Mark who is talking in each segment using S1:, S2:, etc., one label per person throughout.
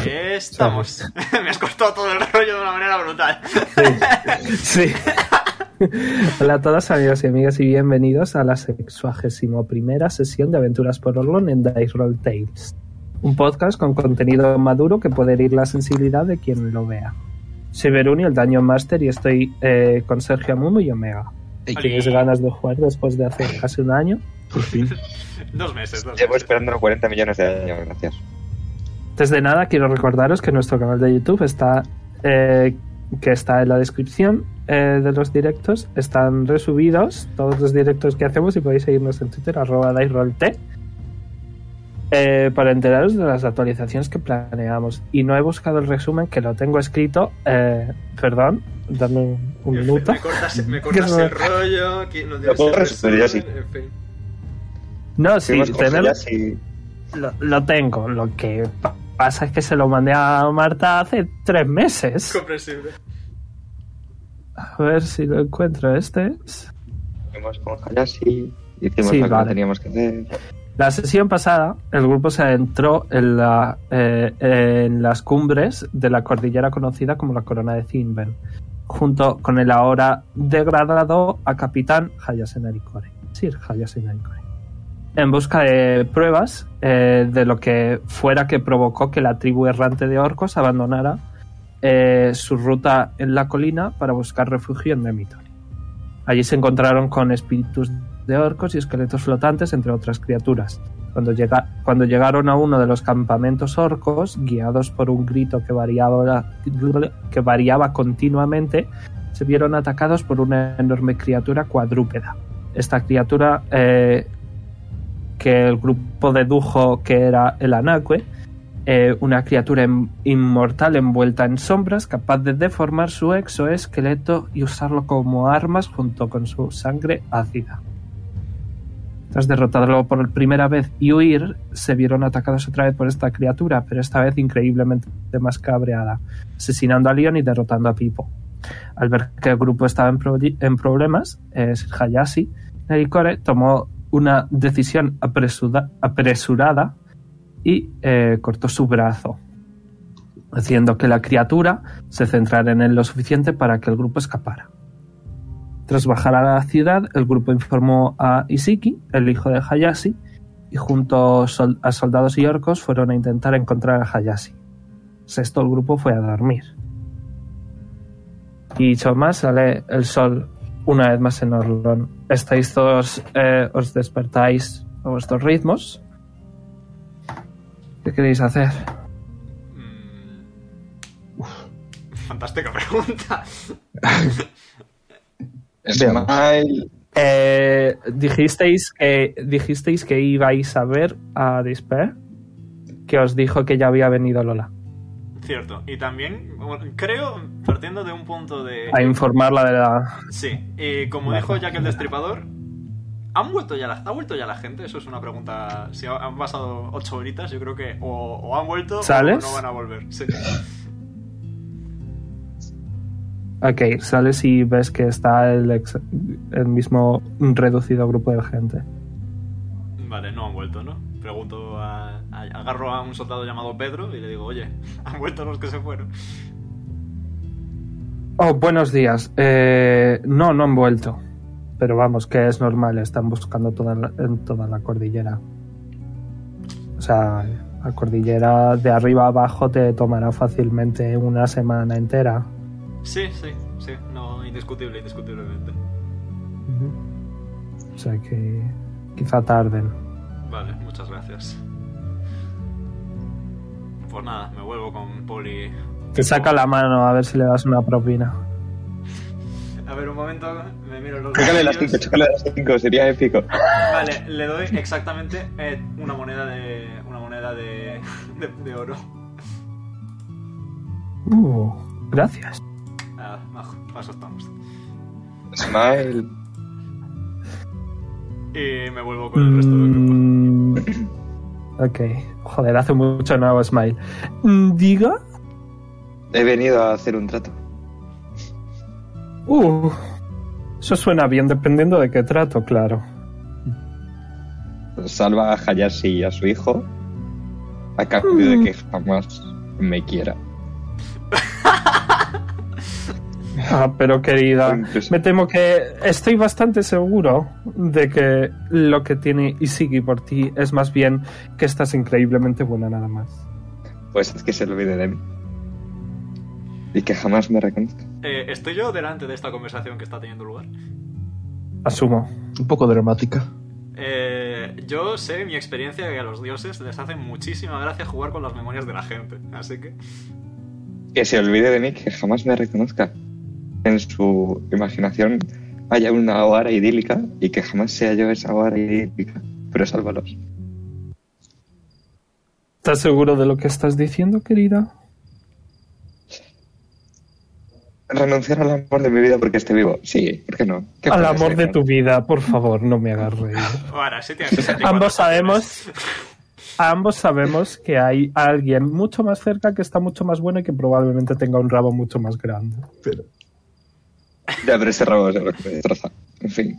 S1: Aquí estamos. Me has cortado todo el rollo de una manera brutal.
S2: Sí. Hola a todos amigos y amigas y bienvenidos a la sexuagésimo primera sesión de Aventuras por Orlon en Dice Roll Tales. Un podcast con contenido maduro que puede herir la sensibilidad de quien lo vea. Soy Beruni, el Daño Master, y estoy eh, con Sergio Amumu y Omega.
S3: Ey.
S2: ¿Tienes ganas de jugar después de hace casi un año?
S4: Por fin.
S1: Dos meses, dos
S3: Llevo
S1: meses.
S3: esperando 40 millones de años, gracias.
S2: Antes de nada, quiero recordaros que nuestro canal de YouTube está, eh, que está en la descripción eh, de los directos. Están resubidos todos los directos que hacemos y podéis seguirnos en Twitter, arroba DiceRollT, eh, para enteraros de las actualizaciones que planeamos. Y no he buscado el resumen, que lo tengo escrito. eh, perdón, dame un, un minuto.
S1: Me cortas, me cortas
S2: Qué
S1: el rollo. que no tienes
S3: puedo
S1: el
S3: resumir yo
S1: resumen, en fin.
S2: No, sí,
S3: Fuimos con
S2: tener,
S3: Joyas y-
S2: lo, lo tengo. Lo que pa- pasa es que se lo mandé a Marta hace tres meses.
S1: Comprensible.
S2: A ver si lo encuentro. Este es.
S3: fuimos con Joyas y hicimos
S2: Sí,
S3: lo que no
S2: vale.
S3: teníamos que hacer.
S2: La sesión pasada, el grupo se adentró en, la, eh, en las cumbres de la cordillera conocida como la Corona de Zinben, junto con el ahora degradado a capitán Hayasen Arikore, Sir Hayasen Arikore, en busca de pruebas eh, de lo que fuera que provocó que la tribu errante de orcos abandonara eh, su ruta en la colina para buscar refugio en Demitori. Allí se encontraron con espíritus de orcos y esqueletos flotantes, entre otras criaturas. Cuando, llega- cuando llegaron a uno de los campamentos orcos, guiados por un grito que variaba, que variaba continuamente, se vieron atacados por una enorme criatura cuadrúpeda. Esta criatura, eh, que el grupo dedujo que era el Anacue, eh, una criatura en- inmortal envuelta en sombras, capaz de deformar su exoesqueleto y usarlo como armas junto con su sangre ácida. Tras derrotarlo por primera vez y huir, se vieron atacados otra vez por esta criatura, pero esta vez increíblemente más cabreada, asesinando a Leon y derrotando a Pipo. Al ver que el grupo estaba en, pro- en problemas, eh, Sir Hayashi Nerikore tomó una decisión apresuda- apresurada y eh, cortó su brazo, haciendo que la criatura se centrara en él lo suficiente para que el grupo escapara. Tras bajar a la ciudad, el grupo informó a Isiki, el hijo de Hayashi, y junto sol- a soldados y orcos fueron a intentar encontrar a Hayashi. Sexto, el grupo fue a dormir. Y dicho más, sale el sol una vez más en Orlon. Estáis todos, eh, os despertáis a vuestros ritmos. ¿Qué queréis hacer?
S1: Mm. Fantástica pregunta.
S2: Veamos.
S3: Smile.
S2: Eh, dijisteis que dijisteis que ibais a ver a Disper, que os dijo que ya había venido Lola
S1: Cierto. Y también, bueno, creo, partiendo de un punto de.
S2: a informarla de la.
S1: Sí, y como dijo Jack el Destripador, ¿han vuelto ya la, ¿ha vuelto ya la gente? Eso es una pregunta. Si ha- han pasado ocho horitas, yo creo que o, o han vuelto
S2: ¿Sales?
S1: o no van a volver. Sí.
S2: Ok, sales y ves que está el, ex- el mismo reducido grupo de gente.
S1: Vale, no han vuelto, ¿no? Pregunto a, a- Agarro a un soldado llamado Pedro y le digo, oye, ¿han vuelto los que se fueron?
S2: Oh, buenos días. Eh, no, no han vuelto. Pero vamos, que es normal, están buscando toda la- en toda la cordillera. O sea, la cordillera de arriba a abajo te tomará fácilmente una semana entera.
S1: Sí, sí, sí. No, indiscutible, indiscutiblemente.
S2: O sea que quizá tarden.
S1: Vale, muchas gracias. Pues nada, me vuelvo con Poli.
S2: Te saca la mano a ver si le das una propina.
S1: A ver, un momento, me miro los
S3: Chécale las
S1: bolsillos.
S3: 5, chécale las 5, sería épico.
S1: Vale, le doy exactamente eh, una moneda de. una moneda de. de, de oro.
S2: Uh, gracias.
S1: Ah, bajo, paso estamos.
S3: Smile.
S1: Y me vuelvo con el resto del grupo.
S2: Mm, ok. Joder, hace mucho no hago smile. Mm, Diga.
S3: He venido a hacer un trato.
S2: Uh, eso suena bien dependiendo de qué trato, claro. Mm.
S3: Salva a Hayashi y a su hijo a cambio de que jamás me quiera.
S2: Ah, pero querida,
S3: Entonces-
S2: me temo que estoy bastante seguro de que lo que tiene Isigi por ti es más bien que estás increíblemente buena nada más.
S3: Pues es que se olvide de mí. Y que jamás me reconozca.
S1: Eh, ¿Estoy yo delante de esta conversación que está teniendo lugar?
S2: Asumo.
S4: Un poco dramática.
S1: Eh, yo sé de mi experiencia que a los dioses les hace muchísima gracia jugar con las memorias de la gente. Así que
S3: Que se olvide de mí, que jamás me reconozca. En su imaginación haya una hora idílica y que jamás sea yo esa hora idílica. Pero sálvalos.
S2: ¿Estás seguro de lo que estás diciendo, querida?
S3: Renunciar al amor de mi vida porque esté vivo. Sí, ¿por qué no? ¿Qué
S2: Al
S3: puede
S2: amor
S3: ser,
S2: de
S3: no?
S2: tu vida, por favor, no me hagas reír.
S1: ahora sí tienes 64
S2: Ambos sabemos. Ambos sabemos que hay alguien mucho más cerca que está mucho más bueno y que probablemente tenga un rabo mucho más grande.
S3: Ya, pero ese rabo es lo que me destroza. En fin.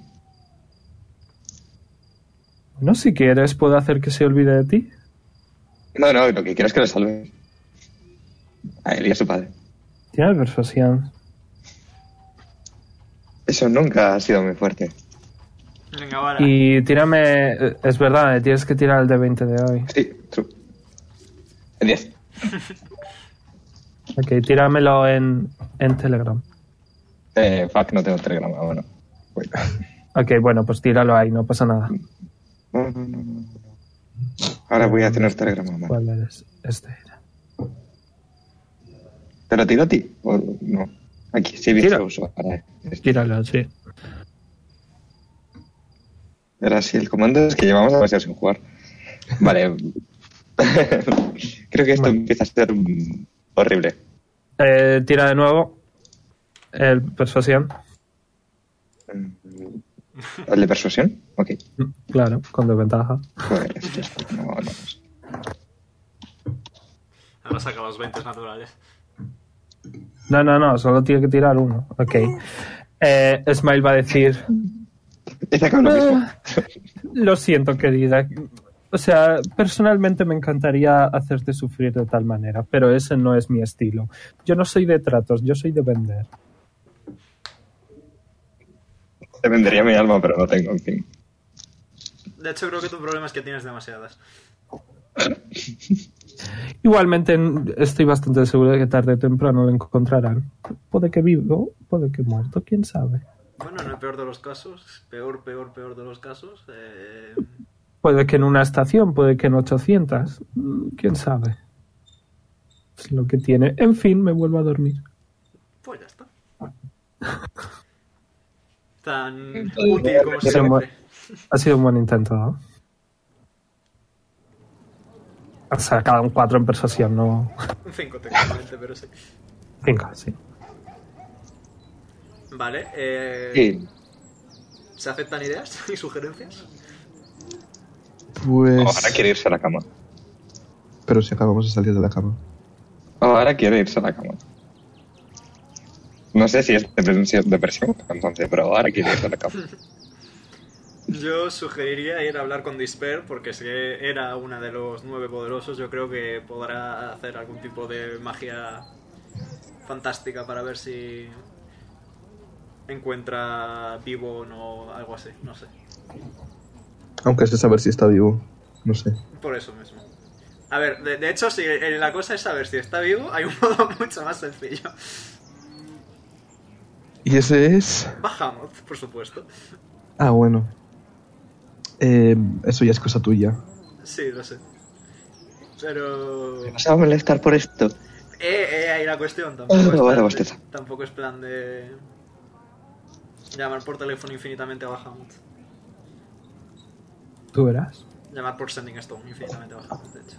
S2: No, si quieres, puedo hacer que se olvide de ti.
S3: No, no, lo que quiero es que lo salve. A él y a su padre.
S2: Tienes persuasión.
S3: Eso nunca ha sido muy fuerte.
S1: Venga, ahora.
S2: Y tírame. eh, Es verdad, me tienes que tirar el de 20 de hoy.
S3: Sí, true. El 10.
S2: Ok, tíramelo en, en Telegram.
S3: Eh, fuck, no tengo telegrama, bueno. Bueno.
S2: Ok, bueno, pues tíralo ahí, no pasa nada.
S3: No, no, no, no. Ahora voy a tener telegrama, mano.
S2: ¿Cuál eres? Este era.
S3: ¿Te lo tiro a ti? ¿O no? Aquí, sí, bien
S2: Tira.
S3: se uso. Ahora, este.
S2: Tíralo, sí.
S3: Ahora sí, el comando es que llevamos demasiado sin jugar. Vale. Creo que esto
S2: Vale.
S3: empieza a ser mm, horrible.
S2: Eh, tira de nuevo. El persuasión.
S3: Mm. ¿El de persuasión? Ok.
S2: Mm, Claro, con desventaja.
S3: Joder, es que esto no, no, no.
S1: Ahora saca los 20 naturales.
S2: No, no, no, solo tiene que tirar uno. Ok. Eh, Smile va a decir:
S3: He sacado lo mismo.
S2: Lo siento, querida. O sea, personalmente me encantaría hacerte sufrir de tal manera, pero ese no es mi estilo. Yo no soy de tratos, yo soy de vender.
S3: Te vendería mi alma, pero no tengo, en fin.
S1: De hecho, creo que tu problema es que tienes demasiadas.
S2: Igualmente n- estoy bastante seguro de que tarde o temprano lo encontrarán. Puede que vivo, puede que muerto, quién sabe.
S1: Bueno, en el peor de los casos, peor, peor, peor de los casos, eh,
S2: Puede que en una estación, puede que en 800, mm, quién sabe. Es lo que tiene. En fin, me vuelvo a dormir.
S1: pues ya está. Tan
S3: Entonces,
S1: útil como
S3: se
S1: siempre.
S2: muere. Ha sido un buen intento, ¿no? Ha sacado un 4 en persuasión, no
S1: Un 5 técnicamente, pero sí.
S2: 5, sí.
S1: Vale, eh,
S3: Sí,
S1: ¿se aceptan ideas y sugerencias?
S4: Pues.
S3: O ahora quiere irse a la cama.
S4: Pero si acabamos de salir de la cama.
S3: O ahora quiere irse a la cama. No sé si es depresión, depresión entonces, pero ahora quiere irse a la cama.
S1: Yo sugeriría ir a hablar con Disper, porque si era una de los nueve poderosos, yo creo que podrá hacer algún tipo de magia fantástica para ver si encuentra vivo o no, algo así, no sé.
S4: Aunque sé saber si está vivo. No sé.
S1: Por eso mismo. A ver, de, de hecho, si eh, la cosa es saber si está vivo, hay un modo mucho más sencillo.
S4: Y ese es.
S1: Bajamoth, por supuesto.
S4: Ah, bueno. Eh, eso ya es cosa tuya.
S1: Sí, lo sé. Pero...
S3: ¿Vas a molestar por esto?
S1: Eh, eh, ahí la cuestión. Tampoco, es
S3: vale,
S1: plan de,
S3: bosteza.
S1: tampoco es plan de llamar por teléfono infinitamente a Bahamut.
S2: Tú verás.
S1: Llamar por Sending Stone infinitamente a Bahamut, de hecho.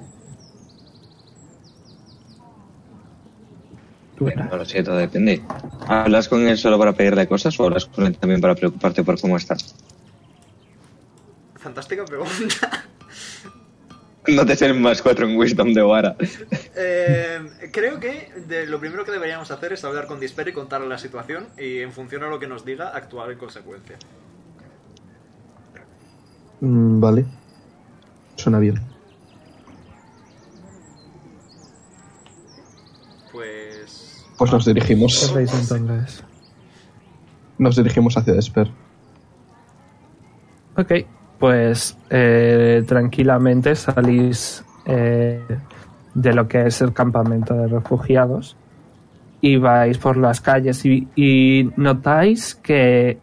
S2: Tú verás.
S3: No lo siento, depende. ¿Hablas con él solo para pedirle cosas o hablas con él también para preocuparte por cómo está?
S1: Fantástica pregunta.
S3: No te sé el más cuatro en Wisdom de Wara.
S1: Eh, creo que de- lo primero que deberíamos hacer es hablar con Disper y contarle la situación y en función a lo que nos diga actuar en consecuencia.
S4: Mm, vale. Suena bien.
S1: Pues.
S4: Pues nos
S2: ¿Qué
S4: dirigimos.
S2: hacéis entonces?
S4: Nos dirigimos hacia Esper.
S2: Ok, pues eh, tranquilamente salís eh, de lo que es el campamento de refugiados y vais por las calles y, y notáis que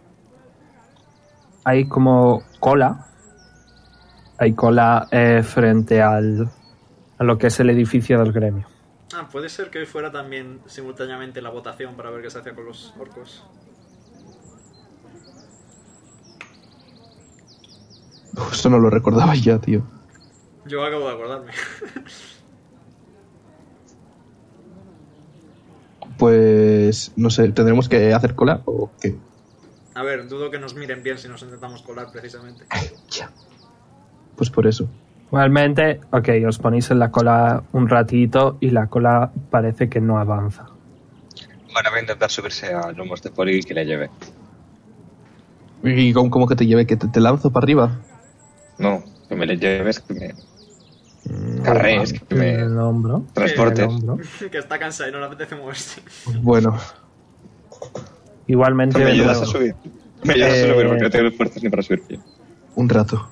S2: hay como cola, hay cola eh, frente al, a lo que es el edificio del gremio.
S1: Ah, puede ser que hoy fuera también simultáneamente la votación para ver qué se hacía con los orcos.
S4: Justo no lo recordaba ya, tío.
S1: Yo acabo de acordarme.
S4: Pues no sé, ¿tendremos que hacer cola o qué?
S1: A ver, dudo que nos miren bien si nos intentamos colar precisamente.
S4: Pues por eso.
S2: Realmente, ok, os ponéis en la cola un ratito y la cola parece que no avanza.
S3: Ahora voy a intentar subirse a lomos de Poli y que le lleve.
S4: ¿Y cómo, cómo que te lleve? ¿Que te, te lanzo para arriba?
S3: No, que me le lleves, que me
S2: Mm,
S3: carrees, que
S2: En
S3: me
S2: el hombro.
S3: transportes.
S2: En el hombro.
S1: que está cansado y no le apetece moverse.
S4: Bueno,
S2: Igualmente,
S3: ¿Me
S2: de
S3: ayudas
S2: nuevo.
S3: a subir? ¿Me ayudas a
S2: Eh,
S3: subir? Porque no tengo fuerzas ni para subir yo.
S4: un rato.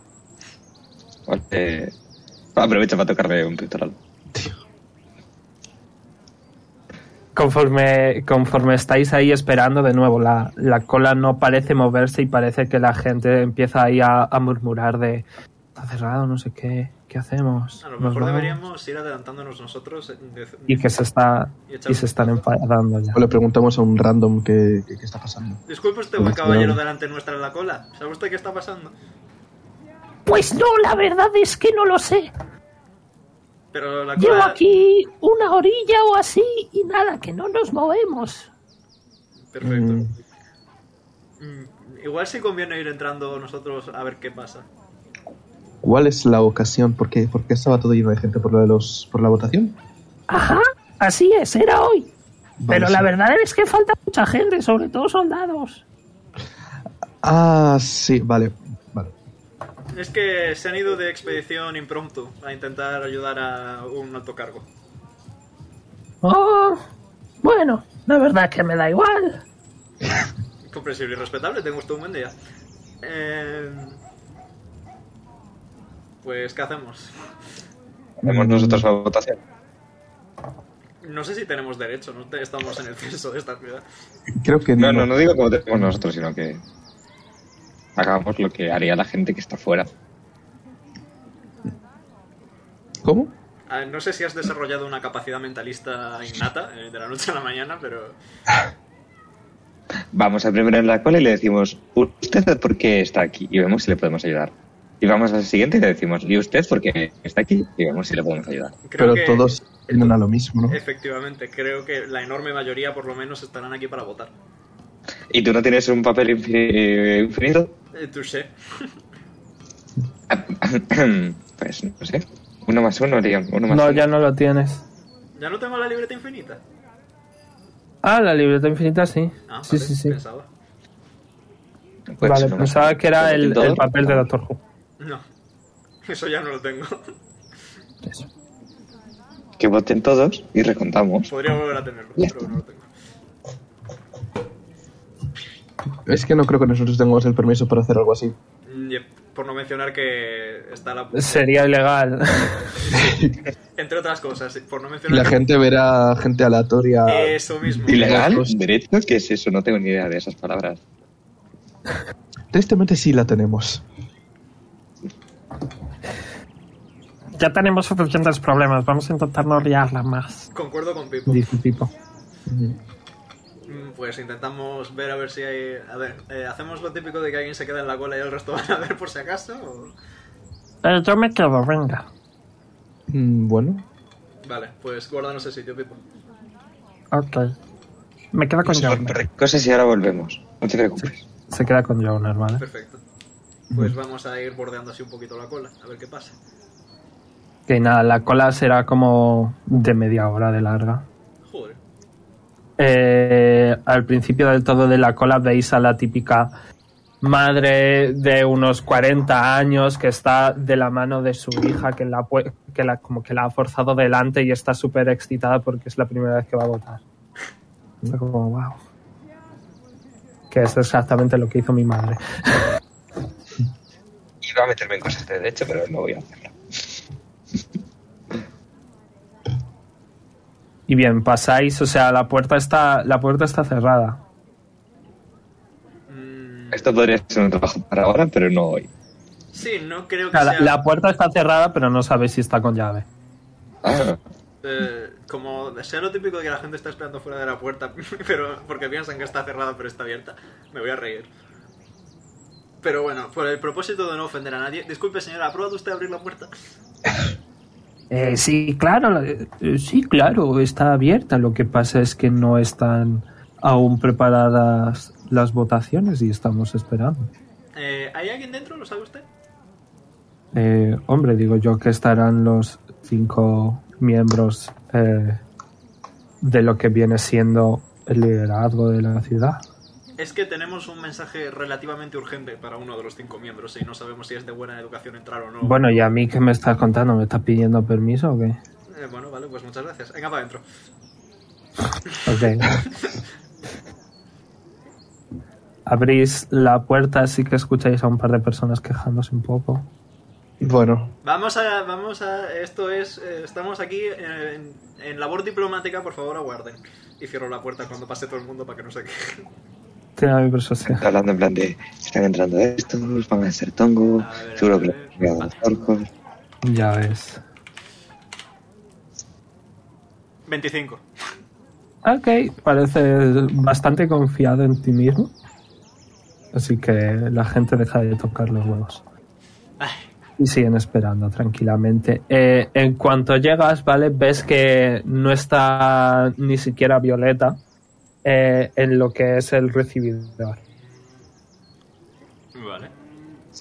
S3: Vale. Aprovecha para tocarle un pectoral.
S2: conforme, conforme estáis ahí esperando de nuevo, la, la cola no parece moverse y parece que la gente empieza ahí a, a murmurar de está cerrado, no sé qué, ¿qué hacemos?
S1: A lo
S2: ¿Nos
S1: mejor
S2: vamos?".
S1: deberíamos ir adelantándonos nosotros. eh, de-
S2: Y que se está
S1: y echar
S2: y se
S1: un
S2: están
S1: vistazo.
S2: enfadando ya.
S4: O le preguntamos a un random qué, qué- qué está pasando.
S1: Disculpe usted,
S2: Pues
S1: buen caballero delante nuestra en la cola. ¿Sabe usted qué está pasando?
S5: Pues no, la verdad es que no lo sé.
S1: Pero la
S5: Llevo
S1: cola...
S5: aquí una orilla o así y nada, que no nos movemos.
S1: Perfecto.
S4: Mm.
S1: Mm, Igual sí conviene ir entrando nosotros a ver qué pasa.
S4: ¿Cuál es la ocasión? ¿Por qué, por qué estaba todo lleno de gente por lo de los por la votación?
S5: Ajá, así es, era hoy.
S4: Vale,
S5: Pero la
S4: sí.
S5: verdad es que falta mucha gente, sobre todo soldados.
S4: Ah, sí, vale. Vale.
S1: Es que se han ido de expedición impromptu a intentar ayudar a un alto cargo.
S5: Oh, bueno, la verdad que me da igual.
S1: Comprensible y respetable, tengo usted un buen día. Eh, Pues, ¿qué hacemos?
S2: Mm.
S3: Hacemos nosotros la votación.
S1: No sé si tenemos derecho, no te- estamos en el censo de esta ciudad.
S4: Creo que
S2: Mm.
S3: No, no, no digo como tenemos nosotros, sino que hagamos lo que haría la gente que está fuera.
S4: ¿Cómo?
S1: Ah, No sé si has desarrollado una capacidad mentalista innata eh, de la noche a la mañana, pero
S3: Vamos a primero en la cola y le decimos, ¿usted por qué está aquí? Y vemos si le podemos ayudar. Y vamos al siguiente y le decimos, ¿y usted por qué está aquí? Y vemos si le podemos ayudar.
S1: creo
S4: Pero
S1: que
S4: todos tienen a lo mismo, ¿no?
S1: efectivamente, creo que la enorme mayoría por lo menos estarán aquí para votar.
S3: ¿Y tú no tienes un papel infin- infinito?
S1: Eh, touché.
S3: Pues no sé. Uno más uno, Leon. Uno más
S2: No,
S3: uno.
S2: ya no lo tienes.
S1: ¿Ya no tengo la libreta infinita?
S2: Ah, la libreta infinita sí.
S1: Ah,
S2: sí,
S1: vale,
S2: sí, sí.
S1: pensaba.
S3: Pues
S2: vale,
S3: uno más
S2: pensaba
S3: uno.
S2: que era el,
S3: Todo.
S2: el papel de Doctor Who.
S1: No, eso ya no lo tengo.
S2: Eso.
S3: Que voten todos y recontamos.
S1: Podría volver a tenerlo, pero no lo tengo.
S4: Es que no creo que nosotros tengamos el permiso para hacer algo así.
S1: Mm, yep, Por no mencionar que está la...
S2: Sería ilegal.
S1: Entre otras cosas, por no
S4: Y la
S1: mencionar...
S4: gente verá gente aleatoria.
S1: Eso mismo.
S3: ¿Ilegal?
S4: Pues-
S3: ¿Derecho? ¿Qué es eso? No tengo ni idea de esas palabras.
S4: Tristemente sí la tenemos.
S2: ya tenemos suficientes problemas. Vamos a intentar no liarla más.
S1: Concuerdo con Pipo.
S2: Dice Pipo.
S1: Mm, Pues intentamos ver a ver si hay... A ver, eh, ¿hacemos lo típico de que alguien se queda en la cola y el resto van a ver por si acaso? o-
S2: Eh, yo me quedo, venga.
S4: Mm, Bueno,
S1: Vale, pues guárdanos el sitio, Pipo.
S2: Ok. Me quedo con Jonar.
S3: Cosas y ahora volvemos. No te preocupes.
S2: Se queda con Jonar, ¿vale?
S1: Perfecto. Pues vamos a ir bordeando así un poquito la cola, a ver qué pasa.
S2: Que nada, la cola será como de media hora de larga.
S1: Joder.
S2: Eh, al principio del todo de la cola veis a la típica madre de unos 40 años que está de la mano de su hija que la, ha pu- que la- como que la ha forzado delante y está súper excitada porque es la primera vez que va a votar. Fue como, wow. Que es exactamente lo que hizo mi madre.
S3: Iba a meterme en cosas de derecho, pero no voy a hacerlo.
S2: Y bien, pasáis, o sea, la puerta está, la puerta está cerrada.
S1: Mm,
S3: Esto podría ser un trabajo para ahora, pero no hoy.
S1: sí, no creo
S2: O
S1: que
S2: sea, la,
S1: sea...
S2: la puerta está cerrada, pero no sabéis si está con llave.
S3: Ah,
S1: eh, como sea lo típico de que la gente está esperando fuera de la puerta, pero porque piensan que está cerrada pero está abierta, me voy a reír. Pero bueno, por el propósito de no ofender a nadie, disculpe señora, ¿ha probado usted abrir la puerta?
S2: Eh, sí, claro, la- eh, sí, claro, está abierta. Lo que pasa es que no están aún preparadas las votaciones y estamos esperando.
S1: Eh, ¿Hay alguien dentro? ¿Lo sabe usted?
S2: Eh, hombre, digo yo que estarán los cinco miembros eh, de lo que viene siendo el liderazgo de la ciudad.
S1: Es que tenemos un mensaje relativamente urgente para uno de los cinco miembros y no sabemos si es de buena educación entrar o no.
S2: Bueno, ¿y a mí qué me estás contando? ¿Me estás pidiendo permiso o qué?
S1: Eh, bueno, vale, pues muchas gracias. Venga, para adentro.
S2: Ok. Abrís la puerta, sí que escucháis a un par de personas quejándose un poco.
S4: Bueno,
S1: Vamos a, vamos a, esto es, eh, estamos aquí en, en labor diplomática, por favor aguarden. Y cierro la puerta cuando pase todo el mundo para que no se queje.
S2: Tira mi persuasión.
S3: está hablando en plan de. Están entrando estos, van a ser tongo.
S1: A ver,
S3: Seguro
S1: a
S3: que
S1: ver.
S3: le han los orcos.
S2: Ya ves.
S1: 25.
S2: Ok, parece bastante confiado en ti mismo. Así que la gente deja de tocar los huevos.
S1: Ay,
S2: Y siguen esperando tranquilamente. Eh, en cuanto llegas, ¿vale? Ves que no está ni siquiera Violeta eh, en lo que es el recibidor.
S1: vale.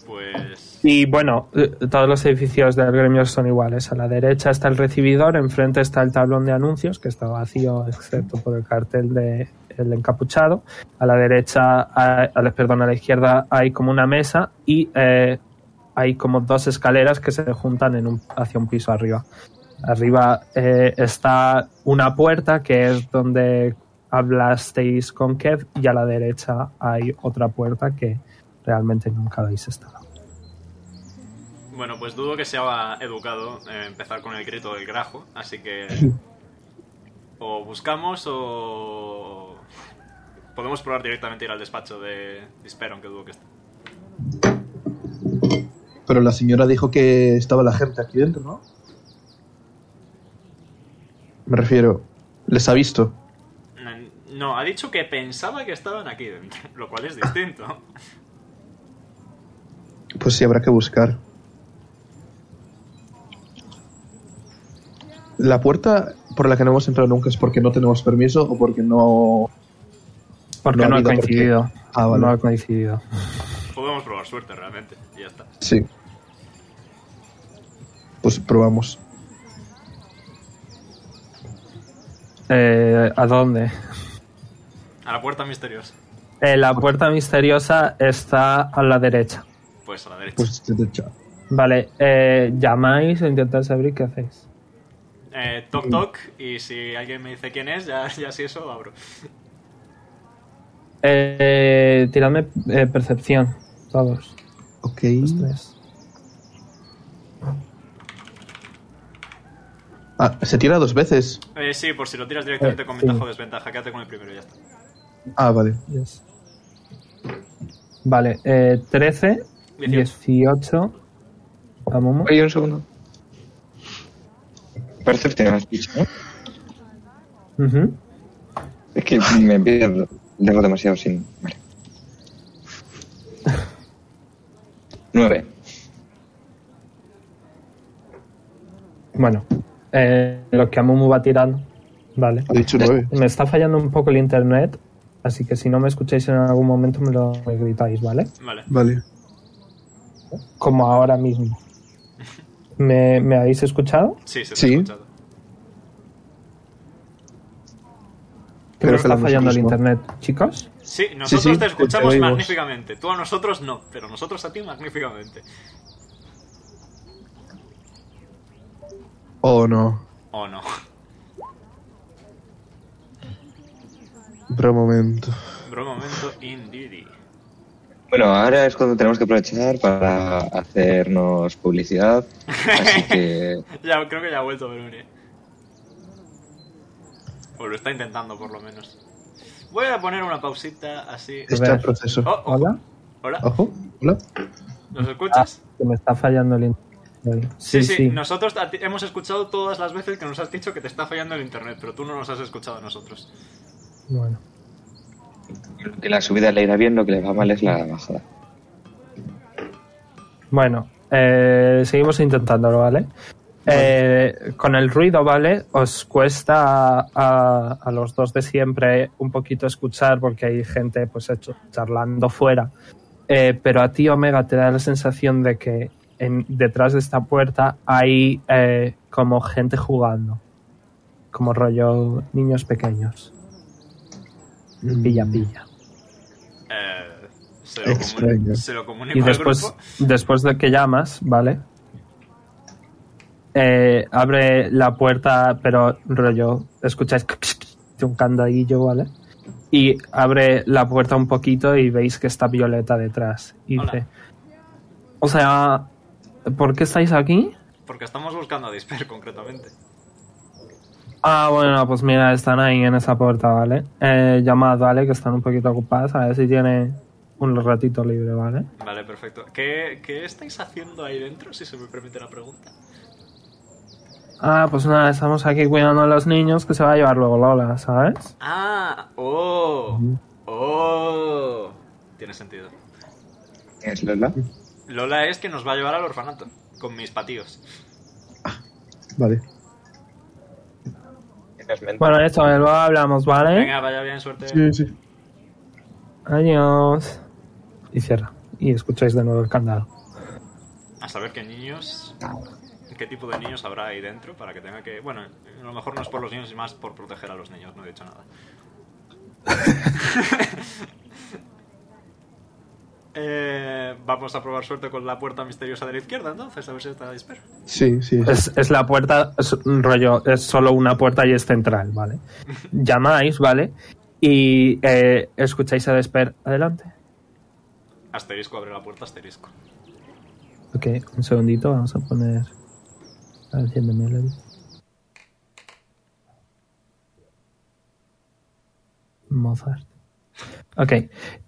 S1: Pues...
S2: Y bueno, eh, todos los edificios del gremio son iguales. A la derecha está el recibidor, enfrente está el tablón de anuncios, que está vacío excepto por el cartel de el encapuchado. A la derecha, a, a la- perdón, a la izquierda hay como una mesa y eh, hay como dos escaleras que se juntan en un, hacia un piso arriba. Arriba eh, está una puerta que es donde hablasteis con Kev y a la derecha hay otra puerta que realmente nunca habéis estado.
S1: Bueno, pues dudo que sea educado eh, empezar con el grito del grajo, así que... O buscamos o... Podemos probar directamente ir al despacho de Dispero, aunque dudo que esté.
S4: pero la señora dijo que estaba la gente aquí dentro, ¿no? Me refiero, les ha visto.
S1: No, ha dicho que pensaba que estaban aquí dentro, lo cual es distinto.
S4: Pues sí, habrá que buscar. La puerta por la que no hemos entrado nunca es porque no tenemos permiso o porque no...
S2: Porque
S4: No ha
S2: no, ha
S4: habido por qué.
S2: coincidido.
S4: Ah, vale.
S2: No ha coincidido.
S1: Podemos probar suerte realmente, y ya está.
S4: Sí. Pues probamos.
S2: Eh, ¿A dónde?
S1: A la puerta misteriosa.
S2: Eh, la puerta misteriosa está a la derecha.
S1: Pues a la derecha.
S4: Pues de hecho,
S2: Vale, eh, llamáis o intentáis abrir, ¿qué hacéis?
S1: Eh, toc toc, y si alguien me dice quién es, ya, ya si eso abro.
S2: Eh, tiradme eh, percepción, todos,
S4: Ok.
S2: los tres.
S4: Ah, se tira dos veces.
S1: Eh, sí, por si lo tiras directamente
S2: Eh,
S1: con
S2: sí.
S1: ventaja o desventaja, quédate con el primero y ya está.
S4: Ah, vale.
S2: Yes. Vale, eh, 13,
S1: 18.
S2: 18. ¿A Momo?
S3: Oye, un segundo. Percepción, has dicho, ¿no?
S2: Ujú.
S3: Es que me pierdo. Tengo demasiado sin. Vale. Nueve.
S2: Bueno, eh, lo que Amumu va tirando. Vale.
S4: Ha dicho nueve.
S2: Me está fallando un poco el internet, así que si no me escucháis en algún momento me lo gritáis, ¿vale?
S1: Vale.
S4: Vale.
S2: Como ahora mismo. ¿Me, me habéis escuchado?
S1: Sí, se te
S4: Sí.
S1: ha escuchado.
S2: Que me
S4: Creo que
S2: está
S4: lo hemos
S2: fallando el
S4: mismo.
S2: internet, chicos.
S1: Sí, nosotros
S4: sí,
S1: te
S4: te
S1: escuchamos
S4: oímos.
S1: magníficamente. Tú a nosotros no, pero nosotros a ti magníficamente.
S4: Oh, no.
S1: ¿O no?
S4: Otro momento.
S1: Bro momento, indeedy.
S3: Bueno, ahora es cuando tenemos que aprovechar para hacernos publicidad. Así que
S1: Ya, creo que ya ha vuelto Belune. O lo está intentando, por lo menos. Voy a poner una pausita así.
S4: Está en proceso.
S1: Oh, oh,
S2: ¿Hola?
S1: hola,
S4: Ojo, hola.
S1: ¿nos escuchas?
S2: Que me está fallando el internet.
S1: Sí, sí, nosotros a ti- hemos escuchado todas las veces que nos has dicho que te está fallando el internet, pero tú no nos has escuchado a nosotros.
S2: Bueno.
S3: que la subida le irá bien, lo que le va mal es la bajada.
S2: Bueno, eh, seguimos intentándolo, ¿vale? Eh, con el ruido, ¿vale? Os cuesta a, a los dos de siempre un poquito escuchar porque hay gente pues hecho, charlando fuera. Eh, pero a ti, Omega, te da la sensación de que en- detrás de esta puerta hay eh, como gente jugando. Como rollo niños pequeños. Pilla, pilla.
S1: Eh, se, lo comunico,
S4: Extraño.
S1: se lo comunico
S2: Y
S1: al
S2: después,
S1: grupo.
S2: después de que llamas, ¿vale? Eh, abre la puerta, pero rollo, escucháis de un candadillo, ¿vale? Y abre la puerta un poquito y veis que está Violeta detrás. Y
S1: Hola.
S2: dice, o sea, ¿por qué estáis aquí?
S1: Porque estamos buscando a Disper concretamente.
S2: Ah, bueno, pues mira, están ahí en esa puerta, ¿vale? Eh, llamad, ¿vale? Que están un poquito ocupadas, a ver si tiene un ratito libre, ¿vale?
S1: Vale, perfecto. ¿Qué, ¿Qué estáis haciendo ahí dentro, si se me permite la pregunta?
S2: Ah, pues nada, estamos aquí cuidando a los niños que se va a llevar luego Lola, ¿sabes?
S1: Ah, oh, oh. Tiene sentido.
S3: ¿Es Lola?
S1: Lola es que nos va a llevar al orfanato con mis patíos.
S4: Vale.
S3: ¿Tienes mente?
S2: Bueno, esto, luego hablamos, ¿vale?
S1: Venga, vaya bien, suerte.
S4: Sí, sí.
S2: Adiós. Y cierra. Y escucháis de nuevo el candado.
S1: A saber qué niños, qué tipo de niños habrá ahí dentro para que tenga que. Bueno, a lo mejor no es por los niños y más por proteger a los niños, no he dicho nada. Eh, vamos a probar suerte con la puerta misteriosa de la izquierda, entonces, a ver si está dispero.
S4: Sí, sí.
S2: Es, es la puerta, es un rollo, es solo una puerta y es central, ¿vale? Llamáis, ¿vale? Y eh, escucháis a Desper. Adelante.
S1: Asterisco, abre la puerta, asterisco.
S2: Ok, un segundito, vamos a poner. A ver si el de Melody. Mozart. Ok.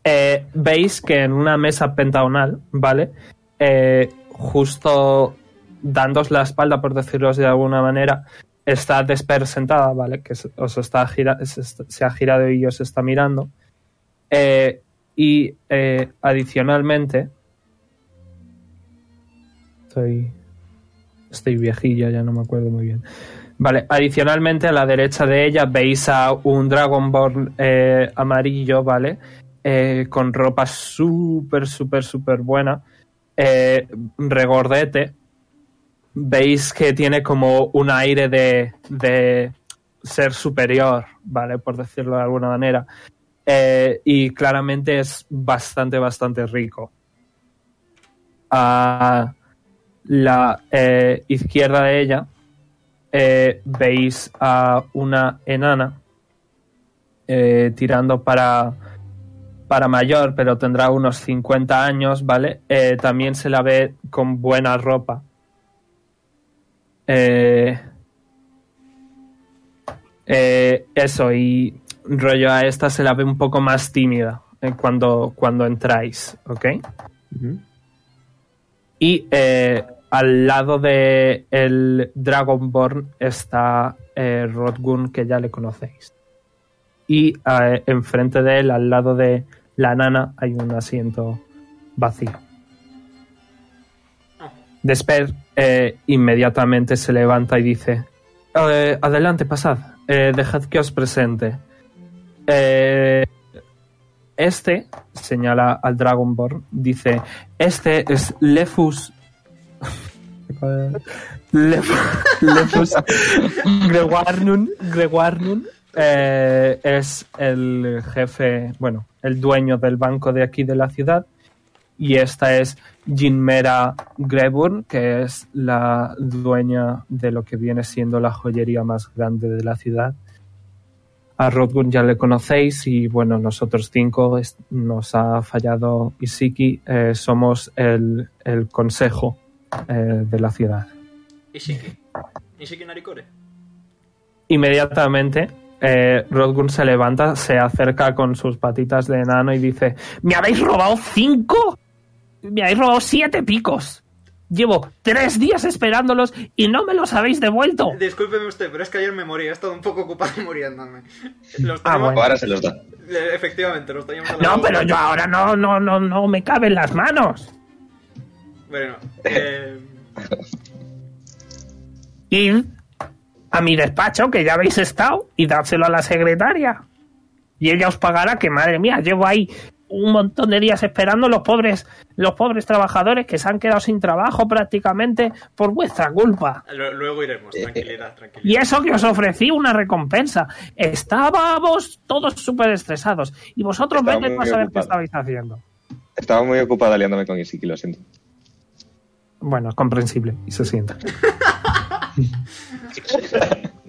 S2: eh, Veis que en una mesa pentagonal, ¿vale? Eh, justo dándos la espalda, por decirlo de alguna manera, está Desper sentada, ¿vale? Que se- os está gira- se, está- se ha girado y os está mirando. Eh, y eh, adicionalmente, Estoy. Estoy viejillo, ya no me acuerdo muy bien. Vale, adicionalmente a la derecha de ella veis a un Dragonborn eh, amarillo, ¿vale? Eh, con ropa súper, súper, súper buena. Eh, regordete. Veis que tiene como un aire de, de ser superior, ¿vale? Por decirlo de alguna manera. Eh, y claramente es bastante, bastante rico. Ah la eh, izquierda de ella eh, veis a una enana eh, tirando para, para mayor, pero tendrá unos 50 años, ¿vale? Eh, también se la ve con buena ropa. Eh, eh, eso, y rollo a esta se la ve un poco más tímida eh, cuando, cuando entráis, ¿ok?
S4: Ujú.
S2: Y eh, al lado de el Dragonborn está eh, Rodgun, que ya le conocéis. Y eh, enfrente de él, al lado de la nana, hay un asiento vacío. Desper eh, inmediatamente se levanta y dice: "Eh, Adelante, pasad. Eh, dejad que os presente. Eh, este, señala al Dragonborn, dice: este es Lefus. Lef- Lefus Grewarnun. Grewarnun, eh, es el jefe, bueno, el dueño del banco de aquí de la ciudad. Y esta es Jinmera Greburn, que es la dueña de lo que viene siendo la joyería más grande de la ciudad. A Rodgun ya le conocéis y bueno, nosotros cinco es- nos ha fallado Isiki, eh, somos el, el consejo eh, de la ciudad.
S1: Ishiki. Ishiki Narikore.
S2: Inmediatamente eh, Rodgun se levanta, se acerca con sus patitas de enano y dice, ¿me habéis robado cinco? ¿Me habéis robado siete picos? Llevo tres días esperándolos y no me los habéis devuelto.
S1: Discúlpeme usted, pero es que ayer me morí, he estado un poco ocupado muriéndome. Los
S2: Ah,
S1: teníamos-
S2: bueno.
S3: Ahora se los da.
S1: Eh, Efectivamente, los teníamos a la
S2: No,
S1: boca.
S2: pero yo ahora no, no, no, no me caben las manos.
S1: Bueno, eh,
S2: Id a mi despacho, que ya habéis estado, y dárselo a la secretaria. Y ella os pagará, que madre mía, llevo ahí un montón de días esperando los pobres, los pobres trabajadores que se han quedado sin trabajo prácticamente por vuestra culpa.
S1: lo- luego iremos, tranquilidad,
S2: Y
S1: tranquilidad.
S2: eso que os ofrecí una recompensa. Estábamos todos súper estresados. Y vosotros
S3: Estaba
S2: vete tú a
S3: muy
S2: saber qué
S3: ocupado.
S2: estabais haciendo.
S3: Estaba muy ocupada aliándome con Isiki, lo siento.
S2: Bueno, es comprensible. Y se sienta.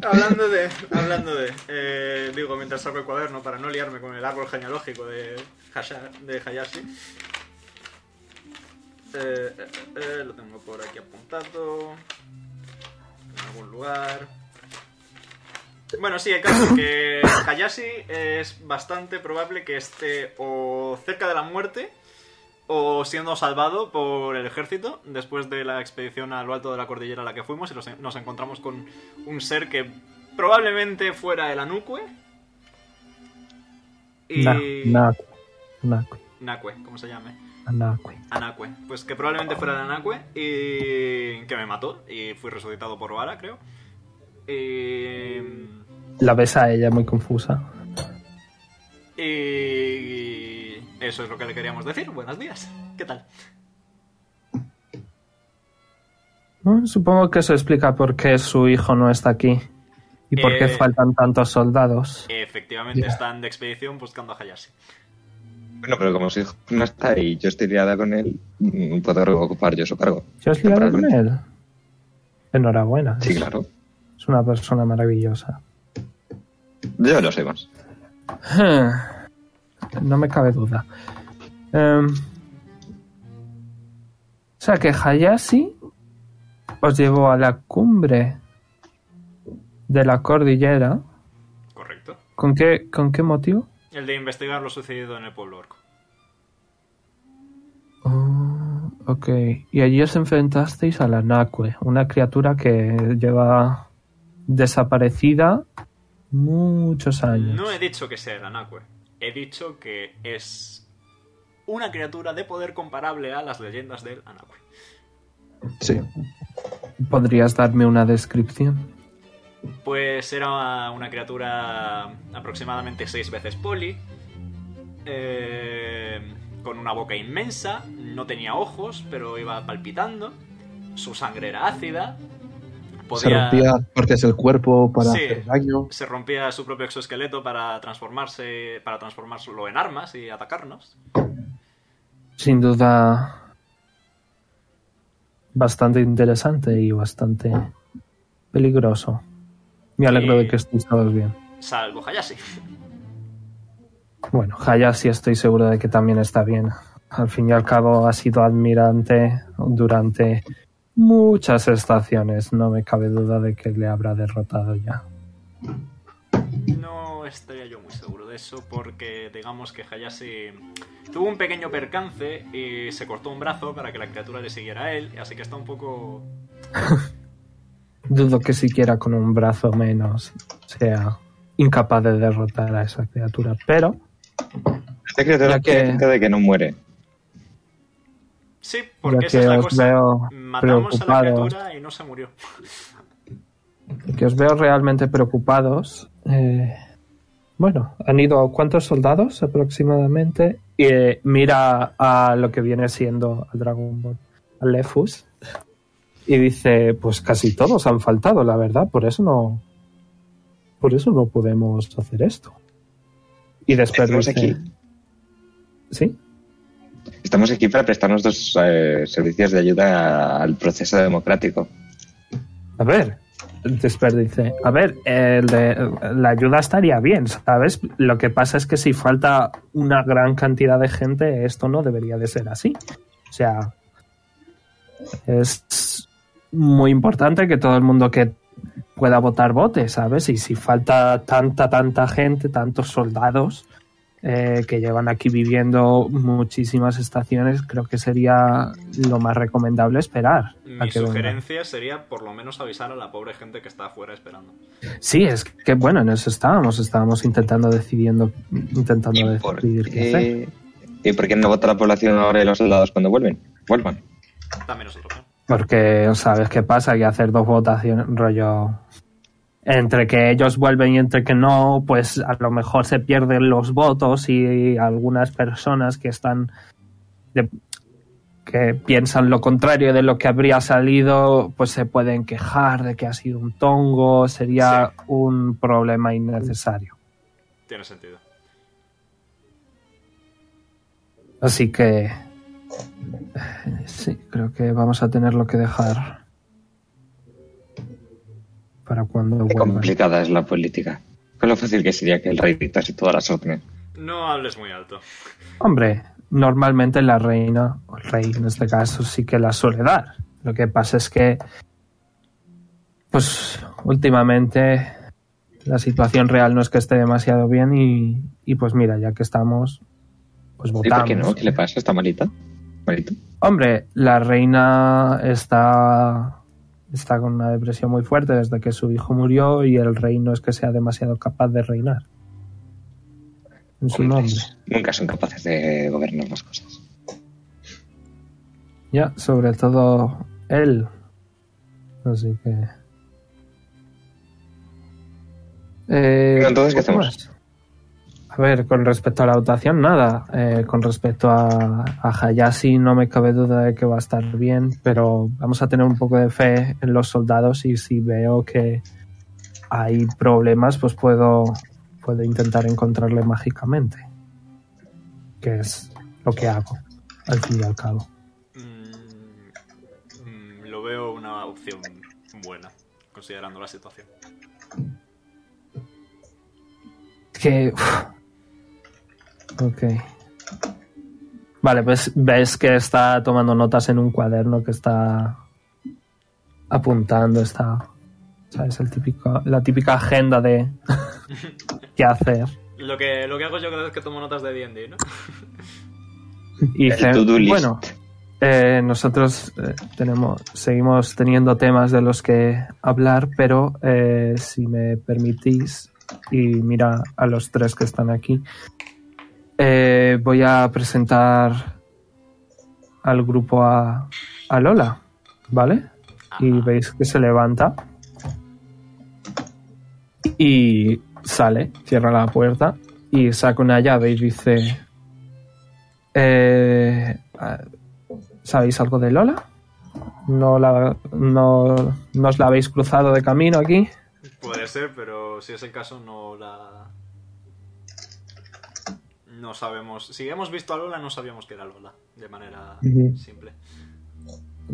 S1: Hablando de, hablando de, eh, digo, mientras saco el cuaderno para no liarme con el árbol genealógico de, Hasha- de Hayashi. Eh, eh, eh, lo tengo por aquí apuntado. En algún lugar. Bueno, sí, el caso es que Hayashi es bastante probable que esté o cerca de la muerte o siendo salvado por el ejército después de la expedición a lo alto de la cordillera a la que fuimos y los- nos encontramos con un ser que probablemente fuera el Anukue. Y...
S2: Na- nacue, nacue,
S1: Nakue, como se llame.
S2: nacue.
S1: Anakue. Pues que probablemente fuera de Anakue y que me mató y fui resucitado por Vara, creo. Y...
S2: La ves a ella muy confusa.
S1: Y eso es lo que le queríamos decir. Buenos días. ¿Qué tal?
S2: Mm, Supongo que eso explica por qué su hijo no está aquí y por qué
S1: Eh.
S2: faltan tantos soldados.
S1: Efectivamente
S4: Ya.
S1: están de expedición buscando a Hayashi.
S3: Bueno, pero como su hijo no está y yo estoy liada con él, mm, puedo ocupar yo su cargo.
S2: ¿Yo os liado con
S3: Temporalmente.
S2: él? Enhorabuena.
S3: Sí, claro.
S2: Es una persona maravillosa.
S3: Yo lo sé más.
S2: No me cabe duda. Em, o sea que Hayashi os llevó a la cumbre de la cordillera.
S1: Correcto.
S2: ¿Con qué, con qué motivo?
S1: El de investigar lo sucedido en el pueblo orco.
S2: Ah, ok. Y allí os enfrentasteis a la Nakue, una criatura que lleva desaparecida muchos años.
S1: No he dicho que sea el Anakue. He dicho que es una criatura de poder comparable a las leyendas del Anakue.
S4: Sí.
S2: ¿Podrías darme una descripción?
S1: Pues era una criatura aproximadamente seis veces poli, eh, con una boca inmensa, no tenía ojos, pero iba palpitando, su sangre era ácida,
S4: Se
S1: podía,
S4: rompía partes del cuerpo para
S1: Sí.
S4: hacer daño.
S1: se rompía su propio exoesqueleto para transformarse, para transformarlo en armas y atacarnos.
S2: Sin duda bastante interesante y bastante peligroso. Me alegro de que estéis todos bien.
S1: Salvo Hayashi.
S2: Bueno, Hayashi estoy seguro de que también está bien. Al fin y al cabo ha sido admirante durante muchas estaciones. No me cabe duda de que le habrá derrotado ya.
S1: No estaría yo muy seguro de eso porque digamos que Hayashi tuvo un pequeño percance y se cortó un brazo para que la criatura le siguiera a él, así que está un poco...
S2: Dudo que siquiera con un brazo menos sea incapaz de derrotar a esa criatura. Pero
S3: Esta criatura
S2: Ya que-
S3: tiene pinta de Este que no muere.
S1: Sí,
S2: ya
S1: porque esa es
S2: que
S1: la
S2: os
S1: cosa.
S2: veo
S1: Matamos a la
S2: preocupados, Ah,
S1: criatura y no se murió.
S2: que os veo realmente preocupados. eh, bueno, han ido cuántos soldados aproximadamente. Y eh, mira a lo que viene siendo al Dragon Ball, al Lefus. Y dice, pues casi todos han faltado, la verdad, por eso no. Por eso no podemos hacer esto. Y después
S3: Estamos aquí,
S2: dice, ¿Sí?
S3: estamos aquí para prestar nuestros eh, servicios de ayuda al proceso democrático.
S2: A ver, Después dice, a ver, el de- la ayuda estaría bien, ¿sabes? Lo que pasa es que si falta una gran cantidad de gente, esto no debería de ser así. O sea, es muy importante que todo el mundo que pueda votar vote, ¿sabes? Y si falta tanta, tanta gente, tantos soldados eh, que llevan aquí viviendo muchísimas estaciones, creo que sería lo más recomendable esperar. a
S1: Mi
S2: que venga.
S1: sugerencia sería por lo menos avisar a la pobre gente que está afuera esperando.
S2: Sí, es que bueno, en eso estábamos, estábamos intentando decidiendo,
S3: ¿Y
S2: intentando
S3: por,
S2: decidir qué hacer.
S3: qué, ¿Y por qué no vota la población ahora y los soldados cuando vuelven? Vuelvan.
S1: También es otra opción.
S2: Porque sabes qué pasa, que hacer dos votaciones, rollo. Entre que ellos vuelven y entre que no, pues a lo mejor se pierden los votos y algunas personas que están. de- que piensan lo contrario de lo que habría salido, pues se pueden quejar de que ha sido un tongo, sería un problema innecesario.
S1: Tiene sentido.
S2: Así que. eh, Sí, creo que vamos a tener lo que dejar. Para cuando
S3: Qué
S2: vuelvan.
S3: complicada es la política. Con lo fácil que sería que el rey dictase todas las órdenes.
S1: No hables muy alto.
S2: Hombre, normalmente la reina, o el rey en este caso, sí que la suele dar. Lo que pasa es que. Pues últimamente la situación real no es que esté demasiado bien y, y pues mira, ya que estamos, pues
S3: ¿Y
S2: votamos.
S3: por qué no? ¿Qué le pasa? ¿Está malita? ¿Malito?
S2: Hombre, la reina está, está con una depresión muy fuerte desde que su hijo murió y el rey no es que sea demasiado capaz de reinar. En su nombre.
S3: Hombres, Nunca son capaces de gobernar las cosas.
S2: Ya, sobre todo él. Así que... Eh,
S3: Bueno, entonces, ¿qué
S2: poco
S3: hacemos?
S2: más. A ver, con respecto a la votación, nada. Eh, con respecto a, a Hayashi, no me cabe duda de que va a estar bien, pero vamos a tener un poco de fe en los soldados y si veo que hay problemas, pues puedo, puedo intentar encontrarle mágicamente. Que es lo que hago, al fin y al cabo.
S1: Mm, mm, lo veo una opción buena, considerando la situación.
S2: que. uf. Ok. Vale, pues ves que está tomando notas en un cuaderno que está apuntando, está. ¿Sabes? El típico, la típica agenda de qué hacer.
S1: Lo que, lo que hago yo cada vez que tomo notas de D&D, ¿no?
S2: Y
S3: El to-do list.
S2: Bueno, eh, nosotros eh, tenemos, seguimos teniendo temas de los que hablar, pero eh, si me permitís, y mira a los tres que están aquí, eh, voy a presentar al grupo a, a Lola, ¿vale? Y veis que se levanta y sale, cierra la puerta y saca una llave y dice... Eh, ¿Sabéis algo de Lola? ¿No, la, no, no os la habéis cruzado de camino aquí?
S1: Puede ser, pero si es el caso no la... No sabemos... Si hemos visto a Lola, no sabíamos que era Lola, de manera
S4: Ujú.
S1: simple.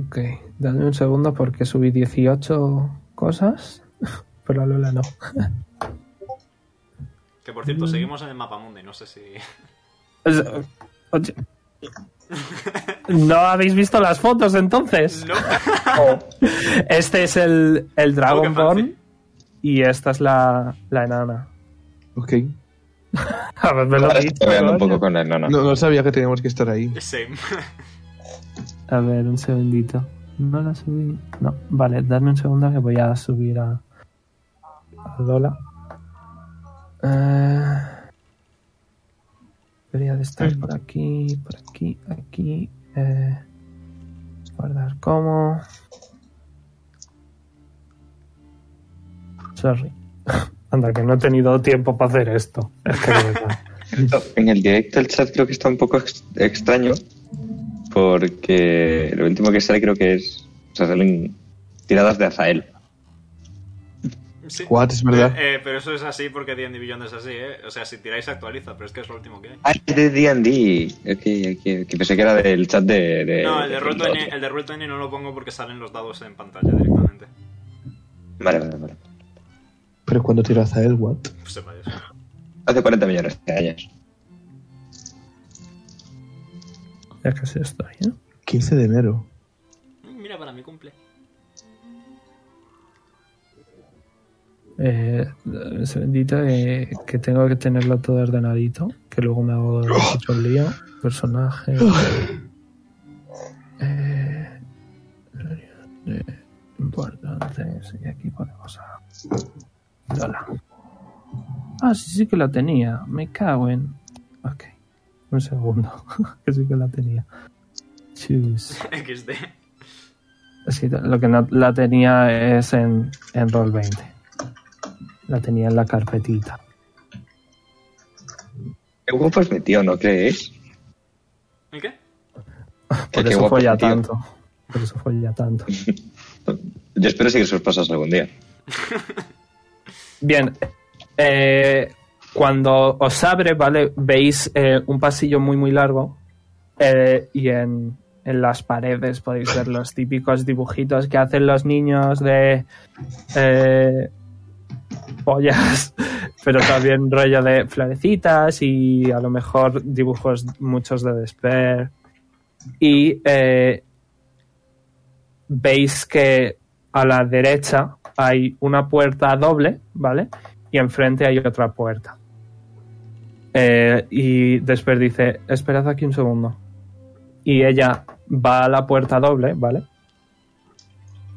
S2: Ok, dadme un segundo porque subí 18 cosas, pero a Lola no.
S1: Que por cierto, seguimos en el mapa mundi, no sé si...
S2: O sea, oye. ¿No habéis visto las fotos entonces?
S1: No.
S2: Este es el, el
S1: Oh, qué
S2: Dragonborn y esta es la, la enana.
S4: Ok.
S2: Haberme lo
S3: Ahora
S2: dicho,
S3: estoy peleando un
S2: coño.
S3: poco con la enana.
S4: No, no sabía que teníamos que estar ahí.
S1: Same.
S2: A ver, un segundito. No la subí. No, vale, dame un segundo que voy a subir a, a Lola. Eh, debería de estar por aquí, por aquí, aquí. eh, guardar como. Sorry. Anda, que no he tenido tiempo para hacer esto. Es que de verdad.
S3: En el directo el chat creo que está un poco ex- extraño porque lo último que sale creo que es... O sea, salen tiradas de Azael.
S1: Sí.
S4: What, es verdad.
S1: Eh, eh, pero eso es así porque D&D Beyond es así, ¿eh? O sea, si tiráis actualiza, pero es que es lo último que hay.
S3: Ah, es de D&D. Ok, ok, ok. Pensé que era del chat de... de
S1: No, el de
S3: de-
S1: Roll20 el de Roll20 no lo pongo porque salen los dados en pantalla directamente.
S3: Vale, vale, vale.
S4: Pero cuando tiró hacia él, what?
S1: Sepa Dios.
S3: Hace 40 millones de años.
S2: Ya casi estoy, ¿eh?
S4: 15 de enero.
S1: Mm, Mira, para mi cumple.
S2: Eh, dame un segundito, eh, que tengo que tenerlo todo ordenadito, que luego me hago mucho lío. Personaje. Eh, eh, importantes. Y aquí ponemos a. Lola. Ah, sí, sí que la tenía. Me cago en. Ok. Un segundo. que sí que la tenía. Choose.
S1: XD.
S2: Sí, lo que no la tenía es en, en Roll 20. La tenía en la carpetita.
S3: Qué guapo es mi tío, ¿no crees?
S1: ¿El qué?
S2: Por
S3: qué
S2: eso
S3: guapo,
S2: folla
S3: tío.
S2: tanto. Por eso folla tanto.
S3: Yo espero seguir sus pasos algún día.
S2: Bien. eh, cuando os abre, ¿vale? Veis eh, un pasillo muy, muy largo. eh, y en, en las paredes podéis ver los típicos dibujitos que hacen los niños de. eh, pollas. Pero también rollo de florecitas y a lo mejor dibujos muchos de Despair. Y eh, veis que a la derecha hay una puerta doble, ¿vale? Y enfrente hay otra puerta. Eh, y después dice, esperad aquí un segundo. Y ella va a la puerta doble, ¿vale?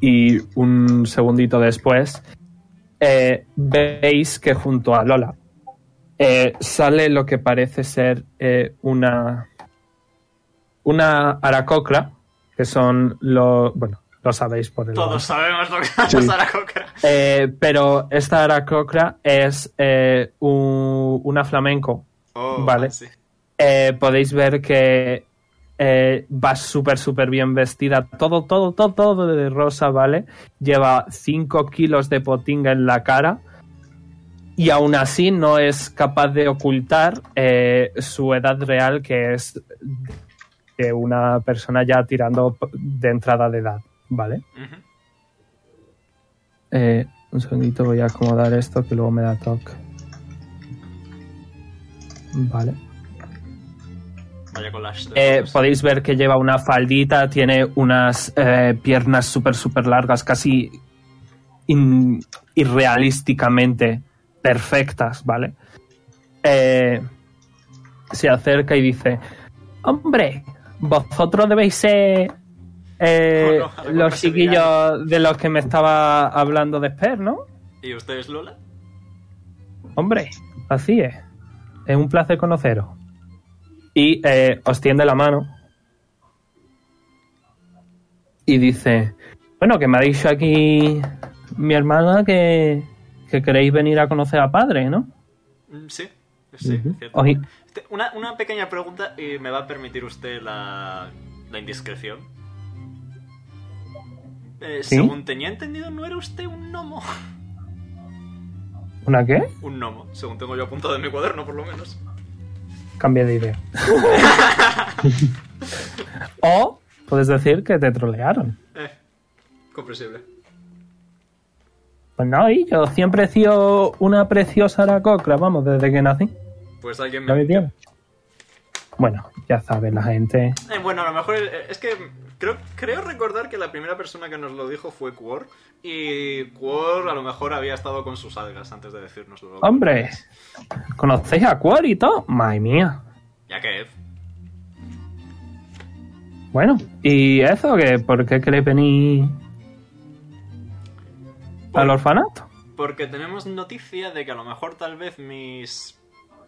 S2: Y un segundito después eh, veis que junto a Lola eh, sale lo que parece ser eh, una una aracocra, que son los... Bueno, lo sabéis por el...
S1: Todos sabemos lo que va a
S2: Sí.
S1: pasar a Cochra.
S2: Eh, pero esta aracocra es eh, un- una flamenco.
S1: Oh,
S2: Vale.
S1: sí.
S2: Eh, podéis ver que eh, va súper, súper bien vestida. Todo, todo, todo, todo de rosa, ¿vale? Lleva 5 kilos de potinga en la cara. Y aún así no es capaz de ocultar eh, su edad real, que es de una persona ya tirando p- de entrada de edad, ¿vale?
S1: Ujú.
S2: Eh, un segundito, voy a acomodar esto que luego me da toque. Vale.
S1: Vaya collage. de
S2: Eh,
S1: fotos.
S2: podéis ver que lleva una faldita, tiene unas eh, piernas súper, súper largas, casi in- irrealísticamente perfectas, ¿vale? Eh, se acerca y dice, hombre, vosotros debéis ser eh,
S1: No, no, algo
S2: los
S1: más
S2: chiquillos de los que me estaba hablando después, ¿no?
S1: ¿Y usted es Lola?
S2: Hombre, así es. Es un placer conoceros. Y eh, os tiende la mano. Y dice, bueno, que me ha dicho aquí mi hermana que, que queréis venir a conocer a padre, ¿no?
S1: Mm, Sí. Sí,
S4: Ujú.
S1: cierto.
S2: Oye,
S1: Este, Una, una pequeña pregunta y me va a permitir usted la, la indiscreción. Eh,
S2: ¿Sí?
S1: Según tenía entendido, ¿no era usted un gnomo?
S2: ¿una qué?
S1: Un gnomo, según tengo yo apuntado en mi cuaderno, por lo menos.
S2: Cambié de idea. o puedes decir que te trolearon.
S1: Eh, comprensible.
S2: Pues no, y yo siempre he sido una preciosa aracocra, vamos, desde que nací.
S1: Pues alguien
S2: Ya
S1: me...
S2: me tiene. Bueno, ya sabe la gente.
S1: Eh, bueno, a lo mejor eh, es que creo, creo recordar que la primera persona que nos lo dijo fue Quor. Y Quor a lo mejor había estado con sus algas antes de decírnoslo.
S2: Hombre, ¿conocéis a Quarry y todo? Madre mía.
S1: Ya que...
S2: Bueno, ¿y eso que ¿Por qué queréis venir al orfanato?
S1: Porque tenemos noticia de que a lo mejor tal vez mis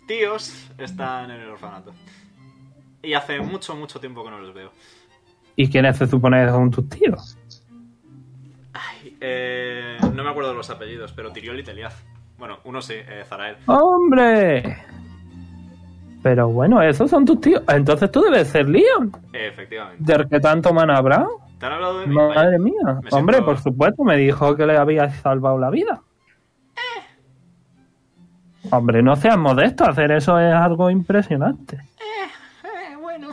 S1: tíos están en el orfanato. Y hace mucho, mucho tiempo que no los veo.
S2: ¿Y quiénes se supone que son tus tíos?
S1: Ay, eh, no me acuerdo de los apellidos, pero Tiriol y Teliaz. Bueno, uno sí, eh, Zarael.
S2: ¡Hombre! Pero bueno, esos son tus tíos. Entonces tú debes ser Leon,
S1: Eh, efectivamente.
S2: del que tanto me han hablado.
S1: ¿Te han hablado de mí? Vaya.
S2: Madre mía.
S1: siento-
S2: Hombre, por supuesto, me dijo que le habías salvado la vida.
S1: Eh.
S2: Hombre, no seas modesto, hacer eso es algo impresionante.
S1: Eh, bueno.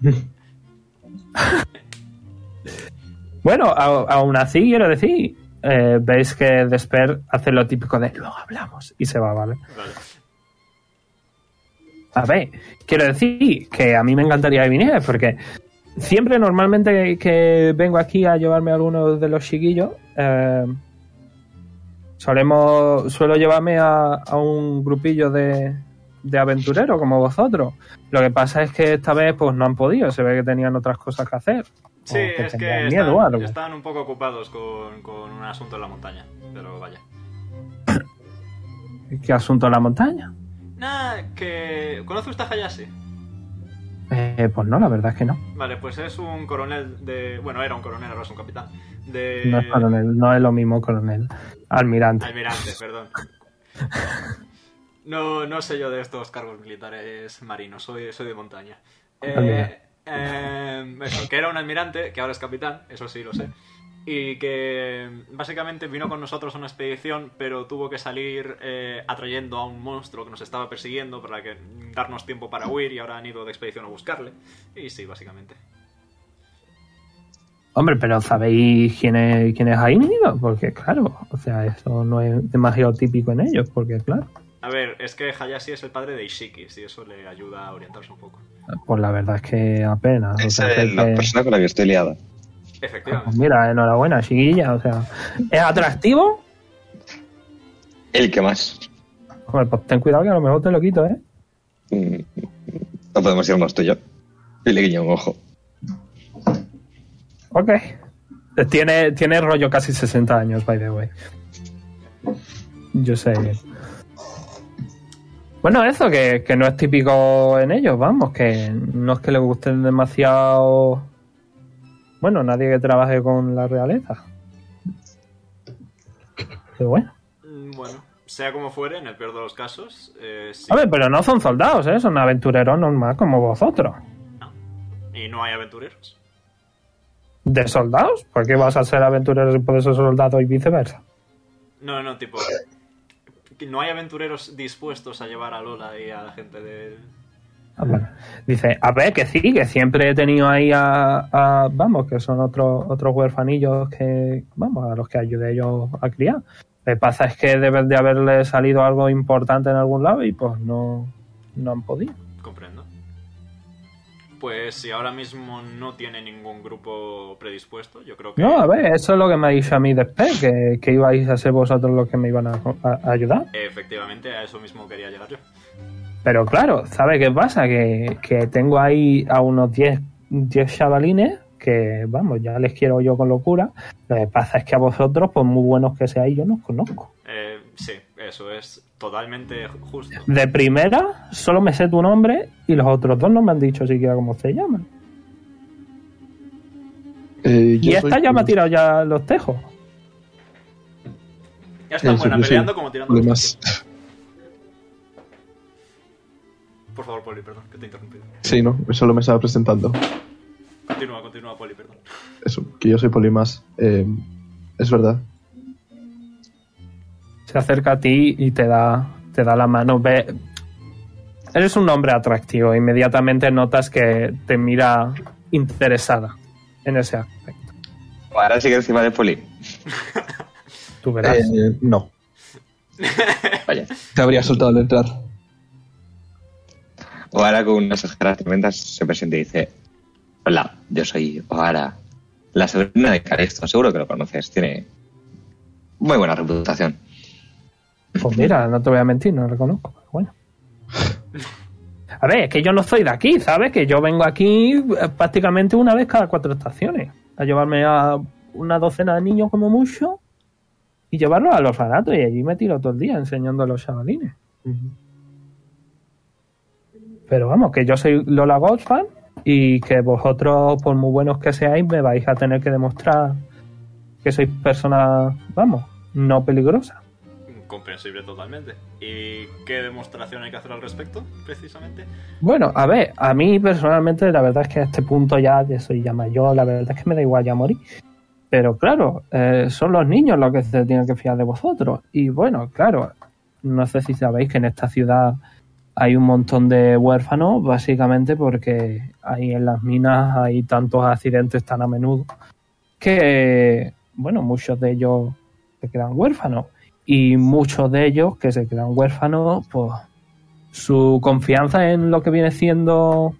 S2: Bueno, a- aún así quiero decir, eh, veis que Desper hace lo típico de luego hablamos y se va, ¿vale?
S1: Vale.
S2: A ver, quiero decir que a mí me encantaría que vinieras porque siempre normalmente que, que vengo aquí a llevarme a algunos de los chiquillos, eh, solemos, suelo llevarme a, a un grupillo de, de aventureros como vosotros. Lo que pasa es que esta vez pues no han podido, se ve que tenían otras cosas que hacer.
S1: Sí,
S2: o que
S1: es que
S2: tenían
S1: están,
S2: miedo o algo.
S1: están un poco ocupados con, con un asunto en la montaña, pero vaya.
S2: ¿Qué asunto la montaña?
S1: Nada, que... ¿Conoce usted a Hayashi?
S2: Eh, pues no, la verdad es que no.
S1: Vale, pues es un coronel de... Bueno, era un coronel, ahora es un capitán. De...
S2: No es coronel, no es lo mismo coronel. Almirante.
S1: Almirante, perdón. No, no sé yo de estos cargos militares marinos, soy, soy de montaña. Eh, eh,
S2: Almirante.
S1: eso, que era un almirante, que ahora es capitán, eso sí lo sé. Y que em, básicamente vino con nosotros a una expedición, pero tuvo que salir eh, atrayendo a un monstruo que nos estaba persiguiendo para que mm, darnos tiempo para huir y ahora han ido de expedición a buscarle. Y sí, básicamente.
S2: Hombre, pero ¿sabéis quiénes quiénes han ido? Porque claro, o sea, eso no es demasiado típico en ellos, porque claro,
S1: A ver, es que Hayashi es el padre de Ishiki, si eso le ayuda a orientarse un poco.
S2: pues la verdad es que apenas. o sea,
S3: Esa es
S2: que-
S3: la persona con la que estoy liada.
S1: Efectivamente.
S2: pues mira, enhorabuena, chiquilla, o sea, ¿es atractivo?
S3: El que más.
S2: Hombre, pues ten cuidado que a lo mejor te lo quito, ¿eh?
S3: Mm, No podemos irnos tú y yo. Y le guiño un ojo.
S2: Ok. Tiene, tiene rollo casi 60 años, by the way. Yo sé. Bueno, eso, que, que no es típico en ellos, vamos, que no es que les gusten demasiado... Bueno, nadie que trabaje con la realeza. Pero bueno.
S1: Mm, Bueno, sea como fuere, en el peor de los casos, eh, sí.
S2: A ver, pero no son soldados, ¿eh? Son aventureros normal como vosotros.
S1: Y no hay aventureros.
S2: ¿De soldados? ¿Por qué vas a ser aventurero si puedes ser soldado y viceversa?
S1: No, no, tipo. que No hay aventureros dispuestos a llevar a Lola y a la gente de.
S2: Ah, bueno. Dice, a ver, que sí, que siempre he tenido ahí a, a- vamos, que son otros otros huerfanillos que, vamos, a los que ayudé yo a criar. Lo que pasa es que debe de haberle salido algo importante en algún lado y pues no, no han podido.
S1: Comprendo. Pues si ahora mismo no tiene ningún grupo predispuesto, yo creo que.
S2: No, a ver, eso es lo que me ha dicho a mí después, que, que ibais a ser vosotros los que me iban a, a- a ayudar.
S1: Efectivamente, a eso mismo quería llegar yo.
S2: Pero claro, ¿sabe qué pasa? Que, que tengo ahí a unos 10 10 chavalines que, vamos, ya les quiero yo con locura. Lo que pasa es que a vosotros, por muy buenos que seáis, yo no os conozco.
S1: Eh, sí, eso es totalmente ju- justo.
S2: De primera, solo me sé tu nombre y los otros dos no me han dicho siquiera cómo se llaman.
S4: Eh, yo
S2: Y esta
S4: soy-
S2: ya me ha tirado ya los tejos.
S1: Ya está
S4: Eso,
S1: buena
S4: yo soy
S1: peleando como tirando.
S4: lo
S1: los
S4: más-
S1: dados. Por favor, Poli, perdón, que te he interrumpido.
S4: Sí, no, solo me estaba presentando.
S1: Continúa, continúa, Poli, perdón.
S4: Eso, que yo soy Polimas. Eh, es verdad.
S2: Se acerca a ti y te da, te da la mano. Ve, eres un hombre atractivo. Inmediatamente notas que te mira interesada en ese aspecto.
S3: Ahora sigue encima de Poli.
S2: Tú verás.
S4: Eh, no.
S3: Vaya.
S4: Te habría soltado al entrar.
S3: Ohara con unas ojeras tremendas se presenta y dice: Hola, yo soy Ohara, la sobrina de Calisto. Seguro que lo conoces, tiene muy buena reputación.
S2: Pues mira, no te voy a mentir, no lo conozco, pero bueno. A ver, es que yo no soy de aquí, ¿sabes? Que yo vengo aquí eh, prácticamente una vez cada cuatro estaciones a llevarme a una docena de niños como mucho y llevarlos al orfanato y allí me tiro todo el día enseñando a los chavalines. Pero vamos, que yo soy Lola Goldfan y que vosotros, por muy buenos que seáis, me vais a tener que demostrar que sois personas, vamos, no peligrosas.
S1: Comprensible totalmente. ¿Y qué demostración hay que hacer al respecto, precisamente?
S2: Bueno, a ver, a mí personalmente la verdad es que a este punto ya, ya soy ya mayor, la verdad es que me da igual ya morir. Pero claro, eh, son los niños los que se tienen que fiar de vosotros. Y bueno, claro, no sé si sabéis que en esta ciudad hay un montón de huérfanos, básicamente porque ahí en las minas hay tantos accidentes tan a menudo que, bueno, muchos de ellos se quedan huérfanos. Y muchos de ellos que se quedan huérfanos, pues su confianza en lo que viene siendo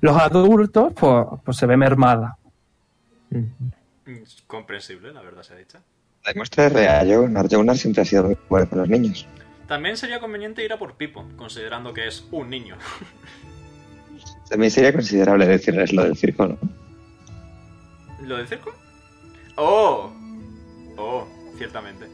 S2: los adultos, pues, pues se ve mermada.
S1: Es comprensible, la verdad se ha dicho.
S3: La muestra es real. Yo, Narjounar siempre ha sido muy bueno con los niños.
S1: También sería conveniente ir a por Pipo, considerando que es un niño.
S3: También sería considerable decirles lo del circo, ¿no?
S1: ¿Lo del circo? ¡Oh! ¡Oh! Ciertamente.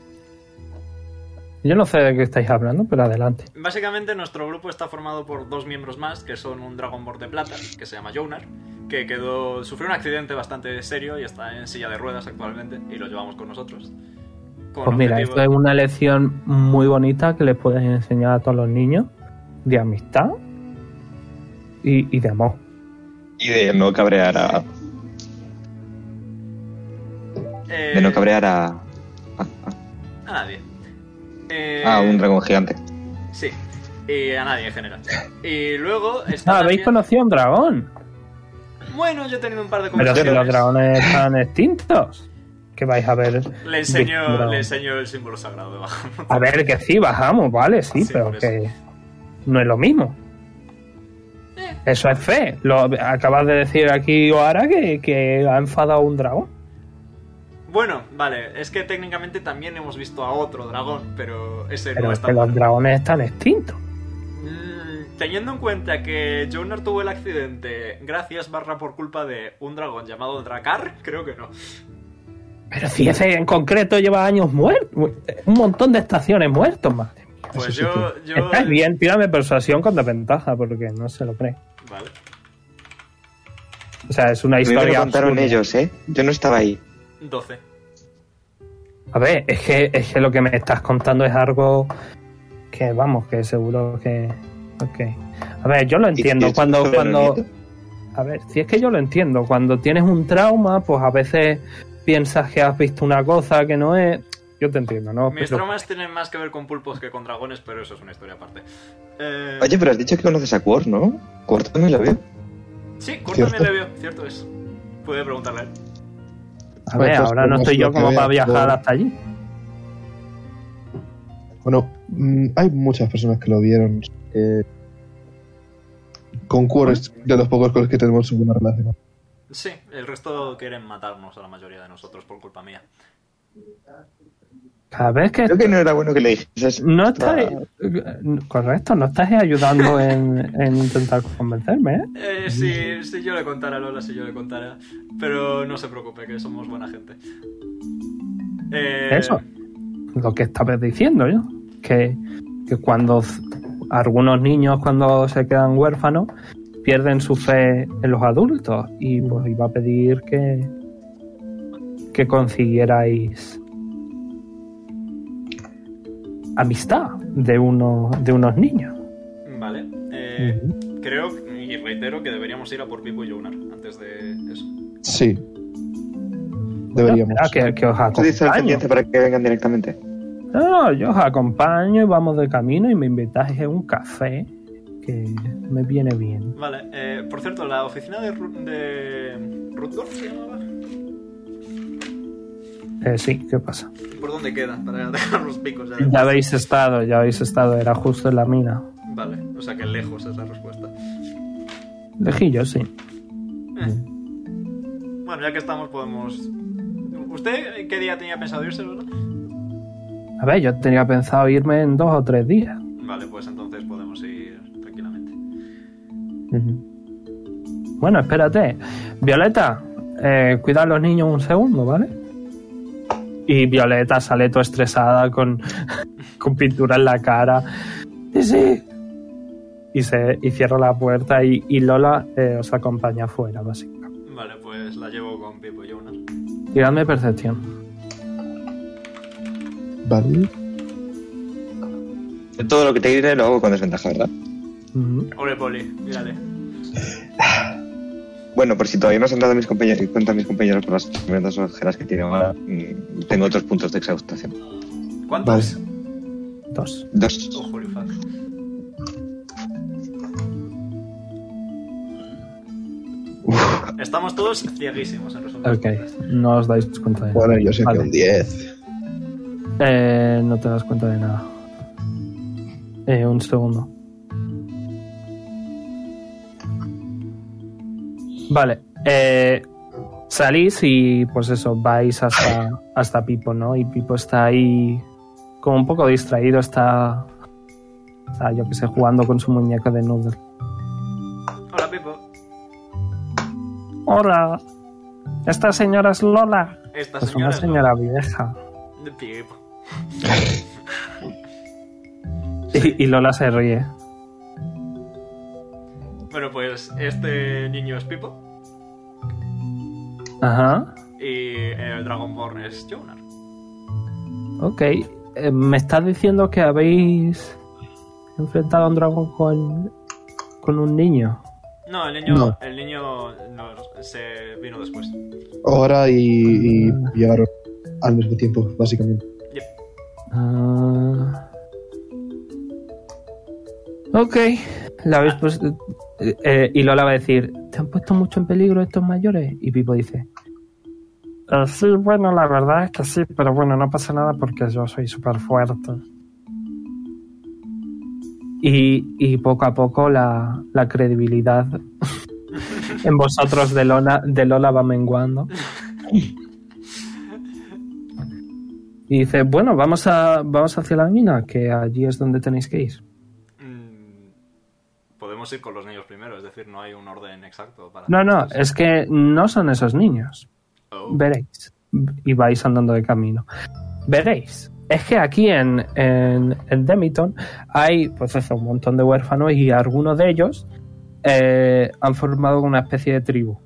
S2: Yo no sé de qué estáis hablando, pero adelante.
S1: Básicamente nuestro grupo está formado por dos miembros más, que son un Dragonborn de plata, que se llama Jonar, que quedó sufrió un accidente bastante serio y está en silla de ruedas actualmente, y lo llevamos con nosotros. Con
S2: Pues mira,
S1: objetivo-
S2: esto es una lección muy bonita que les puedes enseñar a todos los niños de amistad y, y de amor.
S3: Y de no cabrear a.
S1: eh,
S3: De no cabrear a. a,
S1: A nadie. Eh,
S2: Ah,
S3: a- a un dragón gigante.
S1: Sí, y a nadie en general. Y luego está
S2: Ah,
S1: también-
S2: habéis conocido a un dragón,
S1: Bueno, yo he tenido un par de
S2: pero si
S1: conversaciones.
S2: los dragones están extintos, que vais a ver.
S1: Le enseño,
S2: Dragón.
S1: le enseño el símbolo sagrado de Bahamut.
S2: A ver, que sí, bajamos, vale, sí,
S1: Sí,
S2: pero
S1: por eso.
S2: que no es lo mismo. Eso es fe. Lo, acabas de decir aquí, Oara, que, que ha enfadado a un dragón.
S1: Bueno, vale, es que técnicamente también hemos visto a otro dragón, pero ese
S2: Pero
S1: no
S2: es
S1: está
S2: que los dragones están extintos.
S1: Mm, Teniendo en cuenta que Jonar tuvo el accidente gracias barra por culpa de un dragón llamado Dracar, creo que no.
S2: Pero si ese en concreto lleva años muerto, un montón de estaciones muertos, madre mía.
S1: Pues
S4: Eso sí
S1: yo... yo
S2: Estáis bien, tírame persuasión con desventaja, porque no se lo cree.
S1: Vale.
S2: O sea, es una
S3: A mí me lo
S2: historia.
S3: contaron
S2: absurda.
S3: ellos, ¿eh? Yo no estaba ahí.
S1: 12.
S2: A ver, es que, es que lo que me estás contando es algo que, vamos, que seguro que... Ok. A ver, yo lo entiendo.
S3: ¿Y- y
S2: Cuando,
S3: esto es
S2: cuando,
S3: veronito?
S2: A ver, si es que yo lo entiendo, cuando tienes un trauma, pues a veces piensas que has visto una cosa que no es. Yo te entiendo, ¿no?
S1: Mis
S2: Pero-
S1: traumas tienen más que ver con pulpos que con dragones, pero eso es una historia aparte. Eh,
S3: Oye, pero has dicho que conoces a Quor, ¿no? Quor también lo veo.
S1: sí, Corto me
S4: ¿cierto?
S1: le veo, cierto es. Puede preguntarle a él.
S2: a ver,
S4: Entonces,
S2: ahora no
S4: pues,
S2: estoy
S4: lo
S2: yo
S4: que
S2: como
S4: veo,
S2: para viajar
S4: pues,
S2: hasta allí.
S4: Bueno, mm, hay muchas personas que lo vieron. eh, con Quor es de los pocos con los que tenemos una relación.
S1: Sí, el resto quieren matarnos a la mayoría de nosotros por culpa mía.
S2: Cada vez que.
S3: Creo que no era bueno que le dijeses.
S2: No
S3: está
S2: estás. Correcto, no estás ayudando en, en intentar convencerme, ¿eh?
S1: Eh, si, si yo le contara, Lola, si yo le contara. Pero no se preocupe, que somos buena gente. Eh,
S2: Eso. Lo que estabas diciendo, yo. Que, que cuando c- algunos niños, cuando se quedan huérfanos, pierden su fe en los adultos. Y pues iba a pedir que. que consiguierais. amistad de, uno, de unos niños.
S1: Vale. Eh, Creo y reitero que deberíamos ir a por Pipo y Jonar antes de eso.
S4: Sí. Deberíamos.
S2: Ah, que, que os
S3: ¿Tú dices al
S2: acompaño.
S3: pendiente para que vengan directamente?
S2: No, yo os acompaño y vamos de camino y me invitáis a un café que me viene bien.
S1: Vale. eh, por cierto, la oficina de, Ru- de Rutgers se llamaba.
S2: Eh, sí, ¿qué pasa?
S1: ¿Por dónde queda? Para dejar los picos. ya de-
S2: Ya habéis estado, ya habéis estado, era justo en la mina.
S1: Vale. O sea que lejos es la respuesta.
S2: Lejillo, sí.
S1: Bueno, ya que estamos podemos. ¿Usted eh, qué día tenía pensado irse, Lola?
S2: A ver, yo tenía pensado irme en dos o tres días.
S1: Vale, pues entonces podemos ir tranquilamente.
S2: Bueno, espérate. Violeta, eh, cuida a los niños un segundo, ¿vale? Y Violeta sale toda estresada con, con pintura en la cara. Sí, sí. Y, se, y cierra la puerta y, y Lola eh, os acompaña afuera, básicamente.
S1: Vale, pues la llevo con Pipo y Jonar.
S2: Tiradme percepción.
S4: Vale.
S3: Yo Todo lo que te diré lo hago con desventaja, ¿verdad?
S2: Ujú.
S1: Ole, Poli, mírale.
S3: Bueno, por si todavía no se han dado mis compañeros, cuenta mis compañeros por las tremendas ojeras que tiene ahora, mm, tengo otros puntos de exhaustación.
S4: Vale.
S1: ¿Cuántos?
S2: Dos.
S3: Dos.
S1: Oh, holy fuck. Estamos todos cieguísimos, en resumen.
S2: Ok, no os dais cuenta de nada.
S6: Bueno, yo sé
S2: Vale.
S6: que un 10.
S2: Eh, no te das cuenta de nada. Eh, un segundo. Vale. eh, salís y pues eso, vais hasta, hasta Pipo, ¿no? Y Pipo está ahí como un poco distraído, está, está, yo que sé, jugando con su muñeca de noodle.
S1: Hola, Pipo.
S2: Hola, esta señora es Lola.
S1: Esta
S2: Es una
S1: señora.
S2: señora vieja.
S1: De Pipo.
S2: Y, y Lola se ríe.
S1: Bueno, pues este niño es Pipo
S2: Ajá.
S1: y el Dragonborn es Jonar.
S2: Ok, eh, me estás diciendo que habéis enfrentado a un dragón con, con un niño.
S1: No, el niño,
S2: No.
S1: El niño no, se vino después.
S4: Ahora y, y llegaron al mismo tiempo, básicamente.
S2: Ah. ok, la habéis pues- eh, eh, y Lola va a decir, ¿te han puesto mucho en peligro estos mayores? Y Pipo dice, "Eh, sí, bueno, la verdad es que sí, pero bueno, no pasa nada porque yo soy súper fuerte. Y, y poco a poco la, la credibilidad en vosotros de, Lola- de Lola va menguando. Y dice, bueno, vamos, a, vamos hacia la mina, que allí es donde tenéis que ir.
S1: Mm, Podemos ir con los niños primero, es decir, no hay un orden exacto para.
S2: No, no, es que no son esos niños.
S1: Oh,
S2: Veréis. Y vais andando de camino. Veréis. Es que aquí en, en, en Demiton hay pues eso, un montón de huérfanos y algunos de ellos eh, han formado una especie de tribu,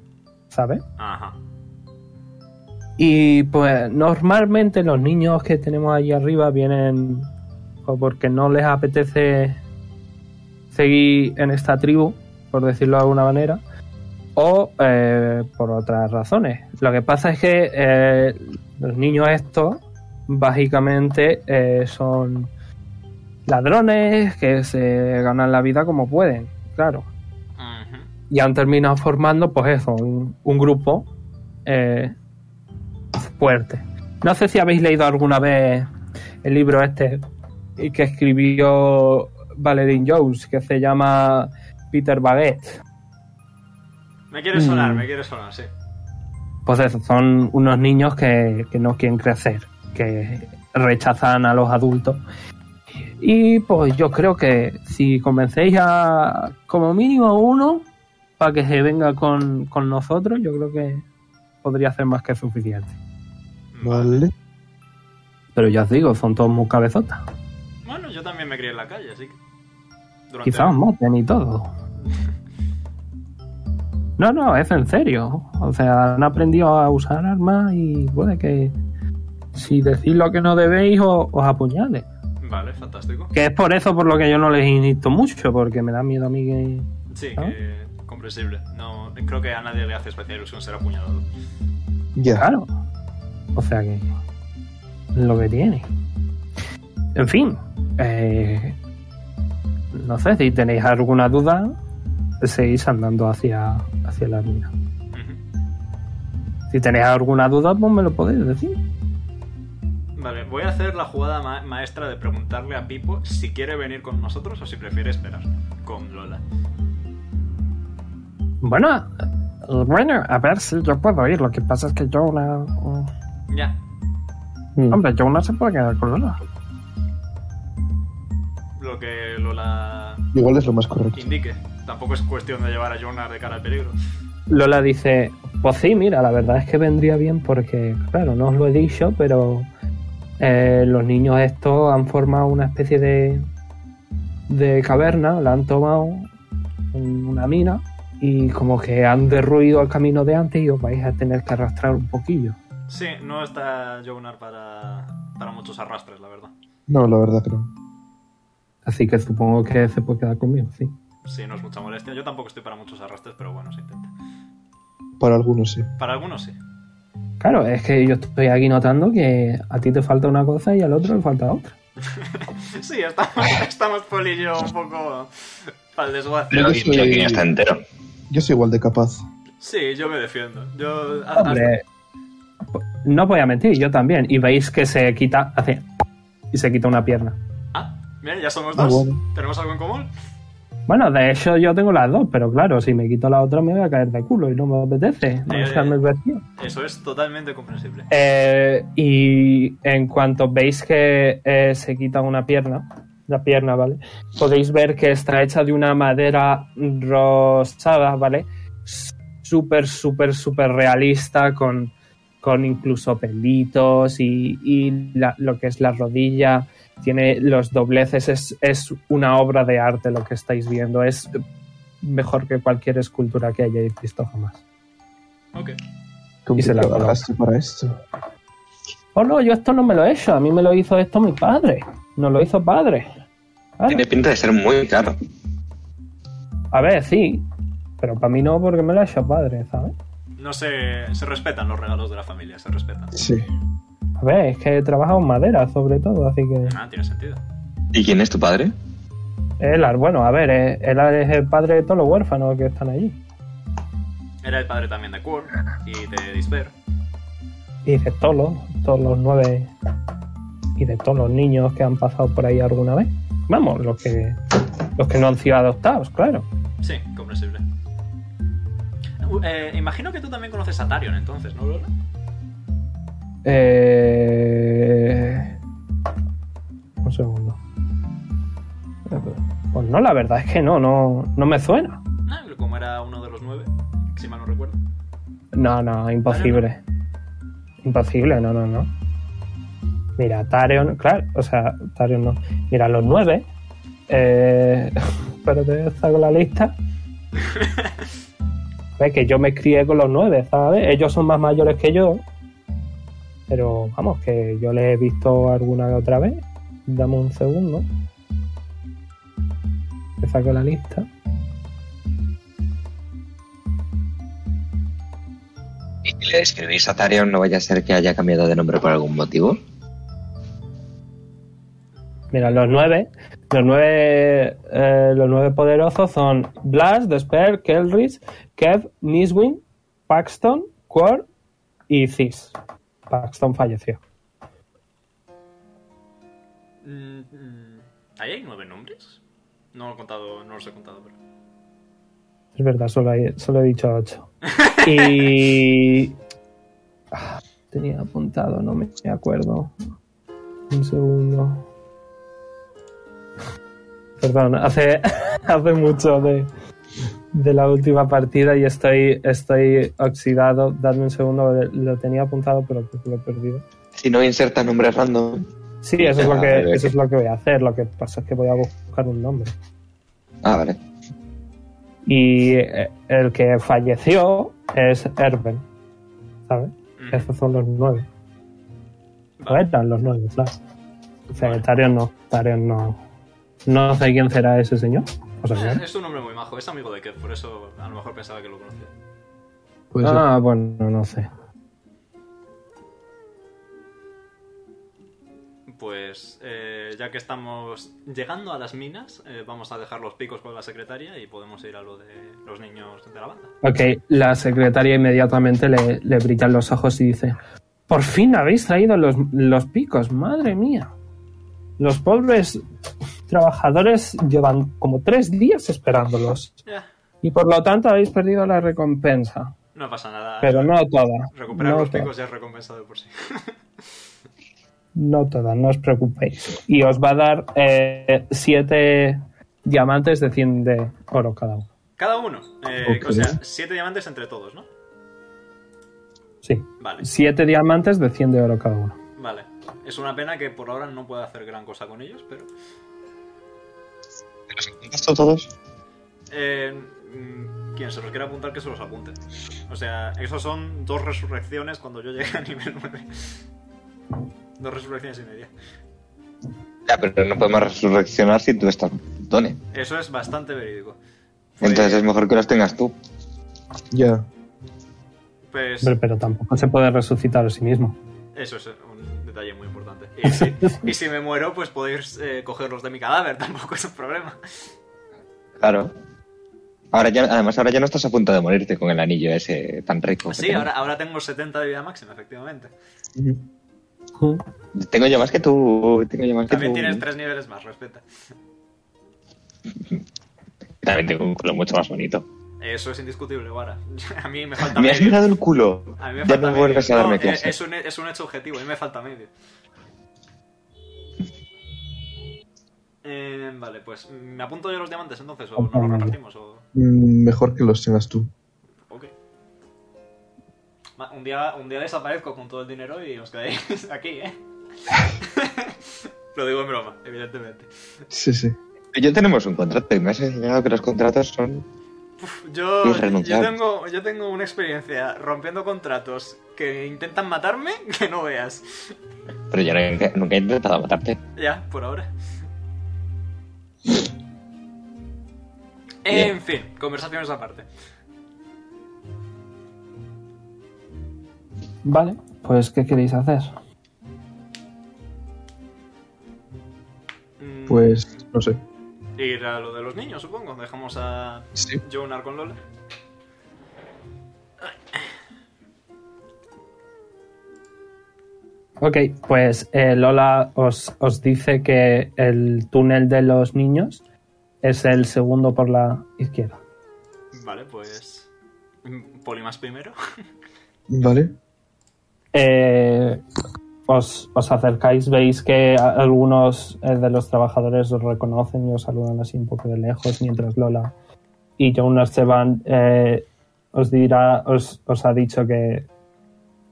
S2: ¿sabes?
S1: Ajá.
S2: Y pues normalmente los niños que tenemos allí arriba vienen o porque no les apetece seguir en esta tribu, por decirlo de alguna manera, o eh, por otras razones. Lo que pasa es que eh, los niños estos básicamente eh, son ladrones que se ganan la vida como pueden, claro
S1: Ujú.
S2: y han terminado formando, pues eso, un, un grupo eh, fuerte. No sé si habéis leído alguna vez el libro este eh, que escribió Valerie Jones, que se llama Peter Baguette.
S1: Me quiere
S2: Mm.
S1: sonar, me quiere sonar, sí.
S2: Pues eso, son unos niños que, que no quieren crecer, que rechazan a los adultos. Y pues yo creo que si convencéis a como mínimo a uno para que se venga con, con nosotros, yo creo que podría ser más que suficiente.
S4: Vale.
S2: Pero ya os digo, son todos muy cabezotas.
S1: Bueno, yo también me crié en la calle, así que. Durante-
S2: Quizá os maten y todo. No, no, es en serio. O sea, han aprendido a usar armas y puede que si decís lo que no debéis o- os apuñale.
S1: Vale, fantástico.
S2: Que es por eso por lo que yo no les insisto mucho, porque me da miedo a mí que...
S1: Sí,
S2: ¿Ah?
S1: que- comprensible. No, creo que a nadie le hace especial ilusión ser apuñalado.
S4: Ya.
S2: Claro. O sea que... Lo que tiene. En fin. eh, no sé si tenéis alguna duda, seguís andando hacia, hacia la mina.
S1: Ujú.
S2: Si tenéis alguna duda, pues me lo podéis decir.
S1: Vale, voy a hacer la jugada ma- maestra de preguntarle a Pipo si quiere venir con nosotros o si prefiere esperar con Lola.
S2: Bueno, bueno, a ver si yo puedo ir. Lo que pasa es que yo una. un-
S1: Ya.
S2: Hombre, yo una se puede quedar con Lola.
S1: Lo que Lola
S4: Igual es lo más correcto.
S1: indique. Tampoco es cuestión de llevar a Jonar de cara al peligro.
S2: Lola dice: Pues sí, mira, la verdad es que vendría bien porque, claro, no os lo he dicho, pero eh, los niños estos han formado una especie de. de caverna, la han tomado en una mina y como que han derruido el camino de antes y os vais a tener que arrastrar un poquillo.
S1: Sí, no está Jonar para, para muchos arrastres, la verdad.
S4: No, la verdad que no.
S2: Así que supongo que se puede quedar conmigo, sí.
S1: Sí, no es mucha molestia. Yo tampoco estoy para muchos arrastres, pero bueno, se intenta.
S4: Para algunos sí.
S1: Para algunos sí.
S2: Claro, es que yo estoy aquí notando que a ti te falta una cosa y al otro le falta otra.
S1: Sí, estamos, estamos Pol y yo un poco al desguace.
S3: Pero
S4: Yo
S3: yo
S4: soy-
S3: aquí no está entero.
S4: Yo soy igual de capaz.
S1: Sí, yo me defiendo. Yo, a-
S2: Hombre, no voy a mentir, yo también. Y veis que se quita, hace y se quita una pierna.
S1: hasta- Ah, mira, ya somos
S4: Ah,
S1: dos.
S4: bueno.
S1: ¿Tenemos algo en común?
S2: Bueno, de hecho yo tengo las dos, pero claro, si me quito la otra me voy a caer de culo y no me apetece. No
S1: Eh,
S2: es tan divertido.
S1: Eso es totalmente comprensible.
S2: Eh, y en cuanto veis que eh, se quita una pierna, la pierna, ¿vale? Podéis ver que está hecha de una madera rosada, ¿vale? S- Súper, súper, súper realista, con, con incluso pelitos y, y la- lo que es la rodilla, tiene los dobleces, es, es una obra de arte lo que estáis viendo, es mejor que cualquier escultura que hayáis visto jamás.
S1: Ok.
S2: Y se la
S4: ¿Qué
S2: coloca.
S4: pagaste para esto?
S2: Oh, no, yo esto no me lo he hecho. A mí me lo hizo esto mi padre. Nos lo hizo padre. Claro.
S3: Ah. Tiene pinta de ser muy caro.
S2: A ver, sí. Pero para mí no, porque me lo ha hecho padre, ¿sabes?
S1: No se, se respetan los regalos de la familia, se respetan.
S4: Sí.
S2: A ver, es que he trabajado en madera, sobre todo, así que...
S1: Ah, tiene sentido.
S3: ¿Y quién es tu padre?
S2: Él, bueno, a ver, eh, él es el padre de todos los huérfanos que están allí.
S1: Era el padre también de Quor y de Disper.
S2: Y de todos los, todos los nueve... Y de todos los niños que han pasado por ahí alguna vez. Vamos, los que, los que no han sido adoptados, claro.
S1: Sí, comprensible. Uh, eh, imagino que tú también conoces a Tarion entonces, ¿no, Lola?
S2: Eh... Un segundo. Pues no, la verdad es que no, no, no me suena.
S1: Ah, como era uno de los nueve, si mal no recuerdo.
S2: No, no, imposible. Imposible, no, no, no. Mira, Tarion, claro, o sea, Tarion no. Mira, los nueve. Eh, pero te saco la lista. Es que yo me crié con los nueve, ¿sabes? Ellos son más mayores que yo. Pero vamos, que yo les he visto alguna que otra vez. Dame un segundo. Te saco la lista.
S3: ¿Y que le describís a Tarion no vaya a ser que haya cambiado de nombre por algún motivo?
S2: Mira, los nueve, los nueve, eh, los nueve poderosos son Blast, Despair, Kelrich, Kev, Niswin, Paxton, Quor y Cis. Paxton falleció.
S1: Mm, mm, ¿Ahí hay nueve nombres? No lo he contado, no los he contado, pero.
S2: Es verdad, solo, hay- solo he dicho ocho. Y Ah, tenía apuntado, no me me acuerdo. Un segundo. Perdón, hace, hace mucho de, de la última partida y estoy, estoy oxidado. Dadme un segundo, lo tenía apuntado, pero creo que lo he perdido.
S3: Si no inserta nombres random.
S2: Sí, eso es lo
S3: Ah,
S2: que,
S3: vale.
S2: eso es lo que voy a hacer. Lo que pasa es que voy a buscar un nombre.
S3: Ah, vale.
S2: Y eh, el que falleció es Erben. ¿Sabes?
S1: Mm,
S2: Esos son los nueve.
S1: vale.
S2: A ver, eran los nueve, claro. O sea, Tarion no. Tarion no. No sé quién será ese señor. O sea,
S1: Eh,
S2: ¿no?
S1: Es un hombre muy majo, es amigo de Kev, por eso a lo mejor pensaba que lo conocía.
S4: Puede ser.
S2: ah, bueno, no sé.
S1: Pues eh, ya que estamos llegando a las minas, eh, vamos a dejar los picos con la secretaria y podemos ir a lo de los niños de la banda.
S2: Ok, la secretaria inmediatamente le, le brillan los ojos y dice: Por fin habéis traído los, los picos, madre mía. Los pobres trabajadores llevan como tres días esperándolos.
S1: Ya,
S2: Y por lo tanto habéis perdido la recompensa.
S1: no pasa nada.
S2: Pero no toda.
S1: Recuperar
S2: no
S1: los
S2: toda.
S1: picos ya es recompensado de por sí.
S2: No todas, no os preocupéis. Y os va a dar eh, siete diamantes de 100 de oro cada uno.
S1: Cada uno. eh,
S4: Ok.
S1: O sea, siete diamantes entre todos, ¿no?
S2: Sí.
S1: Vale,
S2: Siete diamantes de 100 de oro cada uno.
S1: vale. Es una pena que por ahora no pueda hacer gran cosa con ellos, pero...
S3: ¿Esto todos?
S1: Eh, mm, quien se los quiera apuntar que se los apunte. O sea, esos son dos resurrecciones cuando yo llegue a nivel 9. Dos resurrecciones y media.
S3: Ya, pero no podemos resurreccionar si tú estás Done.
S1: Eso es bastante verídico. Pues,
S3: Entonces es mejor que los tengas tú.
S4: Ya.
S1: pues,
S2: Hombre, pero tampoco se puede resucitar a sí mismo.
S1: eso es un detalle muy importante. Y si, y si me muero, pues podéis eh, cogerlos de mi cadáver, tampoco es un problema.
S3: Claro. Ahora ya, además, ahora ya no estás a punto de morirte con el anillo ese tan rico. que
S1: Sí,
S3: tengo.
S1: ahora, ahora tengo 70 de vida máxima, efectivamente.
S3: Tengo yo más que tú. Tengo yo más que
S1: También
S3: tú.
S1: tienes tres niveles más, respeta.
S3: También tengo un culo mucho más bonito.
S1: Eso es indiscutible, Guara. A mí me falta
S3: Me has
S1: medio.
S3: mirado el culo.
S1: A mí me
S3: Ya
S1: falta
S3: no vuelves
S1: medio.
S3: a darme
S1: No, eh,
S3: clase.
S1: Es un, es un hecho objetivo, a mí me falta medio. Eh, vale, pues me apunto yo los diamantes entonces, o no los repartimos, o...
S4: Mm, Mejor que los tengas tú.
S1: Ok. Ma- Un día, un día desaparezco con todo el dinero y os quedáis aquí, ¿eh? Lo digo en broma, evidentemente.
S4: Sí, sí.
S3: Yo tenemos un contrato y me has enseñado que los contratos son.
S1: Yo,
S3: Es
S1: yo,
S3: renunciable.
S1: tengo, yo tengo una experiencia rompiendo contratos que intentan matarme que no veas.
S3: Pero yo nunca, nunca he intentado matarte.
S1: Ya, por ahora.
S3: Bien.
S1: En fin, conversaciones aparte.
S2: Vale, pues ¿qué queréis hacer?
S1: Mm,
S4: Pues, no sé.
S1: Ir a lo de los niños, supongo. Dejamos a
S4: Sí.
S1: Jonar con Lola.
S2: Ok, pues eh, Lola os, os dice que el túnel de los niños es el segundo por la izquierda.
S1: Vale, pues. mm, Polimas primero.
S4: Vale.
S2: Eh, os, os acercáis, veis que a- algunos eh, de los trabajadores os reconocen y os saludan así un poco de lejos, mientras Lola y Jonas se van. eh, os dirá, os, os ha dicho que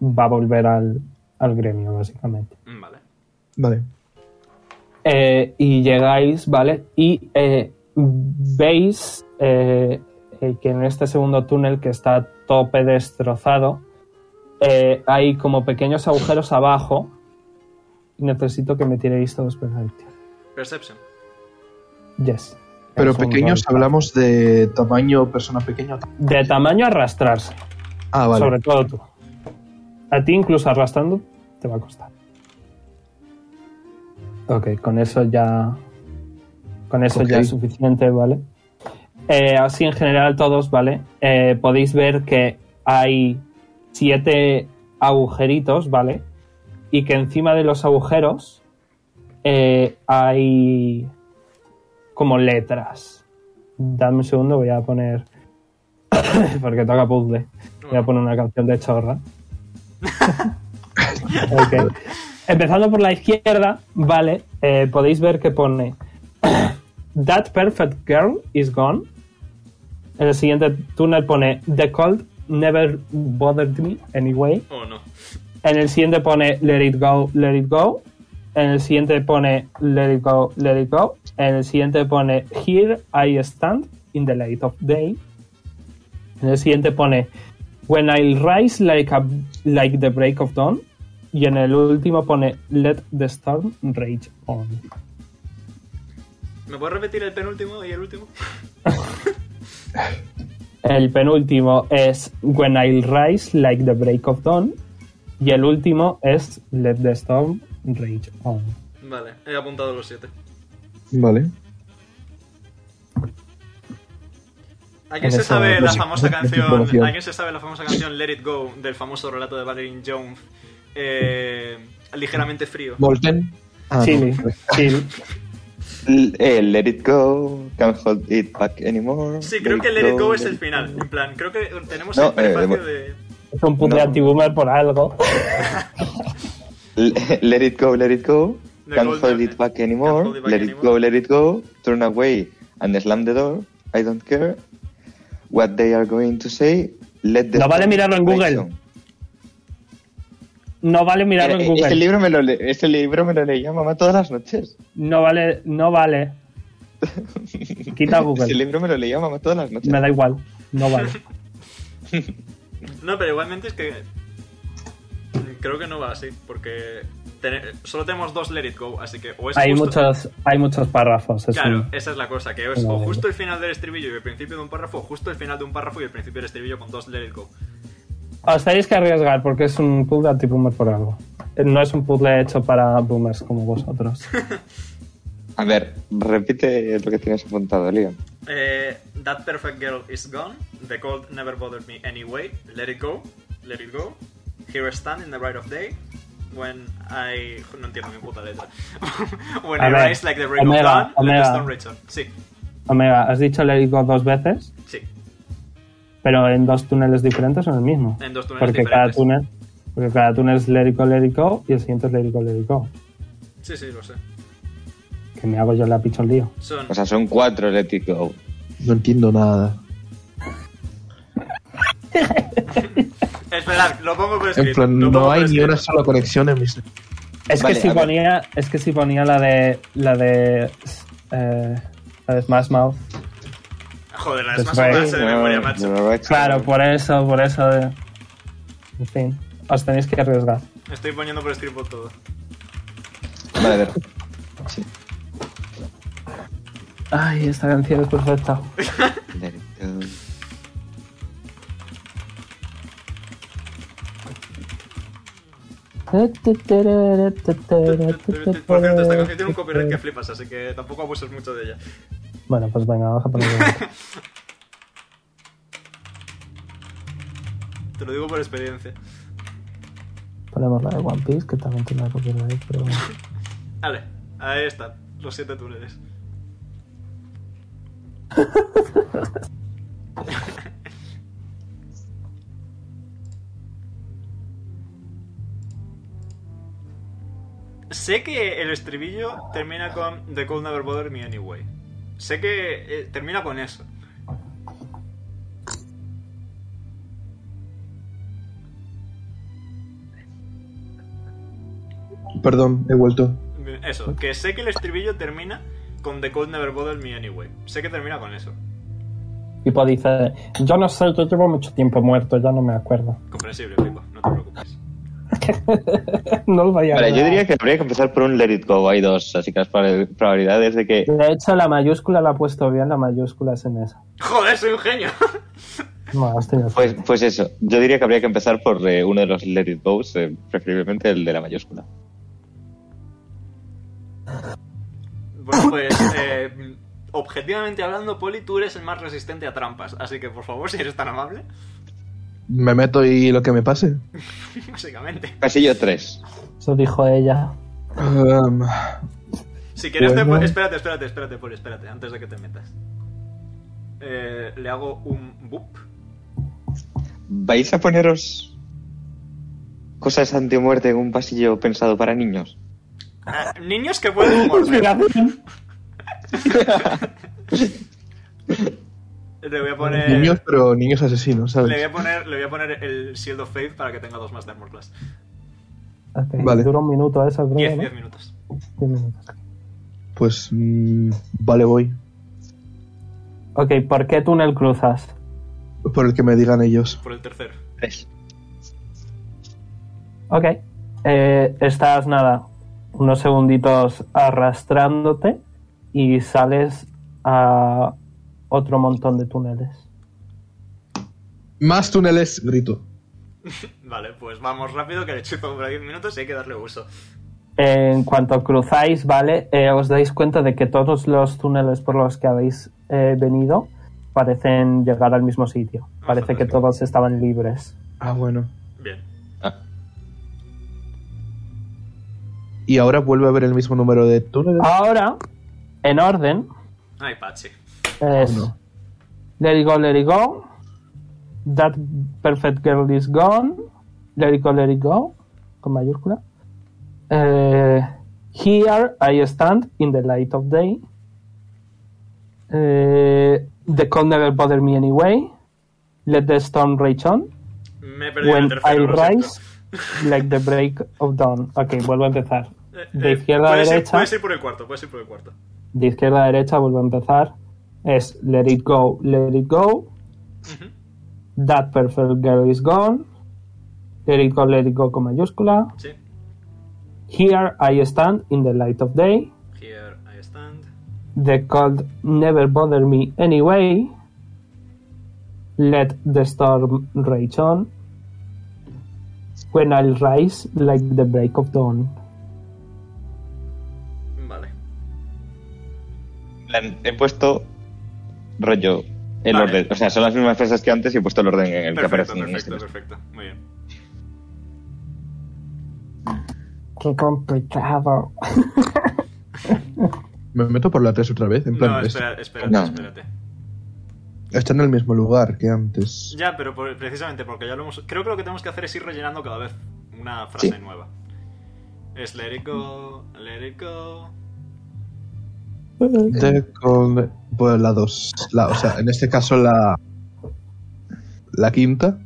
S2: va a volver al, al gremio, básicamente.
S1: Mm, Vale.
S4: Vale.
S2: Eh, y llegáis, ¿vale? Y eh, veis eh, eh, que en este segundo túnel, que está a tope destrozado, eh, hay como pequeños agujeros abajo. Necesito que me tiréis todos percepción.
S1: Perception.
S2: Yes.
S4: Pero
S2: Es un
S4: pequeños,
S2: rol.
S4: hablamos de tamaño, persona pequeña.
S2: De tamaño arrastrarse,
S4: Ah, vale.
S2: sobre todo tú. A ti incluso arrastrando te va a costar. Ok, con eso ya. Con eso ya
S4: Ok.
S2: es suficiente, ¿vale? Eh, así en general todos, ¿vale? Eh, podéis ver que hay siete agujeritos, ¿vale? Y que encima de los agujeros eh, hay como letras. Dame un segundo, voy a poner... porque toca puzzle. Voy a poner una canción de chorra. Ok. Empezando por la izquierda, ¿vale? eh, podéis ver que pone... That perfect girl is gone. En el siguiente túnel pone The cold never bothered me anyway.
S1: Oh no.
S2: En el siguiente pone Let it go, let it go. En el siguiente pone Let it go, let it go. En el siguiente pone Here I stand in the light of day. En el siguiente pone When I rise like, a, like the break of dawn. Y en el último pone Let the storm rage on.
S1: ¿Me puedes repetir el penúltimo y el último?
S2: El penúltimo es When I rise like the break of dawn. Y el último es Let the storm rage on.
S1: Vale, he apuntado los siete.
S4: Vale.
S1: ¿A
S2: En
S1: quién se
S2: esa
S1: sabe la
S4: lógica,
S1: famosa
S4: esa
S1: canción?
S4: información.
S1: ¿A quién se sabe la famosa canción Let It Go del famoso relato de Valerie Jones? Eh, ligeramente frío.
S4: Molten. Ah,
S2: Chili,
S4: no.
S3: pues,
S2: chill.
S3: L- eh, let it go, can't hold it back anymore.
S1: Sí, creo que Let It Go es
S3: let
S1: el final. En plan, creo que tenemos
S3: No,
S1: el prefacio
S3: eh,
S1: de.
S2: Es un puto
S3: No.
S2: antiboomer por algo.
S3: L- Let it go, let it go,
S1: The
S3: can't
S1: golden-
S3: hold it back
S1: eh, can't
S3: anymore.
S1: hold it back
S3: Let it
S1: anymore.
S3: go, let it go, turn away and slam the door. I don't care what they are going to say. Let the
S2: No vale
S3: storm
S2: mirarlo en
S3: rage
S2: Google.
S3: on.
S2: No vale mirarlo en
S3: Eh, Este
S2: Google.
S3: libro me lo, le- este libro me lo leía mamá todas las noches.
S2: No vale, no vale. Quita
S3: Este
S2: Google.
S3: libro me lo leía mamá todas las noches.
S2: Me da igual. No vale.
S1: No, pero igualmente es que. Creo que no va así, porque. tene- Solo tenemos dos Let It Go, así que o es
S2: Hay
S1: justo-
S2: muchos, hay muchos párrafos. es
S1: Claro,
S2: un-
S1: esa es la cosa, que es
S2: Vale,
S1: o
S2: vale.
S1: justo el final del estribillo y el principio de un párrafo, o justo el final de un párrafo y el principio del estribillo con dos Let It Go.
S2: Os tenéis que arriesgar porque es un puzzle antiboomer por algo. Eh, No es un puzzle hecho para boomers como vosotros.
S3: A ver, repite lo que tienes apuntado, Leon.
S1: Eh, That Perfect Girl is Gone. The Cold Never Bothered Me Anyway. Let It Go. Let It Go. Here I Stand in the Right of Day. When I. No entiendo mi puta letra. When
S2: A
S1: I
S2: ver,
S1: rise like the rain of
S2: Omega,
S1: dawn. Let
S2: Omega.
S1: the storm rage on. Sí,
S2: Omega, has dicho Let It Go dos veces,
S1: sí.
S2: pero en dos túneles diferentes o en el mismo.
S1: En dos túneles
S2: porque cada
S1: diferentes.
S2: túnel, porque cada túnel es Let It Go, Let It Go y el siguiente es Let It Go, Let It Go.
S1: Sí, sí, lo sé.
S2: Que me hago yo la picho el lío.
S1: Son.
S3: O sea, son cuatro Let It Go.
S4: No entiendo nada.
S1: Esperad, lo pongo por escrito.
S4: En plan,
S1: lo pongo
S4: no
S1: por
S4: hay ni
S1: escrito.
S4: una sola conexión en mis.
S2: Es
S3: Vale,
S2: que si
S3: a ver.
S2: ponía, es que si ponía la de la de eh, la de Smash Mouth.
S1: Joder, la
S2: Pues
S1: más
S2: vale.
S1: se de memoria,
S3: Me
S1: macho.
S3: lo he hecho.
S2: Claro, pues. por eso, por eso. de- En fin, os tenéis que arriesgar.
S1: Estoy poniendo por escrito todo.
S3: Vale, a ver. Sí.
S2: Ay, esta canción es perfecta.
S3: Let It Go.
S1: Por cierto, esta canción tiene un copyright que flipas, así que tampoco abuses mucho de ella.
S2: Bueno, pues venga, vamos a ponerlo.
S1: Te lo digo por experiencia.
S2: Ponemos la de One Piece, que también tiene copyright, pero bueno.
S1: Vale, ahí están, los siete túneles. sé que el estribillo termina con The Cold Never Bothered Me Anyway. Sé que eh, termina con eso.
S4: Perdón, he vuelto.
S1: Eso, que sé que el estribillo termina con The Cold Never Bothered Me Anyway. Sé que termina con eso.
S2: Tipo dice, yo no sé, yo llevo mucho tiempo muerto, ya no me acuerdo.
S1: Comprensible, Pipo, no te preocupes.
S2: no lo vaya a
S3: Vale, yo
S2: ver.
S3: diría que habría que empezar por un Let It Go. Hay dos, así que las proba- probabilidades de que.
S2: De hecho, la mayúscula la ha puesto bien, la mayúscula es en esa.
S1: Joder, soy un genio.
S2: No, has tenido
S3: Pues,
S2: suerte.
S3: pues eso, yo diría que habría que empezar por eh, uno de los Let It Go's, eh, preferiblemente el de la mayúscula.
S1: Bueno, pues eh, objetivamente hablando, Poli, tú eres el más resistente a trampas. Así que, por favor, si eres tan amable,
S4: Me meto y lo que me pase.
S1: básicamente.
S3: Pasillo 3.
S2: Eso dijo ella.
S4: Um,
S1: Si quieres, te
S4: Bueno.
S1: pu- espérate, espérate, espérate, Poli, espérate, antes de que te metas. Eh, le hago un boop.
S3: ¿Vais a poneros cosas antimuerte en un pasillo pensado para niños?
S1: Ah, niños que pueden
S4: Pues
S1: morder. Le voy a poner.
S4: niños, pues. pero niños asesinos,
S1: Le voy
S4: ¿sabes?
S1: a poner, le voy a poner el Shield of Faith para que tenga dos más de Armor Class.
S2: Ok,
S4: Vale.
S2: Dura un minuto eso, creo.
S1: 10,
S2: ¿no?
S1: 10 minutos.
S2: Diez minutos.
S4: Pues. mm, vale, voy.
S2: Ok, ¿por qué túnel cruzas?
S4: Por el que me digan ellos.
S1: Por el tercero.
S3: Tres.
S2: Ok. Eh, estás nada, unos segunditos arrastrándote y sales a otro montón de túneles.
S4: Más túneles, grito.
S1: Vale, pues vamos rápido, que el hechizo dura 10 minutos y hay que darle uso.
S2: En cuanto cruzáis, ¿vale? Eh, os dais cuenta de que todos los túneles por los que habéis eh, venido parecen llegar al mismo sitio. Parece que
S1: fantástico.
S2: todos estaban libres.
S4: Ah, bueno.
S1: Bien.
S3: Ah,
S4: Y ahora vuelve a haber el mismo número de túneles.
S2: Ahora, en orden,
S1: Ay, Pachi.
S2: es
S4: no.
S2: Let it go, let it go. That perfect girl is gone. Let it go, let it go. Con mayúscula. Eh, here I stand in the light of day. Eh, the cold never bothered me anyway. Let the storm rage on.
S1: Me he perdido en el
S2: When I
S1: tercero. lo siento.
S2: rise, like the break of dawn. Ok, vuelvo a empezar.
S1: Eh,
S2: De
S1: eh,
S2: izquierda a
S1: puedes ir-
S2: derecha.
S1: puedes ir por el cuarto, puedes ir por el cuarto.
S2: De izquierda a derecha, vuelvo a empezar. Es let it go, let it go.
S1: Ujú.
S2: That perfect girl is gone. Let it go, let it go con mayúscula.
S1: Sí.
S2: Here I stand in the light of day.
S1: Here I stand.
S2: The cold never bothered me anyway. Let the storm rage on. When I rise like the break of dawn.
S1: Vale.
S3: plan, he puesto rollo el
S1: Vale.
S3: orden. O sea, son las mismas frases que antes y he puesto el orden en el que
S1: Perfecto,
S3: aparecen. en
S1: perfecto,
S3: este.
S1: perfecto. Muy bien.
S2: Qué complicado.
S4: Me meto por la 3 otra vez. En plan,
S1: No,
S4: es-
S1: espera, espérate,
S3: No.
S1: espérate.
S4: está en el mismo lugar que antes.
S1: Ya, pero por- precisamente porque ya lo hemos. Creo que lo que tenemos que hacer es ir rellenando cada vez una frase
S3: Sí.
S1: nueva. Es let it go, let it go.
S4: De con- pues la 2. o sea, en este caso la. La quinta.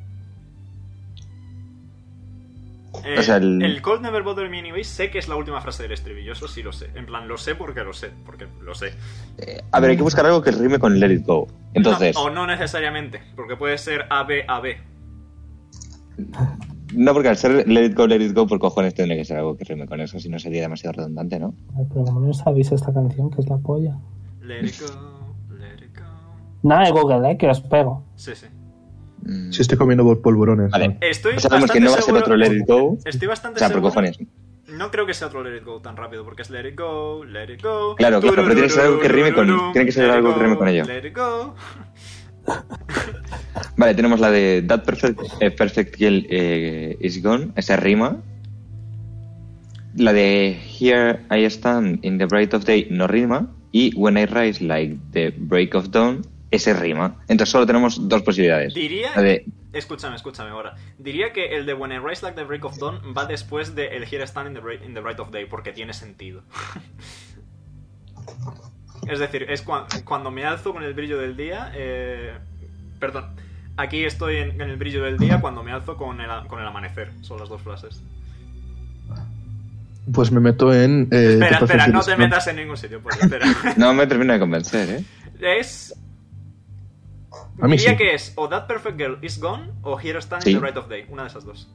S1: Eh,
S3: O sea,
S1: el...
S3: el-
S1: Cold Never Bothered Me Anyway sé que es la última frase del estribillo, eso sí lo sé. En plan, lo sé porque lo sé, porque lo sé.
S3: Eh, A ver, hay que buscar algo que rime con Let It Go. Entonces,
S1: No, o
S3: no,
S1: no necesariamente, porque puede ser A, B, A, B.
S3: porque al ser Let It Go, Let It Go, por cojones tendría que ser algo que rime con eso, si no sería demasiado redundante, ¿no?
S2: Ay, Pero como no sabéis esta canción, que es la polla.
S1: Let it go, let it go.
S2: Nada de Google, ¿eh? Que os pego.
S1: Sí, sí.
S3: Mm.
S4: Si estoy comiendo pol- polvorones.
S3: Vale.
S1: Estoy
S3: O sea, sabemos
S1: bastante
S3: que no va a ser
S1: seguro...
S3: otro Let It Go.
S1: Estoy
S3: O
S1: bastante
S3: sea, por
S1: seguro.
S3: cojones.
S1: No creo que sea otro Let It Go tan rápido, porque es Let It Go, Let It Go.
S3: Claro, claro, pero tiene que ser algo que rime con-
S1: turururururu,
S3: tiene que ser
S1: let it
S3: algo que
S1: go,
S3: rime con ello.
S1: Let It Go.
S3: Vale, tenemos la de That Perfect, eh, perfect Girl eh, Is Gone, esa rima. La de Here I Stand in the Bright of Day no rima. Y When I Rise Like the Break of Dawn, ese rima. Entonces solo tenemos dos posibilidades.
S1: Diría.
S3: La de,
S1: Escúchame, escúchame ahora. Diría que el de When I Rise Like the Break of Dawn va después de el Here I Stand in the, Break- in the Bright of Day, porque tiene sentido. es decir, es cua- cuando me alzo con el brillo del día. eh, perdón. Aquí estoy en, en el brillo del día cuando me alzo con el, a- con el amanecer. Son las dos frases.
S4: Pues me meto en. eh,
S1: espera,
S4: The
S1: espera,
S4: Perfect
S1: no
S4: Girls
S1: te
S4: Club.
S1: metas en ningún sitio, pues espera.
S3: no me termina de convencer, ¿eh?
S1: es.
S4: A mí
S1: Diría
S4: sí.
S1: que es o That Perfect Girl is Gone o Here I Stand
S3: Sí.
S1: in the Bright of Day. Una de esas dos.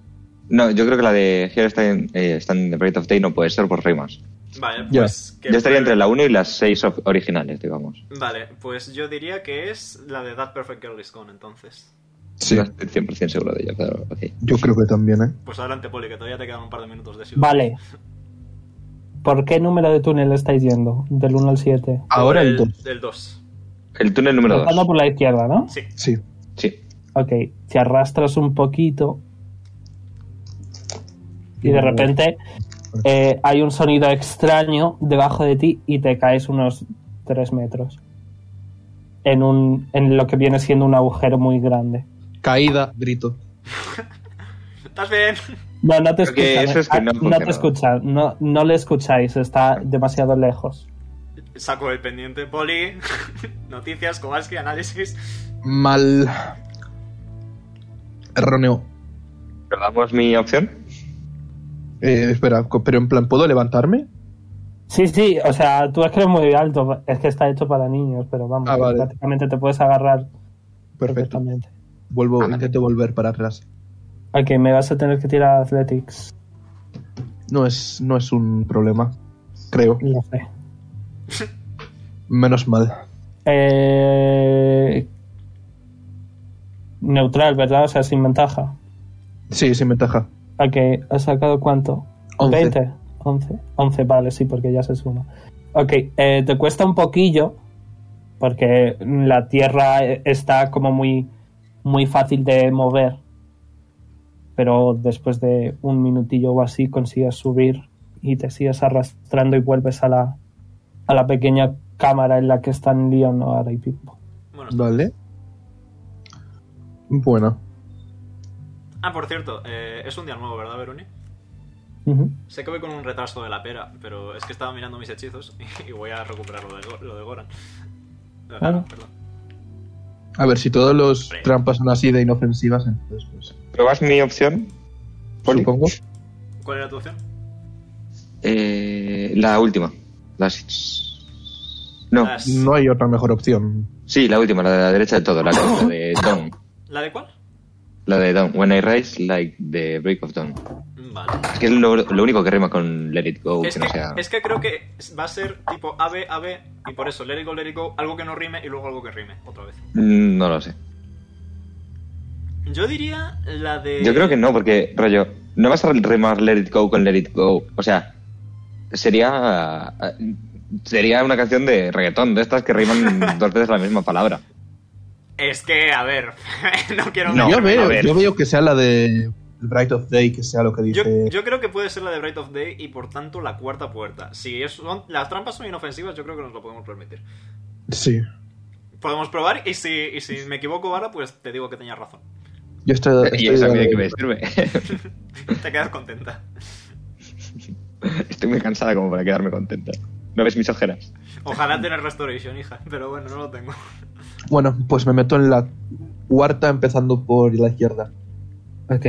S3: No, yo creo que la de Here I Stand, eh, Stand in the Bright of Day no puede ser por rimas.
S1: Vale,
S4: Ya.
S1: pues. que
S3: Yo estaría
S1: fue-
S3: entre la 1 y las 6 originales, digamos.
S1: Vale, pues yo diría que es la de That Perfect Girl is Gone, entonces.
S4: Sí,
S3: No estoy 100% seguro de ello, pero ok.
S4: yo creo que también, ¿eh?
S1: Pues adelante, Poli, que todavía te quedan un par de minutos de ciudad.
S2: Vale. ¿Por qué número de túnel estáis yendo? Del 1 al 7.
S4: Ahora el
S1: el
S4: dos.
S1: 2. El 2.
S3: El túnel número
S2: Empezando
S3: 2.
S2: por la izquierda, ¿no?
S1: Sí.
S4: Sí.
S3: Sí.
S2: Ok, te arrastras un poquito y de
S4: Bien.
S2: repente eh, hay un sonido extraño debajo de ti y te caes unos 3 metros. En, un, en lo que viene siendo un agujero muy grande.
S4: Caída, grito.
S1: ¿Estás bien?
S2: No, no te
S3: Creo que
S2: escuchan.
S3: eso es
S2: eh.
S3: que no ha
S2: Ah, te
S3: funcionado.
S2: escuchan. No, no le escucháis. Está demasiado lejos.
S1: Saco el pendiente, Poli. Noticias, Kowalski, análisis.
S4: Mal. Erróneo.
S3: ¿Probamos mi opción?
S4: Eh, espera, co- pero en plan, ¿puedo levantarme?
S2: Sí, sí. O sea, tú es que eres muy alto. Es que está hecho para niños, pero vamos.
S4: Ah, vale.
S2: Prácticamente te puedes agarrar
S4: Perfecto.
S2: perfectamente.
S4: Vuelvo,
S3: Ah, vale.
S4: intento volver para atrás.
S2: Ok, me vas a tener que tirar Athletics.
S4: No es, no es un problema, creo.
S2: Lo sé.
S4: Menos mal.
S2: Eh, Neutral, ¿verdad? O sea, sin ventaja.
S4: Sí, sin ventaja.
S2: Ok, ¿has sacado cuánto?
S4: 11.
S2: 20, 11, 11, vale, sí, porque ya se suma. Ok, eh, te cuesta un poquillo, porque la tierra eh, está como muy, muy fácil de mover, pero después de un minutillo o así consigues subir y te sigues arrastrando y vuelves a la, a la pequeña cámara en la que están Leon ahora y Pipo.
S1: Bueno, está-
S4: Vale. Bueno.
S1: Ah, por cierto, eh, es un día nuevo, ¿verdad, Veroni?
S2: Ujú.
S1: Sé que voy con un retraso de la pera, pero es que estaba mirando mis hechizos y voy a recuperar lo de, Go- lo de Goran. Lo de Goran, perdón.
S4: A ver, si todos los trampas son así de inofensivas, entonces pues...
S3: ¿Probas mi opción? Poli.
S4: Supongo.
S1: ¿Cuál era tu opción?
S3: Eh, la última. Las... No,
S1: Las-
S4: No hay otra mejor opción.
S3: sí, la última, la de la derecha de todo, la, la de Dawn.
S1: ¿La de cuál?
S3: La de Dawn. When I rise, like the break of dawn.
S1: Vale.
S3: Es que es lo, lo único que rima con Let It Go,
S1: Es
S3: que
S1: que,
S3: no sea...
S1: es que creo que va a ser tipo AB, AB, y por eso let it go, let it go, algo que no rime y luego algo que rime, otra vez.
S3: Mm, No lo sé.
S1: Yo diría la de.
S3: Yo creo que no, porque, rollo, no vas a rimar Let It Go con Let It Go. O sea, sería... eh, Sería una canción de reggaetón, de estas que riman dos veces la misma palabra.
S1: Es que, a ver, no quiero...
S3: No,
S4: yo,
S3: a
S4: veo,
S3: ver.
S4: yo veo que sea la de Bright of Day, que sea lo que
S1: Yo,
S4: dice.
S1: yo creo que puede ser la de Bright of Day y por tanto la cuarta puerta. Si es- son- las trampas son inofensivas, yo creo que nos lo podemos permitir.
S4: Sí,
S1: Podemos probar y si, y si me equivoco ahora, pues te digo que tenías razón.
S4: yo estoy. estoy
S3: Y eso a mí
S4: de-
S3: de qué me sirve.
S1: Te quedas contenta.
S3: Estoy muy cansada como para quedarme contenta. ¿No ves mis ojeras?
S1: Ojalá tener Restoration, hija, pero bueno, no lo tengo.
S4: Bueno, pues me meto en la cuarta, empezando por la izquierda.
S2: Ok.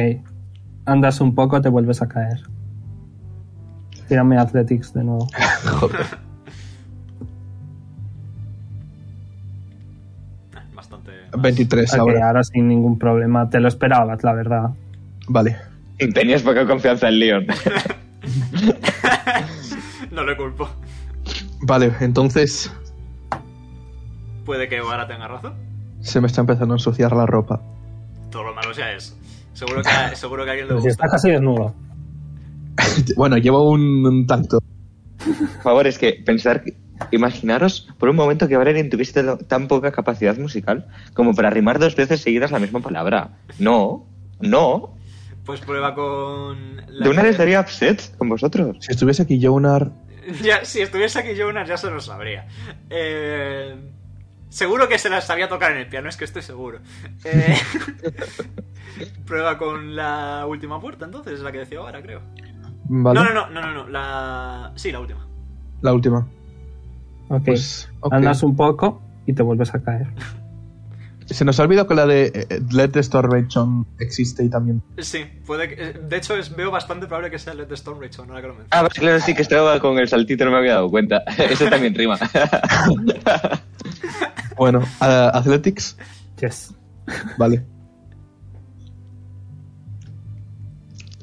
S2: Andas un poco, te vuelves a caer. Tírame Athletics de nuevo.
S1: Ah, Bastante... más.
S4: 23
S2: Ok,
S4: ahora.
S2: ahora sin ningún problema. Te lo esperabas, la verdad.
S4: Vale.
S3: Tenías poca confianza en Leon.
S1: No le culpo.
S4: Vale, entonces
S1: Puede que ahora tenga razón.
S4: se me está empezando a ensuciar la ropa.
S1: Todo lo malo sea eso. Seguro que, seguro que a alguien le
S2: Pero si
S1: gusta.
S2: estás Pues casi desnudo.
S4: Bueno, llevo un, un tacto.
S3: Por favor, es que pensar, que- imaginaros por un momento que Valerian tuviese lo- tan poca capacidad musical como para rimar dos veces seguidas la misma palabra. No, no.
S1: Pues prueba con... la-
S3: De una vez daría upset con vosotros.
S4: Si estuviese aquí Jonar,
S1: Ya, si estuviese aquí Jonas ya se lo sabría. Eh, seguro que se las sabía tocar en el piano, es que estoy seguro. Eh, prueba con la última puerta, entonces, es la que decía ahora, creo.
S4: vale,
S1: No, no, no, no, no, no, la... Sí, la última.
S4: la última.
S2: Ok.
S4: Pues, ok.
S2: Andas un poco y te vuelves a caer.
S4: Se nos ha olvidado que la de eh, eh, Let the Storm Rage On existe y también.
S1: Sí, puede que... eh, De hecho, es- veo bastante probable que sea Let the Storm Rage On, ahora que lo menciono.
S3: Ah, pues claro, sí que estaba con el saltito, no me había dado cuenta. Eso también rima.
S4: Bueno, a- Athletics,
S2: Yes.
S4: vale.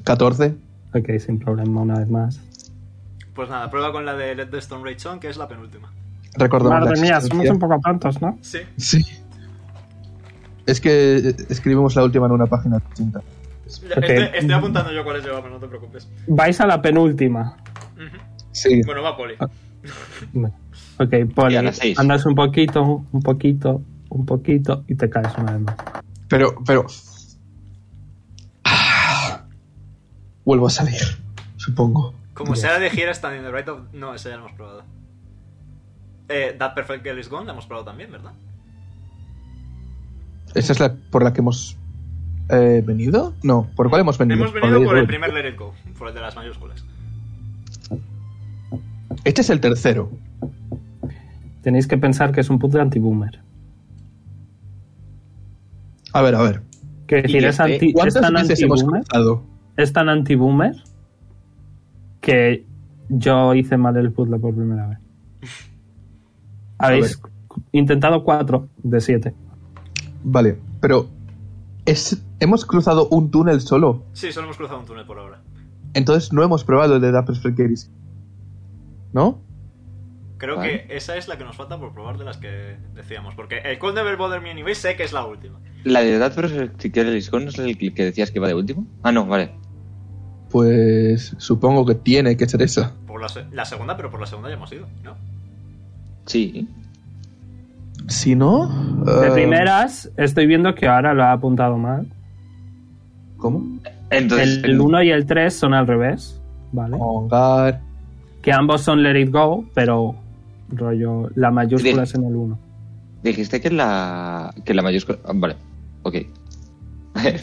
S4: 14.
S2: Ok, sin problema una vez más.
S1: Pues nada, prueba con la de Let the Storm Rage On, que es la penúltima.
S4: Recordamos
S7: Madre
S4: la
S7: mía, somos
S4: existencia.
S7: un poco prontos, ¿no?
S1: Sí.
S4: Sí. Es que eh, escribimos la última en una página distinta.
S1: Estoy, estoy apuntando yo cuáles llevamos, no te preocupes.
S2: Vais a la penúltima.
S1: Ujú.
S4: Sí.
S1: Bueno, va Poli.
S2: Ok, Poli,
S3: Y a las seis.
S2: andas un poquito, un poquito, un poquito y te caes una vez más.
S4: Pero, pero. Ah. Vuelvo a salir, supongo.
S1: Como sea de Here Standing the Right of... No, esa ya la hemos probado. Eh, That Perfect Girl is Gone la hemos probado también, ¿verdad?
S4: ¿Esa es la por la que hemos eh, venido? No, ¿por cuál hemos venido?
S1: Hemos venido
S4: Let it
S1: por el
S4: go.
S1: primer Let It Go, por el de las mayúsculas.
S4: Este es el tercero.
S2: Tenéis que pensar que es un puto antiboomer.
S4: A ver, a ver.
S2: Quiero decir,
S3: que
S2: es,
S3: esté-
S2: anti, es
S4: ¿Cuántas
S2: tan
S4: veces hemos
S2: antiboomer
S4: cruzado?
S2: es tan antiboomer que yo hice mal el puzzle por primera vez. Habéis intentado cuatro de siete.
S4: Vale, pero. Es, hemos cruzado un túnel solo.
S1: Sí, solo hemos cruzado un túnel por ahora.
S4: Entonces no hemos probado el de Dapper Gates. ¿No?
S1: Creo
S3: Vale.
S1: que esa es la que nos falta por probar de las que decíamos. Porque el Cold Never Bother Me Anyway sé que es la última.
S3: ¿La de Edad Perceptible Lisbon es el que decías que iba de último? Ah, no, vale.
S4: Pues supongo que tiene que ser esa.
S1: Por la, se- la segunda, pero por la segunda ya hemos ido, ¿no?
S3: Sí.
S4: Si no.
S2: De
S4: eh,
S2: primeras, estoy viendo que ahora lo ha apuntado mal.
S4: ¿Cómo?
S3: Entonces, Oh.
S2: El 1 y el 3 son al revés, ¿vale?
S4: Hongar.
S2: Que ambos son Let It Go, pero rollo, la mayúscula es en el 1.
S3: dijiste que la, que la mayúscula... ah, Vale, ok.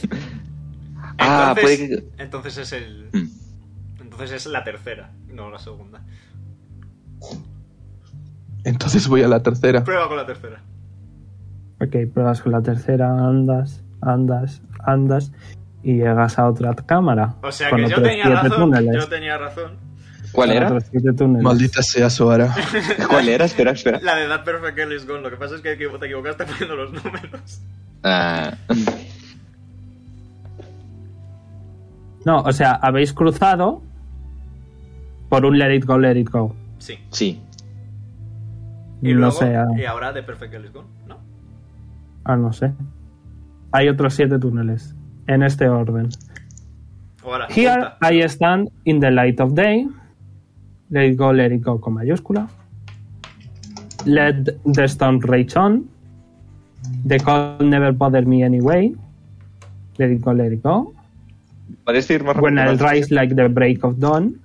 S3: ah, puede
S1: Entonces,
S3: que...
S1: entonces es el...
S3: Mm.
S1: Entonces es la tercera, no la segunda.
S4: Entonces voy a la tercera.
S1: Prueba con la tercera.
S2: Ok, pruebas con la tercera, andas, andas, andas y llegas a otra cámara.
S1: O sea
S2: con
S1: que yo
S2: otros
S1: tenía
S2: siete
S1: razón.
S2: túneles.
S1: Yo tenía razón.
S3: ¿Cuál
S2: Con
S3: era?
S2: otros siete túneles.
S4: Maldita sea Soara.
S3: ¿Cuál era? Espera, espera.
S1: La de That Perfect Girl is Gone. Lo que pasa es que equivo- te equivocaste poniendo los números.
S3: Ah,
S2: No, o sea, habéis cruzado por un Let It Go, Let It Go.
S1: Sí.
S3: sí.
S1: Y
S2: no
S1: luego,
S2: sé, ah,
S1: y ahora The Perfect Girl is Gone, ¿no?
S2: ah, no sé. Hay otros siete túneles en este orden.
S1: Ahora.
S2: Here I stand in the light of day. Let it go, let it go con mayúscula. Let the stone rage on. The cold never bothered me anyway. Let it go, let it go.
S3: Puedes ir más
S2: When I
S3: rápido.
S2: rise like the break of dawn.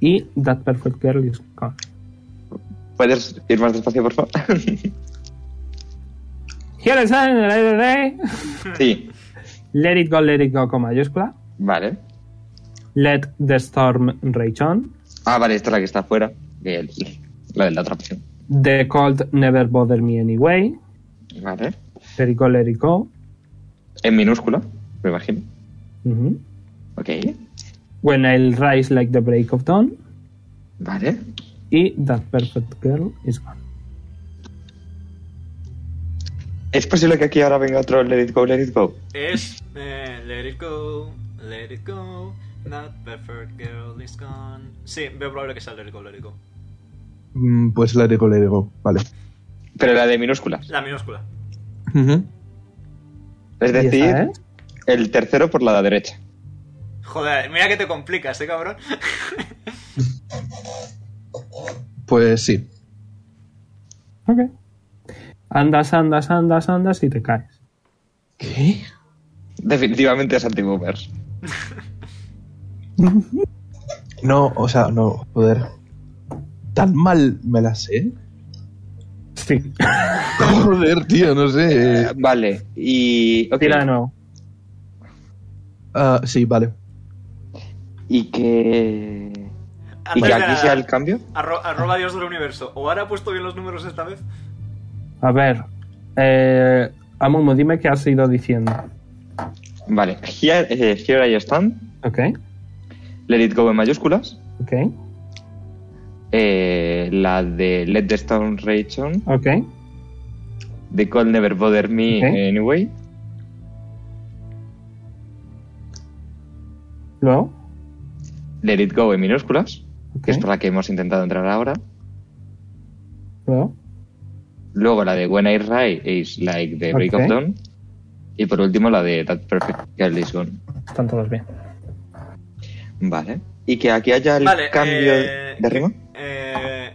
S2: Y That Perfect Girl is gone.
S3: ¿Puedes ir más despacio, por favor?
S2: Here is I-
S3: sí.
S2: Let it go, let it go con mayúscula.
S3: Vale.
S2: Let the storm rage on.
S3: Ah, vale, esta es la que está afuera. Bien. La de la otra opción.
S2: The cold never bothered me anyway.
S3: Vale.
S2: Let it go, let it go.
S3: En minúscula, me imagino.
S2: Ujú.
S3: Ok.
S2: When I rise like the break of dawn.
S3: Vale.
S2: Y That Perfect Girl is gone.
S3: ¿Es posible que aquí ahora venga otro Let It Go, Let It Go?
S1: Es eh, Let it go, let it go, that perfect girl is gone. Sí, veo probable que sea Let it go, let it go.
S4: Mm, Pues la de Go, la de Go. Vale.
S3: Pero la de minúsculas.
S1: La minúscula.
S3: Es
S2: ¿Y
S3: decir,
S2: esa es?
S3: el tercero por la derecha.
S1: Joder, mira que te complicas, eh, cabrón.
S4: Pues sí.
S2: Ok. Andas, andas, andas, andas y te caes.
S4: ¿Qué?
S3: Definitivamente es anti-boomer.
S4: No, o sea, no, joder. Tan mal me la sé.
S2: Sí.
S4: Joder, tío, no sé.
S3: Eh, vale, y. ok.
S2: Tira de nuevo.
S4: Ah, sí, vale.
S3: Y que. ¿Y que
S1: Ah, pues Espera,
S3: aquí sea el cambio?
S1: arro- arroba Dios del universo. ¿O ahora ha puesto bien los números esta vez?
S2: A ver. Eh, Amumu, dime qué has ido diciendo.
S3: Vale, here, eh, here I stand.
S2: Ok.
S3: Let it go en mayúsculas.
S2: Ok.
S3: Eh, la de Let the Stone Rage On.
S2: Ok.
S3: The Cold Never Bother Me
S2: Ok.
S3: Anyway.
S2: Luego.
S3: Let it go en minúsculas.
S2: Ok.
S3: Que es por la que hemos intentado entrar ahora.
S2: Luego.
S3: Luego la de When I Rise is like the break
S2: Ok.
S3: of dawn. Y por último la de That Perfect Girl is Gone.
S2: Están todos bien.
S3: Vale. Y que aquí haya el
S1: Vale,
S3: cambio
S1: eh,
S3: de rima.
S1: eh,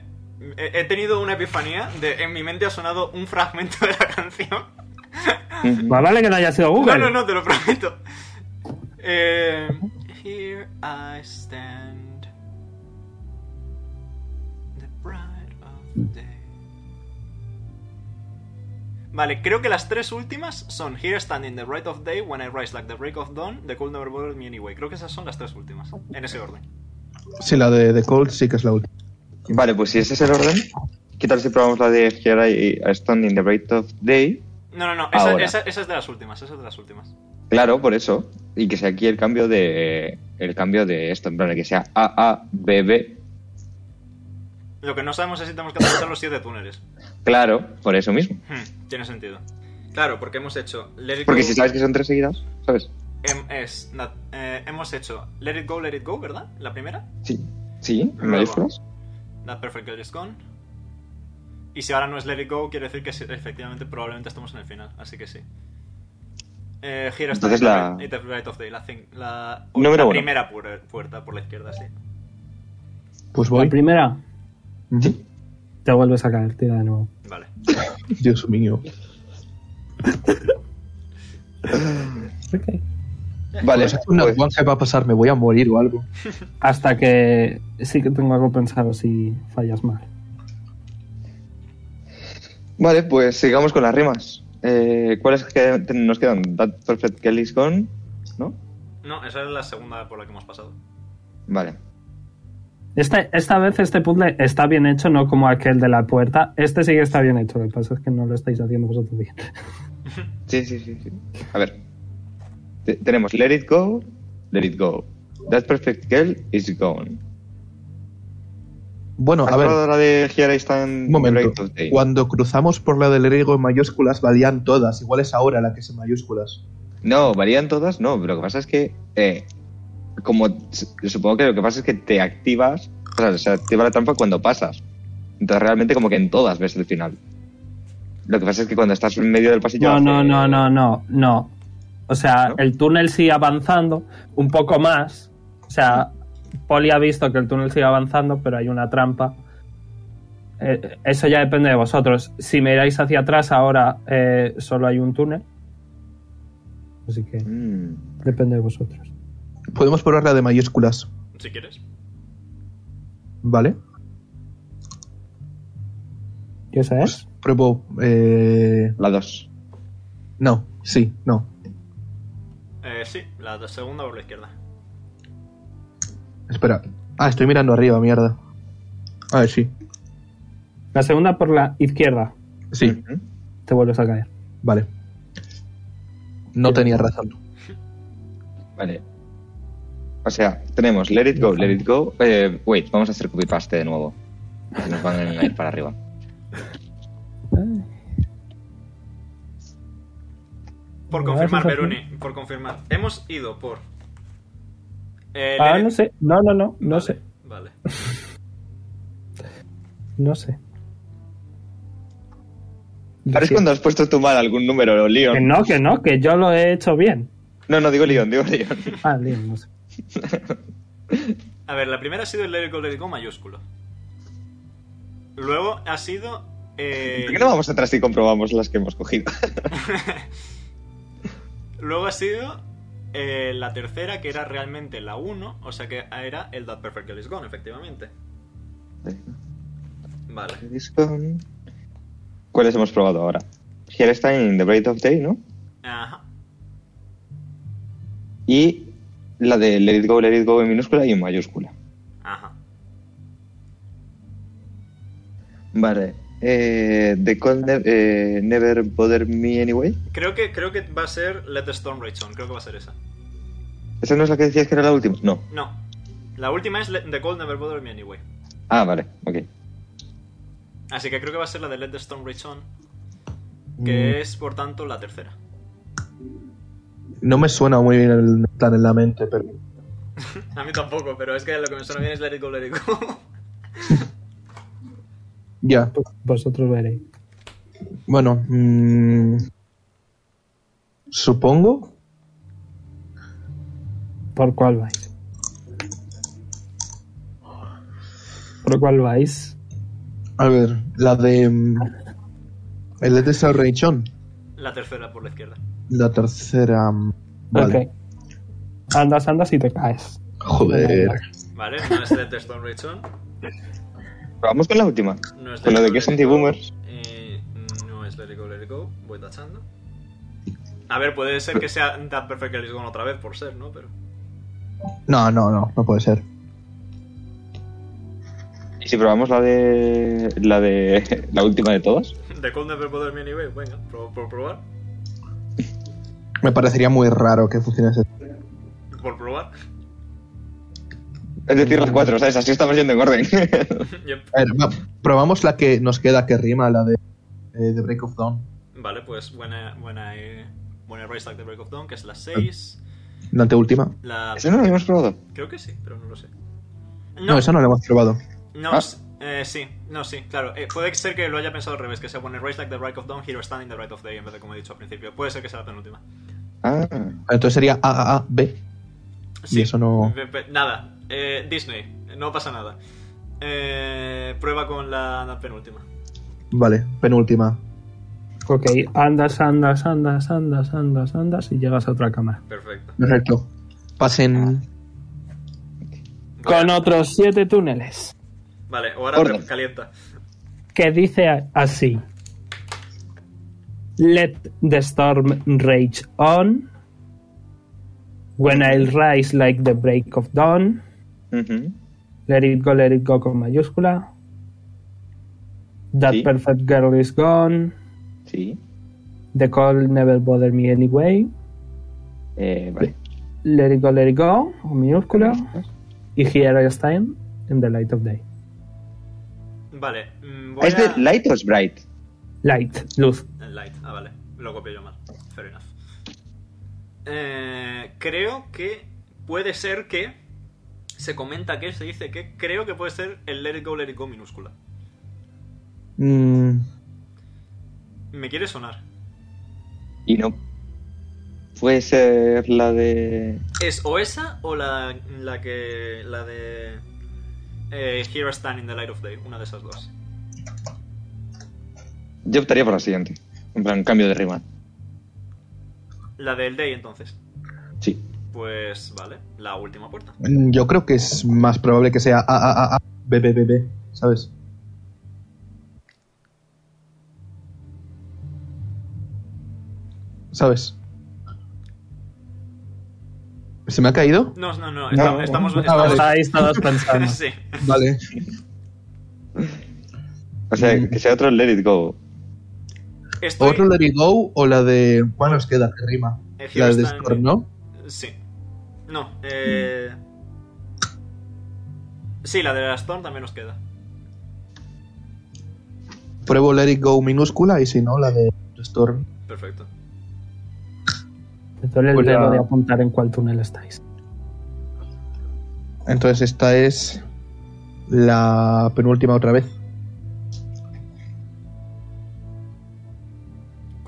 S1: he he tenido una epifanía de en mi mente ha sonado un fragmento de la canción. Ah,
S3: Ujú.
S2: Más Pues vale que no haya sido
S1: No,
S2: Google.
S1: Ah, no, no, te lo prometo. Eh, here I stand. The bride of the day. Vale, creo que las tres últimas son Here Standing, The Bride of Day, When I Rise Like the Break of Dawn, The Cold Never Bothered Me Anyway. Creo que esas son las tres últimas, en ese orden.
S4: Sí, la de The Cold sí que es la última.
S3: Vale, pues si ese es el orden, ¿qué tal si probamos la de Here I I Stand in the Break of Day?
S1: No, no, no, esa,
S3: Ahora.
S1: esa- esa es de las últimas, esa es de las últimas.
S3: Claro, por eso. Y que sea aquí el cambio de el cambio de esto, en plan, que sea A, A, B, B.
S1: Lo que no sabemos es si tenemos que atravesar los siete túneles.
S3: Claro, por eso mismo.
S1: Hmm, tiene sentido. Claro, porque hemos hecho Let It
S3: Porque
S1: Go-
S3: si sabes que son tres seguidas, ¿sabes?
S1: Hem- Em, es, na- eh, hemos hecho Let It Go, Let It Go, ¿verdad? La primera.
S3: Sí. Sí, en
S1: Luego.
S3: mayúsculas.
S1: That Perfect Girl is Gone. Y si ahora no es Let It Go, quiere decir que sí, efectivamente probablemente estamos en el final. Así que sí. Eh, gira hasta
S3: Entonces la-
S1: It the Right of Day, la, cin- la-
S3: Número
S1: la
S3: uno.
S1: primera puer- puerta por la izquierda, sí.
S4: Pues
S2: La
S4: voy.
S2: primera. Te vuelves a caer. Tira de nuevo.
S1: Vale.
S4: Dios mío.
S2: Ok.
S3: Vale,
S4: Pues una
S3: pues-
S4: guan que va a pasar, me voy a morir o algo.
S2: Hasta que sí que tengo algo pensado si fallas mal.
S3: Vale, pues sigamos con las rimas. Eh, ¿Cuáles que te- nos quedan? That Perfect Girl is Gone, ¿no?
S1: No, esa es la segunda por la que hemos pasado.
S3: Vale.
S2: Este- esta vez este puzzle está bien hecho, no como aquel de la puerta. Este sí que está bien hecho, lo que pasa es que no lo estáis haciendo vosotros bien.
S3: Sí, sí, sí. sí. A ver. Te- tenemos Let It Go, Let It Go. That Perfect Girl is Gone.
S4: Bueno, a
S3: ¿Has probado
S4: ver,
S3: la de Here I Stand
S4: un momento.
S3: Break of Day?
S4: Cuando cruzamos por la del Erego en mayúsculas, valían todas. Igual es ahora la que es en mayúsculas.
S3: No, varían todas, no, pero lo que pasa es que, eh, como s- supongo que lo que pasa es que te activas, o sea, se activa la trampa cuando pasas. Entonces realmente como que en todas ves el final. Lo que pasa es que cuando estás en medio del pasillo...
S2: No,
S3: hace-
S2: no, no, no, no, no. O sea,
S3: ¿No?
S2: el túnel sigue avanzando un poco más. O sea, Poli ha visto que el túnel sigue avanzando, pero hay una trampa. eh, eso ya depende de vosotros. Si miráis hacia atrás ahora eh, solo hay un túnel. Así que
S3: Mm.
S2: depende de vosotros.
S4: Podemos probar la de mayúsculas,
S1: Si quieres.
S4: ¿vale?
S6: ¿Qué esa es?
S4: Pues Pruebo. eh,
S3: La 2.
S4: no, sí, no.
S1: Eh, sí, la de- segunda por la izquierda.
S4: Espera. Ah, estoy mirando arriba, mierda. A ver, sí.
S2: La segunda por la izquierda.
S4: Sí,
S2: Te vuelves a caer.
S4: Mm, vale. No tenía razón.
S3: Vale. O sea, tenemos Let It Go, Let It Go. Eh, wait, vamos a hacer copy-paste de nuevo. Que nos van a ir para arriba.
S1: Por
S2: Bueno,
S1: confirmar,
S2: eso es así.
S1: Veruni, por confirmar. Hemos ido por. eh,
S2: Ah,
S1: Lere-
S2: no sé. No, no, no. No
S1: Vale,
S2: sé.
S1: Vale.
S2: No sé.
S3: Parece
S2: Sí.
S3: cuando has puesto tú mal algún número,
S2: Que
S3: Leon.
S2: no, que no, que yo lo he hecho bien.
S3: No, no, digo Leon, digo Leon.
S2: Ah, bien, no sé.
S1: A ver, la primera ha sido el Let It Go, Let It Go mayúsculo. Luego ha sido. eh,
S3: ¿Por qué no vamos atrás y comprobamos las que hemos cogido?
S1: Luego ha sido eh, la tercera, que era realmente la 1, o sea que era el That Perfect Girl Is Gone, efectivamente. Vale.
S3: ¿Cuáles hemos probado ahora? Here está in The Break of Day, ¿no?
S1: Ajá.
S3: Y la de Let It Go, Let It Go en minúscula y en mayúscula.
S1: Ajá.
S3: Vale. Eh, the Cold ne- eh, Never Bother Me Anyway.
S1: Creo que, creo que va a ser Let the Storm Rage On, creo que va a ser esa.
S3: ¿Esa no es la que decías que era la última? No.
S1: No. La última es Let- The Cold Never Bothered Me Anyway.
S3: Ah, vale, ok.
S1: Así que creo que va a ser la de Let the Storm Rage On, que
S3: Mm.
S1: es por tanto la tercera.
S4: Mm, No me suena muy bien el plan en la mente, pero.
S1: A mí tampoco, pero es que lo que me suena bien es Let It Go, Let It Go.
S4: Ya.
S6: Pues, Vosotros veréis.
S4: Bueno. mm, supongo.
S6: ¿Por cuál vais? ¿Por cuál vais?
S4: A ver, la de. mm, el de Tesla Raychon.
S1: la tercera por la izquierda.
S4: La tercera. mm, Vale.
S6: Ok. Andas, andas y te caes.
S4: Joder.
S1: Vale, no es Let the Storm Rage On,
S3: Vamos con la última.
S1: no es
S3: Con lo
S1: Let It Go,
S3: de que
S1: Let
S3: son
S1: It Go,
S3: anti-boomers.
S1: eh, no es Let It Go, Let It Go, voy tachando. A ver, puede ser que sea That Perfect Girl Is Gone otra vez por ser, ¿no? Pero...
S4: No, no, no, no puede ser.
S3: ¿Y si probamos la de. la de. la última de todas?
S1: The Cold Never Bothered Me Anyway, venga, pro- por probar.
S4: Me parecería muy raro que funcionase.
S1: Por probar.
S3: Es decir, las cuatro, ¿sabes? Así estamos yendo en orden.
S1: Yep.
S4: A ver, va, probamos la que nos queda que rima, la de eh, The Break of Dawn.
S1: Vale, pues buena, buena, eh, buena Rise Like the Break of Dawn, que es la 6.
S4: La anteúltima.
S1: La...
S3: ¿Esa no la hemos probado?
S1: Creo que sí, pero no lo sé.
S4: No, esa no la hemos probado.
S1: No,
S3: Ah.
S1: s- eh, sí, no, sí, claro. Eh, puede ser que lo haya pensado al revés, que sea When I Rise Like the Break of Dawn, Hero Standing the Right of Day, en vez de como he dicho al principio. Puede ser que sea la penúltima.
S3: Ah.
S4: Entonces sería A, A, A, B.
S1: Sí.
S4: Y eso no.
S1: Pe- pe- Nada, Eh, Disney, no pasa nada. Eh, prueba con la, la penúltima.
S4: Vale, penúltima.
S2: Ok, andas, andas, andas, andas, andas, andas y llegas a otra cámara.
S1: Perfecto.
S4: Perfecto. Pasen.
S6: Con otros siete túneles.
S1: Vale, ahora
S3: Orden.
S1: pre- calienta.
S6: que dice a- así: Let the storm rage on. When I'll rise like the break of dawn.
S3: Ujú.
S6: Let it go, let it go con mayúscula. That
S3: Sí.
S6: perfect girl is gone.
S3: Sí.
S6: The call never bothered me anyway.
S3: Eh, vale.
S6: Let it go, let it go con minúscula. Y here I stand in the light of day.
S1: Vale, mm,
S3: Ah,
S1: voy
S3: ¿Es
S1: a...
S3: de Light o es Bright?
S6: Light, luz.
S1: En Light, ah, vale. Lo copié yo mal. Fair enough. Eh, creo que puede ser que. Se comenta que se dice que creo que puede ser el Let It Go, Let It Go minúscula.
S4: Mm,
S1: Me quiere sonar.
S3: Y no. Puede ser la de.
S1: ¿Es o esa o la, la que. la de. Eh, Here I Stand in the Light of Day? Una de esas dos.
S3: Yo optaría por la siguiente. En plan, cambio de rima.
S1: La del Day, entonces.
S3: Sí.
S1: Pues vale, la última puerta.
S4: Mm, Yo creo que es más probable que sea A, A, A, A, B, B, B, B, ¿sabes? ¿Sabes? ¿Se me ha caído?
S1: No, no, no, esta-
S3: no.
S1: estamos...
S4: Ah,
S1: estamos-
S2: Estáis todos pensando.
S1: sí.
S4: Vale.
S3: O sea, que sea otro Let It Go.
S1: Estoy-
S4: ¿Otro Let It Go o la de... ¿Cuál nos queda? Que rima.
S1: If you
S4: La de
S1: stand-
S4: Discord, ¿no?
S1: Sí. No, eh... Sí, la de la Storm también nos queda.
S4: Pruebo Let It Go minúscula y si no, la de Storm.
S1: Perfecto.
S6: Te duele el
S4: Pues ya-
S6: dedo de apuntar en cuál túnel estáis.
S4: Entonces esta es la penúltima otra vez.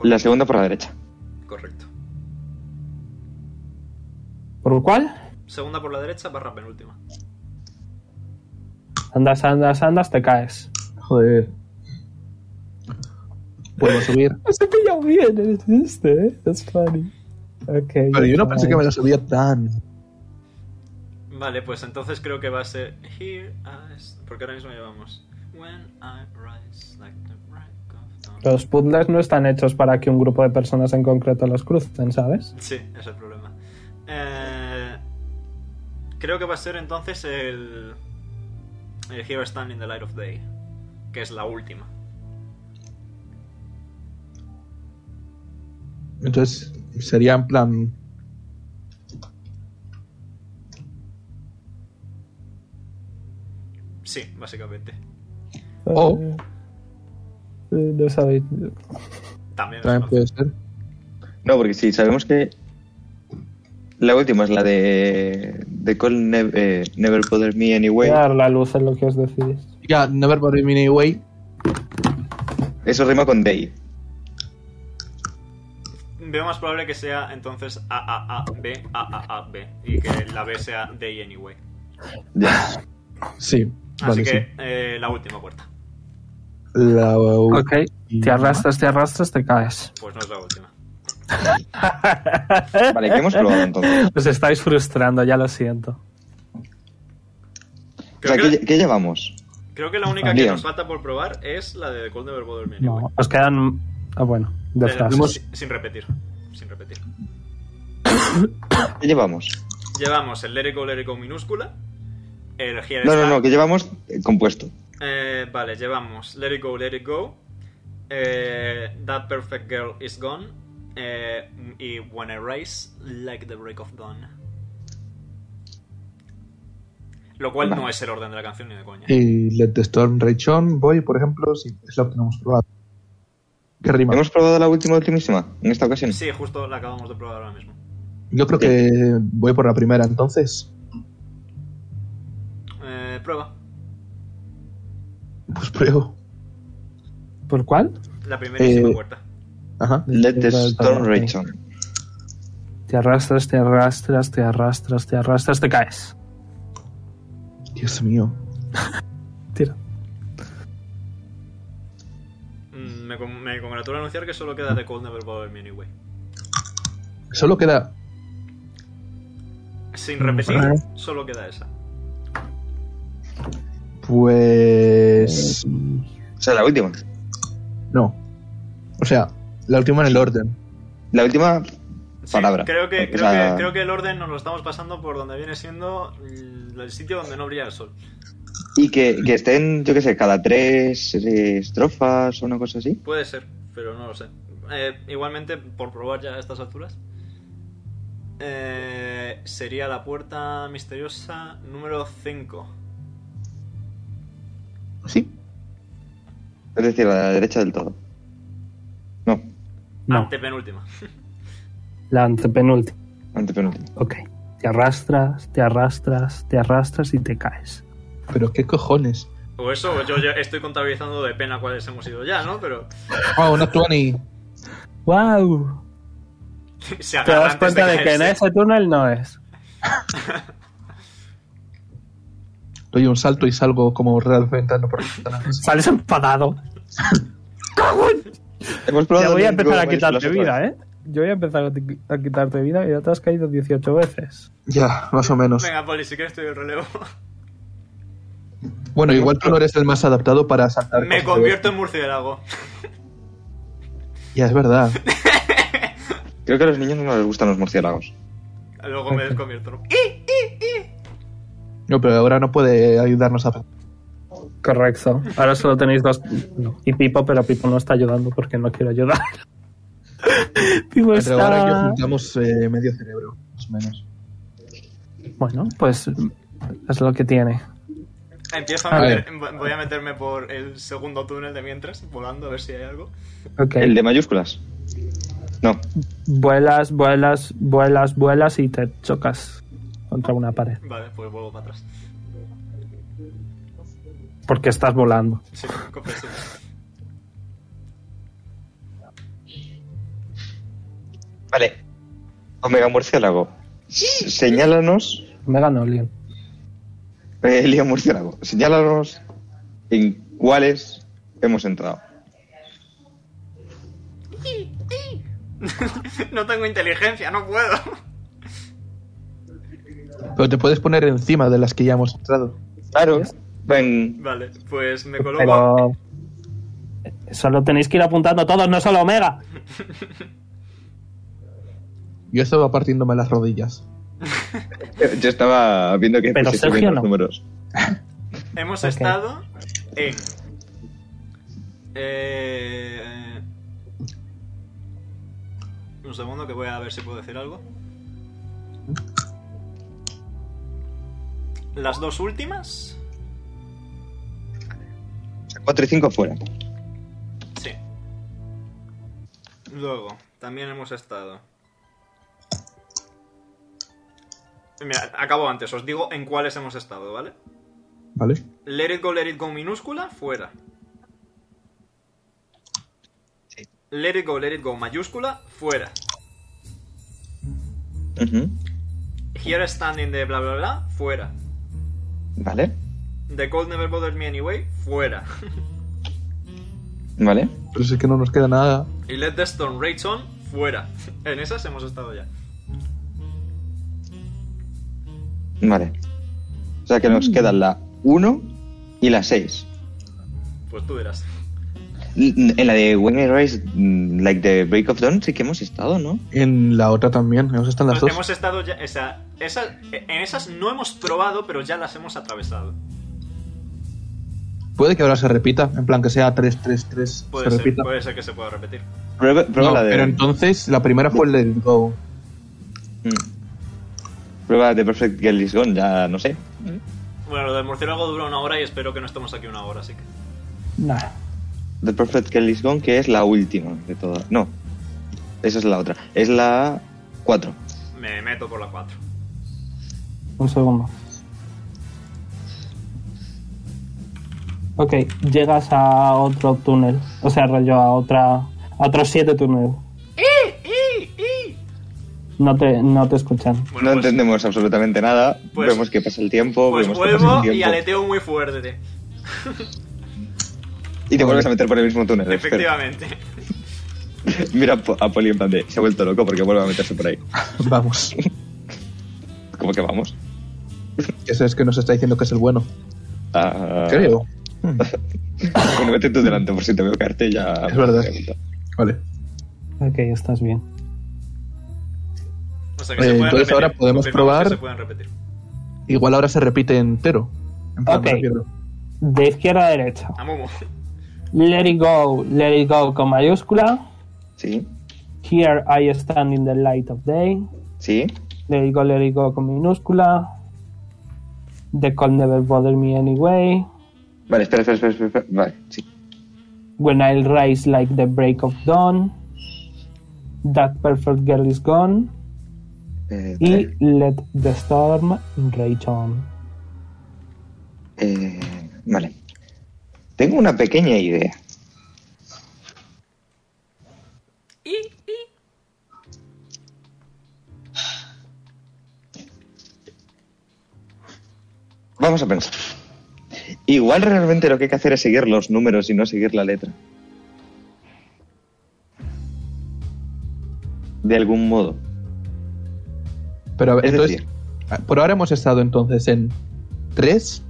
S3: La segunda por la derecha.
S1: Correcto.
S6: ¿Por cuál?
S1: Segunda por la derecha, barra penúltima.
S6: Andas, andas, andas, te caes.
S4: Joder. Vuelvo a subir.
S6: Se pillado bien, es este, ¿eh? That's funny. Okay,
S4: Pero yo no pensé que me la subía tan.
S1: Vale, pues entonces creo que va a ser Here I s- Porque ahora mismo llevamos When I rise like the rack of dawn.
S6: Los puzzles no están hechos para que un grupo de personas en concreto los crucen, ¿sabes?
S1: Sí, es el problema. Eh, creo que va a ser entonces el, el Here I Stand in the Light of Day, que es la última.
S4: Entonces sería en plan.
S1: Sí, básicamente.
S4: Oh.
S6: Eh, eh, no sabéis.
S1: También. es una
S4: También
S1: opción.
S4: puede ser.
S3: No, porque sí, sabemos que la última es la de The Call Nev- eh, Never Bother Me Anyway.
S6: Voy a dar la luz en lo que os decidís.
S4: Ya, Never Bother Me Anyway.
S3: Eso rima con Day.
S1: Veo más probable que sea entonces A, A, A, B, A, A, A, B. Y que la B sea Day Anyway.
S3: Ya.
S4: Sí.
S1: Así
S4: vale,
S1: que
S4: sí.
S1: eh, la última puerta.
S4: La.
S2: Ok, te arrastras, te arrastras, te caes.
S1: Pues no es la última.
S3: Vale, ¿qué hemos probado entonces?
S2: Os estáis frustrando, ya lo siento.
S3: O sea,
S1: Creo
S3: ¿qué,
S1: que,
S3: lle- qué llevamos?
S1: creo que la única que
S3: Bien.
S1: nos falta por probar es la de The Cold Never Bother Me Anyway.
S2: No, os quedan. Ah, bueno, de
S1: Pero
S2: frases.
S1: sin, sin repetir. Sin repetir.
S3: ¿Qué llevamos?
S1: Llevamos el lérico, lérico minúscula. El Here I
S3: No, no,
S1: Stand.
S3: no, ¿qué llevamos? Eh, Compuesto.
S1: Eh, vale, llevamos Let It Go, Let It Go. eh, That Perfect Girl Is Gone. eh, y When I Rise, Like the Break of Dawn. Lo cual no
S3: Vale.
S1: es el orden de la canción ni de coña.
S4: Y Let the Storm Rage On, Boy, por ejemplo, sí, es la que no hemos probado. ¿Qué rima?
S3: ¿Hemos probado la última, ultimísima? En esta ocasión.
S1: Sí, justo la acabamos de probar ahora mismo.
S4: Yo creo que voy por la primera entonces.
S1: Eh, prueba.
S4: Pues pruebo.
S6: ¿Por cuál?
S1: La primerísima
S4: Eh,
S1: puerta.
S4: Ajá.
S3: Let the
S6: Desde-
S3: Storm
S6: ok.
S3: Rage On.
S2: Te arrastras, te arrastras, te arrastras, te arrastras, te caes.
S4: Dios mío.
S2: Tira.
S1: Mm, Me, con- me congratulo anunciar que solo queda The Cold Never Bother Me Anyway.
S4: Solo queda.
S1: Sin repetir,
S2: Vale.
S1: solo queda esa.
S4: Pues.
S3: O sea, la última.
S4: No. O sea, la última en el orden.
S3: La última
S1: Sí,
S3: palabra.
S1: Creo que,
S3: O
S1: creo,
S3: sea,
S1: que, creo que el orden nos lo estamos pasando por donde viene siendo mm, el sitio donde no brilla el sol.
S3: Y que, que estén, yo qué sé, cada tres eh, estrofas o una cosa así.
S1: Puede ser, pero no lo sé. Eh, igualmente, por probar ya a estas alturas, eh, sería la puerta misteriosa número 5.
S4: Sí.
S3: Es decir, a la derecha del todo. No,
S2: No,
S1: Antepenúltima.
S2: la antepenúltima.
S3: antepenúltimo.
S2: Ok. Te arrastras, te arrastras, te arrastras y te caes.
S4: Pero qué cojones.
S1: O eso, o yo ya estoy contabilizando de pena cuáles hemos ido ya, ¿no? Pero
S4: Ah, una 20.
S2: ¡Wow!
S1: se
S2: Te
S1: agarra
S2: das
S1: antes
S2: cuenta Ah, de que en
S1: caerse.
S2: ese túnel no es.
S4: Doy un salto y salgo como Real Ventana por la ventana.
S2: Sales enfadado.
S3: Hemos
S2: Ya
S3: probado
S2: voy a
S3: ningún
S2: empezar a
S3: maíz
S2: quitarte
S3: filosofal.
S2: vida, ¿eh? Yo voy a empezar a ti- a quitarte vida y ya te has caído 18 veces.
S4: Ya, más o menos.
S1: Venga, Poli, si quieres te doy el relevo.
S4: Bueno, igual tú no eres el más adaptado para saltar.
S1: Me
S4: cosas de-
S1: convierto en murciélago.
S4: Ya, es verdad.
S2: ¿eh?
S3: Creo que a los niños no les gustan los murciélagos.
S1: Luego me desconvierto. ¿no?
S4: No, pero ahora no puede ayudarnos a.
S2: Correcto. Ahora solo tenéis dos. no, Y Pipo, pero Pipo no está ayudando porque no quiero ayudar. Pipo
S4: Entre ahora y yo
S2: está.
S4: juntamos eh, medio cerebro, más o menos.
S2: Bueno, pues es lo que tiene.
S1: Empiezo
S4: A
S1: a
S4: ver.
S1: meter- em, voy a meterme por el segundo túnel de mientras, volando a ver si hay algo.
S2: Ok.
S3: El de mayúsculas. No.
S2: Vuelas, vuelas, vuelas, vuelas y te chocas contra una pared.
S1: Vale, pues vuelvo para atrás.
S2: Porque estás volando.
S1: Sí, comprensible.
S3: Vale. Omega murciélago. S- Señálanos.
S2: Me ganó Leon.
S3: Eh, Lía murciélago. Señálanos en cuáles hemos entrado.
S1: No tengo inteligencia, no puedo.
S4: Pero te puedes poner encima de las que ya hemos entrado.
S3: Claro. Ven.
S1: Vale, pues me coloco.
S2: Pero. Solo tenéis que ir apuntando todos, no solo Omega.
S4: Yo estaba partiéndome las rodillas.
S3: Yo estaba viendo que
S2: Pero
S3: pusiste
S2: Sergio
S3: bien
S2: no.
S3: los números.
S1: Hemos
S2: Ok.
S1: estado en. Eh, un segundo que voy a ver si puedo decir algo. Las dos últimas.
S3: O sea, 4 y 5 fuera.
S1: Sí. Luego, también hemos estado. Mira, acabo antes, os digo en cuáles hemos estado, ¿vale?
S4: ¿Vale?
S1: Let it go, let it go minúscula, fuera. Let it go, let it go mayúscula, fuera.
S3: Ujú.
S1: Here standing de bla bla bla, fuera.
S3: Vale.
S1: The cold never bothered me anyway, fuera.
S3: Vale.
S4: Pero si Pues es que no nos queda nada.
S1: Y let the storm rage on, fuera. En esas hemos estado ya.
S3: Vale. O sea que
S1: Mm.
S3: nos quedan la 1 y la 6.
S1: Pues tú dirás.
S3: En la de When I Rise, mm, like the Break of Dawn, sí que hemos estado, ¿no?
S4: En la otra también, hemos estado en las dos.
S1: Hemos estado ya. esa- esa- en esas no hemos probado, pero ya las hemos atravesado.
S4: Puede que ahora se repita, en plan que sea 3-3-3,
S1: Puede
S4: se
S1: ser,
S4: repita.
S1: puede ser que se pueda repetir.
S3: Prueba, prueba
S4: No,
S3: la de.
S4: pero entonces la primera fue el Let It Go.
S3: Mm. Prueba de Perfect Girl is Gone, ya no sé.
S1: Bueno, lo del murciélago dura una hora y espero que no estemos aquí una hora, así que.
S2: Nah.
S3: The Perfect Girl is Gone, que es la última de todas. No, esa es la otra. Es la 4.
S1: Me meto por la 4.
S6: Un segundo. Ok, llegas a otro túnel. O sea, rollo a otra. A otros siete túneles. No te, no te escuchan.
S3: no entendemos absolutamente nada.
S1: pues-
S3: vemos que pasa el tiempo.
S1: Pues
S3: vemos que pasa
S1: vuelvo
S3: el
S1: y
S3: tiempo.
S1: aleteo muy fuerte.
S3: Y te vuelves a meter por el mismo túnel. espera.
S1: Efectivamente.
S3: Mira a Po- a Poli en plan de. Se ha vuelto loco porque vuelve a meterse por ahí.
S4: Vamos,
S3: ¿Cómo que vamos?
S4: eso es que nos está diciendo que es el bueno.
S3: Ah,
S4: Creo.
S3: Bueno, vete tú delante por si te veo caerte ya.
S4: Es verdad. Vale.
S6: Ok, estás bien.
S1: O sea
S4: Eh,
S1: pueden
S4: entonces
S1: repetir.
S4: ahora
S1: Confirmamos
S4: podemos
S1: que
S4: probar.
S1: se pueden repetir.
S4: Igual ahora se repite entero. En plan,
S6: Ok.
S4: me refiero.
S6: De izquierda a derecha.
S1: A Momo.
S6: Let it go, let it go con mayúscula.
S3: Sí,
S6: Here I stand in the light of day.
S3: sí.
S6: Let it go, let it go con minúscula. The call never bother me anyway.
S3: Vale, espera, espera, espera. espera, espera. Vale, sí.
S6: When I'll rise like the break of dawn. That perfect girl is gone.
S3: Eh,
S6: Y
S3: vale.
S6: let the storm rage on.
S3: Eh, vale. Tengo una pequeña idea. Vamos a pensar. Igual realmente lo que hay que hacer es seguir los números y no seguir la letra. de algún modo.
S4: Pero a ver,
S3: Es
S4: entonces,
S3: decir,
S4: por ahora hemos estado entonces en 3.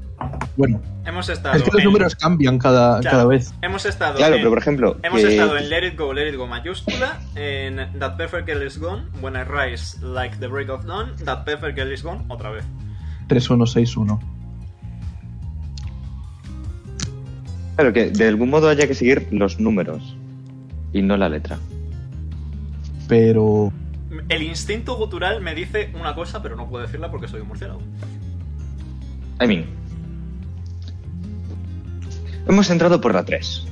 S4: Bueno,
S1: Hemos estado
S4: es que los
S1: en-
S4: números cambian cada,
S1: Claro.
S4: cada vez.
S1: Hemos estado
S3: claro,
S1: en-
S3: pero por ejemplo, eh,
S1: Hemos
S3: que-
S1: estado en Let It Go, Let It Go mayúscula, en That Perfect Girl Is Gone, When I Rise Like the Break of Dawn, That Perfect Girl Is Gone, otra vez.
S4: 3161.
S3: claro que de algún modo haya que seguir los números y no la letra.
S4: Pero.
S1: El instinto gutural me dice una cosa, pero no puedo decirla porque soy un murciélago.
S3: I mean. Hemos entrado por la 3.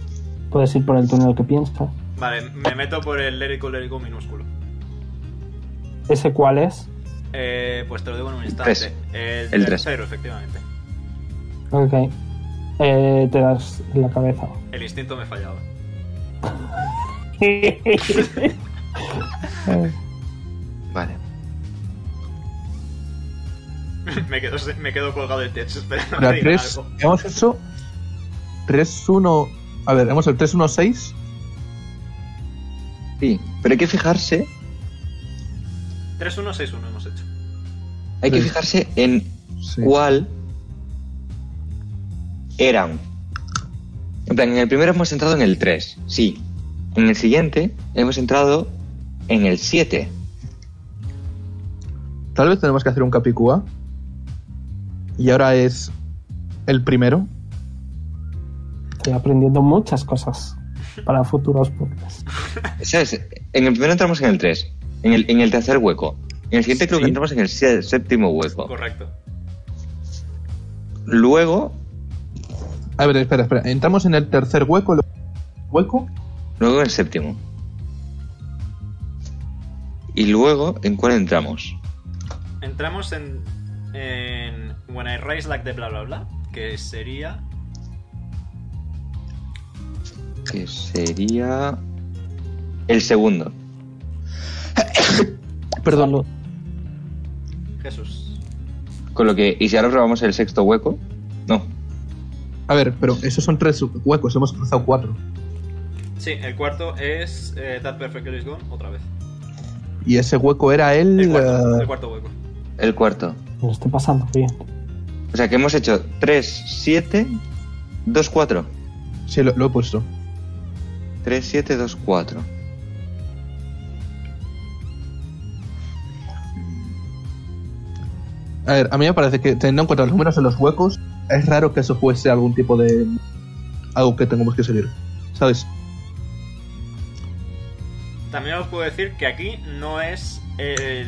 S2: Puedes ir por el túnel que piensas.
S1: Vale, me meto por el Let It Go, Let It Go minúsculo.
S2: ¿Ese cuál es?
S1: Eh, pues te lo digo en un instante.
S3: Tres.
S1: El,
S3: El tres.
S1: tercero, efectivamente.
S2: Ok. Eh, te das en la cabeza.
S1: El instinto me fallaba.
S3: Vale.
S1: me, quedo, me quedo colgado del techo esperando
S4: La
S1: que digan
S4: 3.
S1: algo.
S4: Hemos hecho. 3-1. A ver, hemos el 3-1-6.
S3: Sí, pero hay que fijarse.
S1: 3-1-6-1 hemos hecho.
S3: Hay que
S4: Sí.
S3: fijarse en
S4: Sí.
S3: cuál eran. En plan, en el primero hemos entrado en el 3, sí. En el siguiente hemos entrado en el 7.
S4: Tal vez tenemos que hacer un capicúa. Y ahora es. El primero.
S2: Estoy aprendiendo muchas cosas para futuros podcasts.
S3: ¿Sabes? En el primero entramos en el 3, en el, en el tercer hueco. En el siguiente creo que
S4: Sí.
S3: entramos en el sé- séptimo hueco.
S1: Correcto.
S3: Luego,
S4: A ver, espera, espera. Entramos en el tercer hueco. luego- ¿Hueco?
S3: luego en el séptimo. Y luego, ¿en cuál entramos?
S1: Entramos en, en When I Rise Like the bla bla bla, que sería...
S3: Que sería... El segundo.
S4: Perdón.
S2: Salud.
S1: Jesús.
S3: Con lo que, y si ahora probamos el sexto hueco, no.
S4: A ver, pero esos son tres huecos. Hemos cruzado cuatro.
S1: Sí, el cuarto es eh, That Perfect Girl Is Gone, otra vez.
S4: Y ese hueco era el.
S1: El cuarto,
S4: eh,
S1: el cuarto hueco.
S3: El cuarto.
S2: Me lo estoy pasando bien.
S3: O sea que hemos hecho 3, 7, 2, 4.
S4: sí, lo, lo he puesto.
S3: 3, 7, 2, 4.
S4: A ver, a mí me parece que teniendo en cuenta los números en los huecos, es raro que eso fuese algún tipo de. algo que tengamos que seguir. ¿Sabes?
S1: También os puedo decir que aquí no es el...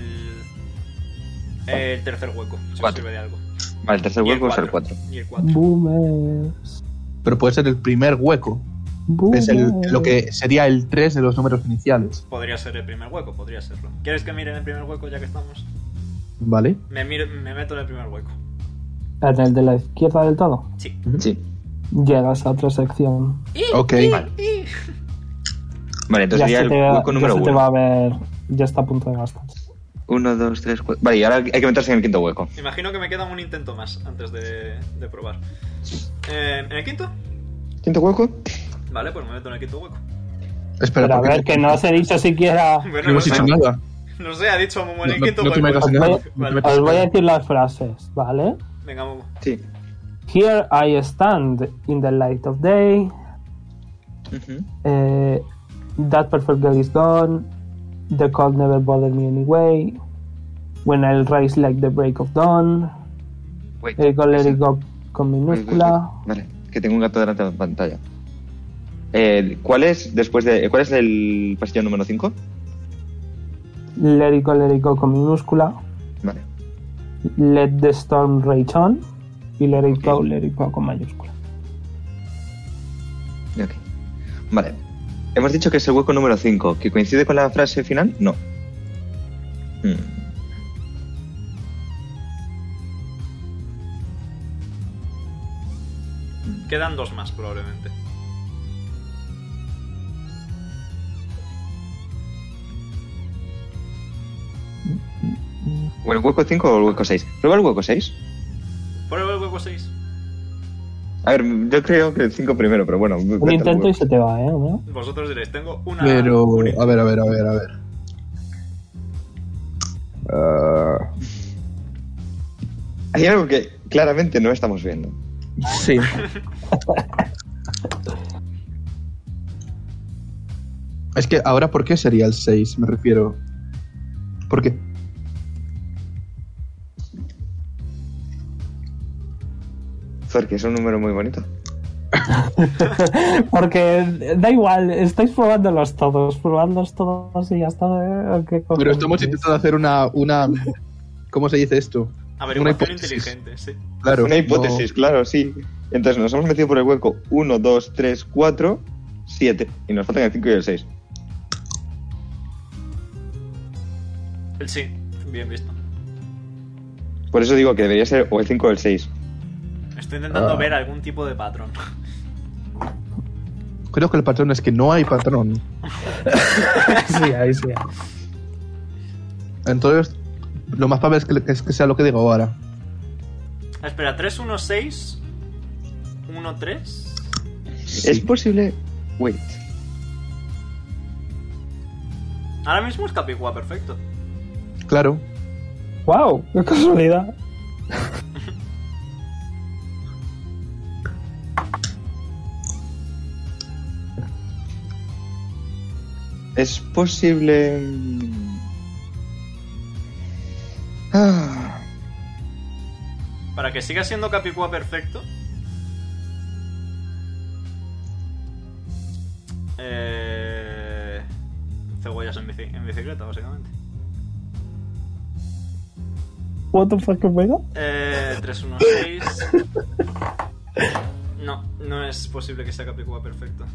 S1: El tercer hueco, si os
S3: Cuatro.
S1: sirve de algo.
S3: Vale, el tercer
S1: Y el
S3: hueco es el 4.
S1: cuatro. Y el 4.
S2: Boomers.
S4: Pero puede ser el primer hueco. que
S2: Boomers.
S4: Es el, lo que sería el 3 de los números iniciales.
S1: Podría ser el primer hueco, podría serlo. ¿Quieres que miren el primer hueco ya que estamos?
S4: ¿Vale?
S1: Me, miro- me meto en el primer hueco.
S2: En el de la izquierda del todo.
S1: Sí.
S3: Sí.
S2: Llegas a otra sección.
S4: Ok.
S3: Vale, entonces
S2: ya
S3: sería
S2: se
S3: el
S2: te, va-
S3: hueco
S2: ya
S3: número
S2: se te va
S3: 1.
S2: a ver. Ya está a punto de gastar.
S3: 1, 2, 3, 4. Vale, y ahora hay que meterse en el quinto hueco.
S1: Imagino que me queda un intento más antes de, de probar. Eh, ¿En el quinto?
S3: ¿Quinto hueco?
S1: Vale, pues me meto en el quinto hueco.
S4: Espera,
S2: Pero a
S4: porque
S2: ver, que no os he dicho siquiera.
S1: Bueno,
S4: no hemos
S1: no,
S4: dicho
S1: no,
S4: nada.
S1: no sé, ha dicho Momo en el
S4: No-
S1: quinto
S4: no te
S1: hueco.
S4: metas en
S2: nada.
S1: Vale,
S2: Os voy a decir las frases, ¿vale?
S1: venga, Momo.
S3: Sí.
S2: Here I stand in the light of day.
S3: Ujú.
S2: eh, that perfect girl is gone. The cold never bothered me anyway. When I rise like the break of dawn.
S3: Wait.
S2: El go let it go con
S3: Wait, wait,
S2: minúscula.
S3: wait. Vale, que tengo un gato delante de la pantalla. Eh, ¿Cuál es después de. eh, ¿Cuál es el pasillo número 5?
S2: Let it go, let it go con minúscula.
S3: Vale.
S2: Let the storm rage on. Y let it go, let it go con mayúscula.
S3: Ok. Vale. Hemos dicho que es el hueco número 5, que coincide con la frase final. No. Mm.
S1: Quedan dos más, probablemente.
S3: ¿O el hueco 5 o el hueco 6? Prueba el hueco 6.
S1: Prueba el hueco 6.
S3: A ver, yo creo que el 5 primero, pero bueno. vete
S2: Un
S3: al
S2: intento y
S3: hueco.
S2: se te va, ¿eh? ¿No?
S1: Vosotros diréis, tengo una.
S4: Pero.
S1: un-
S4: A ver, a ver, a ver, a ver.
S3: Ah. hay algo que claramente no estamos viendo.
S4: Sí. Ah. es que ahora, ¿por qué sería el 6? Me refiero. ¿Por qué?
S3: Porque es un número muy bonito.
S2: Porque da igual, estáis probándolos todos, probándolos todos y ya está. ¿eh? ¿Qué
S4: Pero
S2: cojones?
S4: estamos intentando hacer una. una ¿Cómo se dice esto?
S1: Averiguación
S4: hipótesis.
S1: inteligente, sí.
S4: Claro.
S3: Una hipótesis, claro, sí. Entonces nos hemos metido por el hueco 1, 2, 3, 4, 7. Y nos faltan el 5 y el 6.
S1: El sí, bien visto.
S3: Por eso digo que debería ser o el 5 o el 6.
S1: Estoy intentando ver algún tipo de patrón.
S4: no. Creo que el patrón es que no hay patrón.
S2: Sí, ahí sí.
S4: Entonces, lo más probable es que, es que sea lo que digo ahora.
S1: Ah, Espera, 3, 1, 6. 1, 3.
S3: ¿Es posible? Wait.
S1: Ahora mismo es Capicua, perfecto.
S4: Claro.
S2: ¡Wow! ¡Qué casualidad!
S3: ¿Es posible? mm, ah,
S1: Para que siga siendo Capicua perfecto. Eh. Cebollas en, bici- en bicicleta, básicamente.
S2: ¿What the fuck, Omega?
S1: Eh. 3, 1, 6. No, no es posible que sea Capicua perfecto.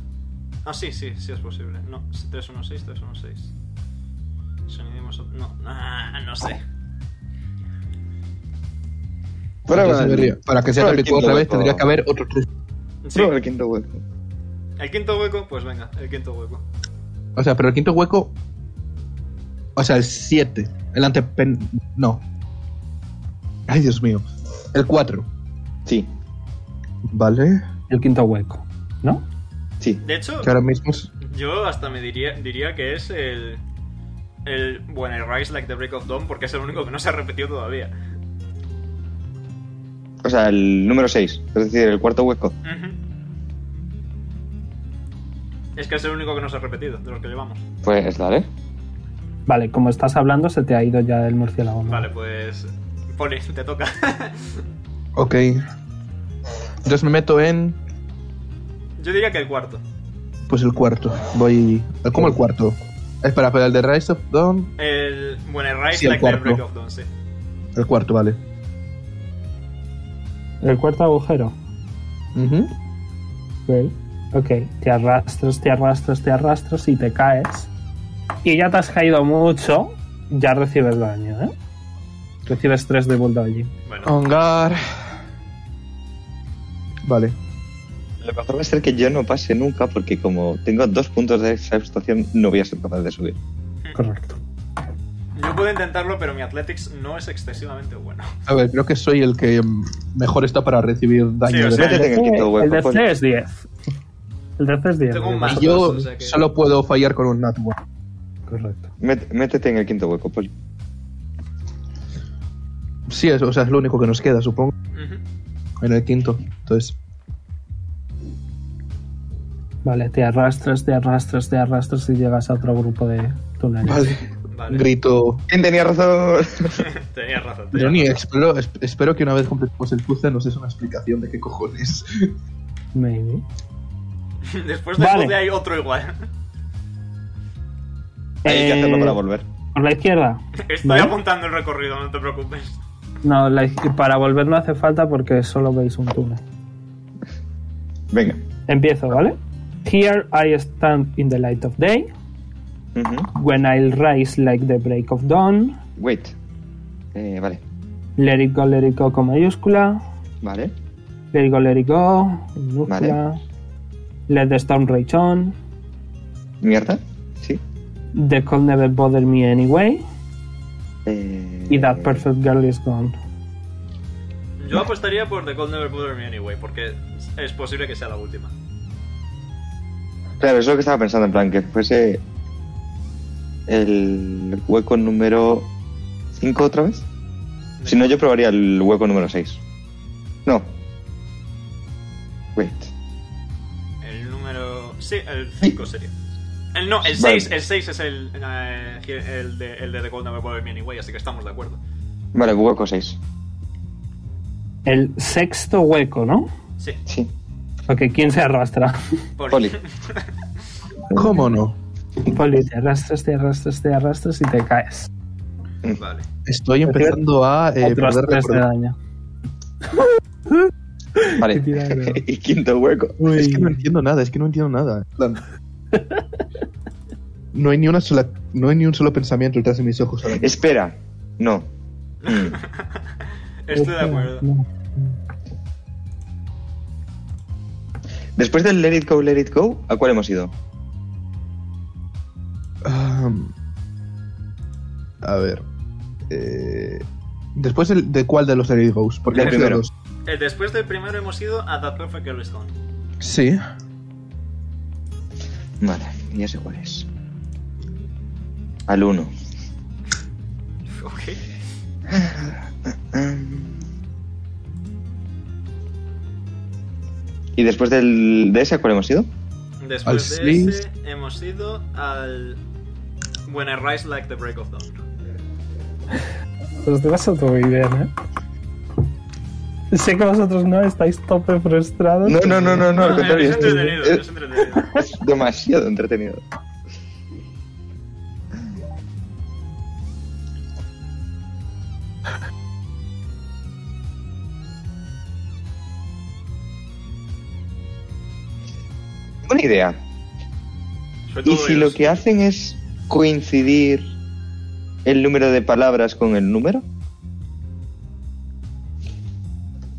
S1: Ah, sí, sí, sí es posible. No, 3, 1, 6, 3, 1, 6. Sonidimos. No, ah, no sé.
S3: Prueba
S4: Entonces
S3: el-
S4: debería- para que sea
S3: prueba el
S4: capítulo
S3: quinto
S4: otra vez,
S3: hueco.
S4: tendría que haber otro tres.
S1: Sí,
S3: Prueba el quinto hueco.
S1: el quinto hueco, pues venga, el quinto hueco.
S4: O sea, pero el quinto hueco. O sea, el 7. El antepen. No. Ay, Dios mío. El 4.
S3: Sí,
S4: Vale.
S2: El quinto hueco, ¿no?
S3: sí.
S1: De hecho,
S4: Que ahora mismo es.
S1: yo hasta me diría, diría que es el. El. Bueno, el Rise Like the Break of Dawn, porque es el único que no se ha repetido todavía.
S3: O sea, el número 6. Es decir, el cuarto hueco.
S1: Ujú. Es que es el único que no se ha repetido, de los que llevamos.
S3: Pues dale.
S2: Vale, como estás hablando, se te ha ido ya el murciélago. ¿no?
S1: Vale, pues. Poli, te toca.
S4: Ok. Entonces me meto en.
S1: yo diría que el cuarto.
S4: Pues el cuarto. Voy. ¿Cómo el cuarto? Espera, pero el de Rise of Dawn.
S1: El. Bueno, el Rise
S4: Sí, el
S1: Like the
S4: cuarto.
S1: Break of Dawn, sí.
S4: El cuarto, vale.
S2: El cuarto agujero.
S4: Ujú.
S2: Ok. Ok, te arrastras, te arrastras, te arrastras y te caes. Y ya te has caído mucho, ya recibes daño, ¿eh? Recibes 3 de bulldogging.
S1: Bueno,
S4: Ah, Ongar. Vale.
S3: Lo mejor va a ser que yo no pase nunca porque como tengo dos puntos de exhaustación no voy a ser capaz de subir.
S2: Correcto.
S1: yo puedo intentarlo, pero mi Athletics no es excesivamente bueno.
S4: A ver, creo que soy el que mm, mejor está para recibir daño.
S1: Sí, o
S4: de
S1: sea,
S4: daño.
S3: Métete en el quinto
S2: el
S3: hueco.
S2: de
S3: Poli.
S2: 3 es 10. El de 3 es 10.
S1: Tengo un más.
S4: Yo
S1: o sea que-
S4: solo puedo fallar con un Nat one.
S2: Correcto.
S3: Mét- Métete en el quinto hueco, Poli.
S4: Sí, es, o sea, es lo único que nos queda, supongo.
S1: Ujú.
S4: En el quinto. Entonces,
S2: Vale, te arrastras, te arrastras, te arrastras y llegas a otro grupo de túneles.
S4: vale.
S1: Vale.
S4: Grito.
S3: ¿Quién tenía razón?
S1: Tenías razón. tenías
S4: Pero ni
S1: razón.
S4: espero, es- espero que una vez completemos el puzzle nos des una explicación de qué cojones.
S2: Maybe.
S1: Después del
S2: Vale.
S1: puzzle hay otro igual.
S3: Hay que hacerlo
S2: Eh,
S3: para volver.
S2: Por la izquierda.
S1: Estoy
S2: ¿Vale?
S1: apuntando el recorrido, no te preocupes.
S2: No, la iz- para volver no hace falta porque solo veis un túnel.
S3: Venga.
S2: Empiezo, ¿vale? Here I stand in the light of day,
S3: Ujú.
S2: when I'll rise like the break of dawn,
S3: Wait. Eh, vale.
S2: let it go, let it go con mayúscula,
S3: Vale.
S2: let it go, let it go, con minúscula, let the storm rage on,
S3: Mierda. Sí.
S2: the cold never bothered me anyway,
S3: Eh,
S2: y that perfect girl is gone.
S1: Yo apostaría por The Cold Never Bothered Me Anyway, porque es posible que sea la última.
S3: Claro, es lo que estaba pensando, en plan, que fuese el hueco número ¿Cinco otra vez? Si no, yo probaría el hueco número 6. No. Wait.
S1: El número. Sí, el 5 sería. El, no, el 6. El 6 es el, eh, el, de, el de The Gold Never Bothered Me Anyway, así que estamos de acuerdo.
S3: Vale, hueco 6.
S6: El sexto hueco, ¿no?
S1: Sí.
S3: Sí.
S6: Ok, ¿quién se arrastra?
S1: Poli.
S3: Poli.
S4: ¿Cómo no?
S6: Poli, te arrastras, te arrastras, te arrastras y te caes.
S1: Vale.
S4: Estoy empezando a eh,
S6: Otros
S4: perder
S6: tres de
S4: reproducción.
S6: este daño.
S3: Vale.
S6: Qué tirado.
S3: y quinto hueco.
S4: Es que no entiendo nada, es que no entiendo nada. En plan, No hay ni una sola, no hay ni un solo pensamiento detrás de mis ojos ahora mismo.
S3: Espera. No. Mm.
S1: Estoy de acuerdo.
S6: No.
S3: Después del Let It Go, Let It Go, ¿a cuál hemos ido?
S4: Ahm, a ver. eh, Después del- de cuál de los Elite Goes, porque
S3: Del
S4: hemos ido a
S3: primero.
S4: dos.
S1: Eh, Después del primero hemos ido a The Perfect Girl Stone.
S4: Sí.
S3: Vale, ya sé cuál es. Al 1.
S1: Ok.
S3: ¿Y después del, de ese a cuál hemos ido?
S1: Después
S4: Al
S1: de
S4: Slings.
S1: ese hemos ido al. When I Rise Like the Break of Dawn.
S6: Los demás son muy bien, ¿eh? Sé que vosotros no estáis tope frustrados.
S3: No, no, no, no, no, al contrario.
S1: es entretenido, es
S3: Es,
S1: entretenido.
S3: es demasiado entretenido. Una idea.
S1: Sobre todo
S3: ¿Y si lo
S1: ellos.
S3: que hacen es coincidir el número de palabras con el número?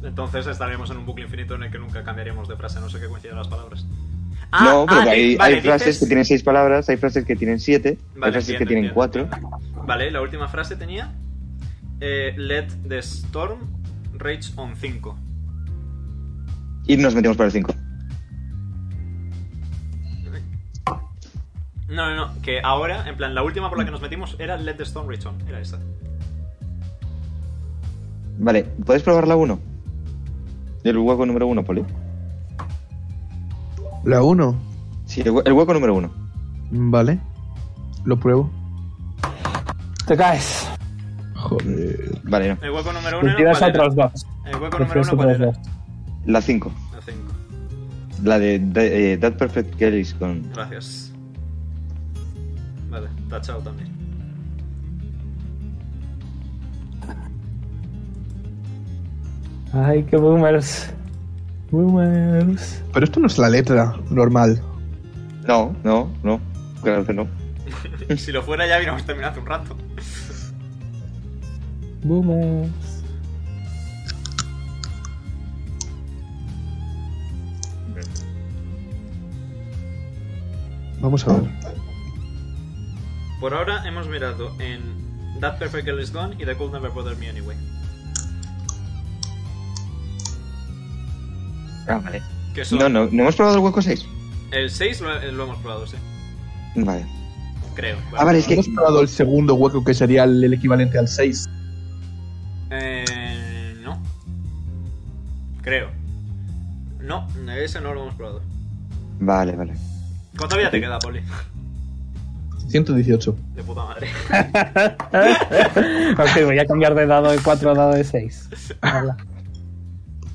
S1: Entonces estaremos en un bucle infinito en el que nunca cambiaremos de frase, a no sé qué coincidan las palabras.
S3: no, porque
S1: ah,
S3: hay,
S1: eh, vale,
S3: hay frases
S1: dices-
S3: que tienen seis palabras, hay frases que tienen siete, hay
S1: Vale,
S3: frases
S1: entiendo,
S3: que tienen
S1: entiendo,
S3: cuatro.
S1: entiendo. Vale, la última frase tenía eh, Let the storm rage on 5.
S3: Y nos metemos para el cinco.
S1: No, no, no, que ahora, en plan, la última por la que nos metimos era Let the storm rage on, era esa.
S3: Vale, ¿puedes probar la uno? El hueco número uno, Poli.
S4: La 1.
S3: Sí, el, hue- el hueco número uno.
S4: Vale. Lo pruebo.
S6: Te caes.
S4: Joder.
S3: Vale, no.
S1: El hueco número
S6: Y
S1: 1 era,
S6: Pues tiras
S1: ¿cuál era?
S6: otros dos.
S1: El hueco número
S6: Prefieres
S1: 1 cuál
S6: otros
S1: era?
S6: dos.
S3: La cinco.
S1: La 5.
S3: La de, de- eh, That Perfect Girl is Gone.
S1: Gracias. Vale, tachado también.
S6: Ay, qué boomers. Boomers.
S4: Pero esto no es la letra normal.
S3: No, no, no. Claro que no.
S1: si lo fuera ya hubiéramos terminado hace un rato.
S6: Boomers.
S4: Vamos a ver.
S1: Por ahora hemos mirado en That Perfect Girl is Gone y The Cold Never Bothered Me Anyway.
S3: Ah, vale.
S1: Que son
S3: No, no, no hemos probado el hueco seis.
S1: El 6 lo, lo hemos probado, sí.
S3: Vale.
S1: Creo.
S3: Ah, vale, es que.
S4: Hemos probado el segundo hueco que sería el, el equivalente al 6.
S1: Eh, no. Creo. No, ese no lo hemos probado.
S3: Vale, vale.
S1: ¿Cuánto vida te queda, Poli?
S4: 118.
S1: De puta madre.
S6: ok, voy a cambiar de dado de 4 a dado de 6.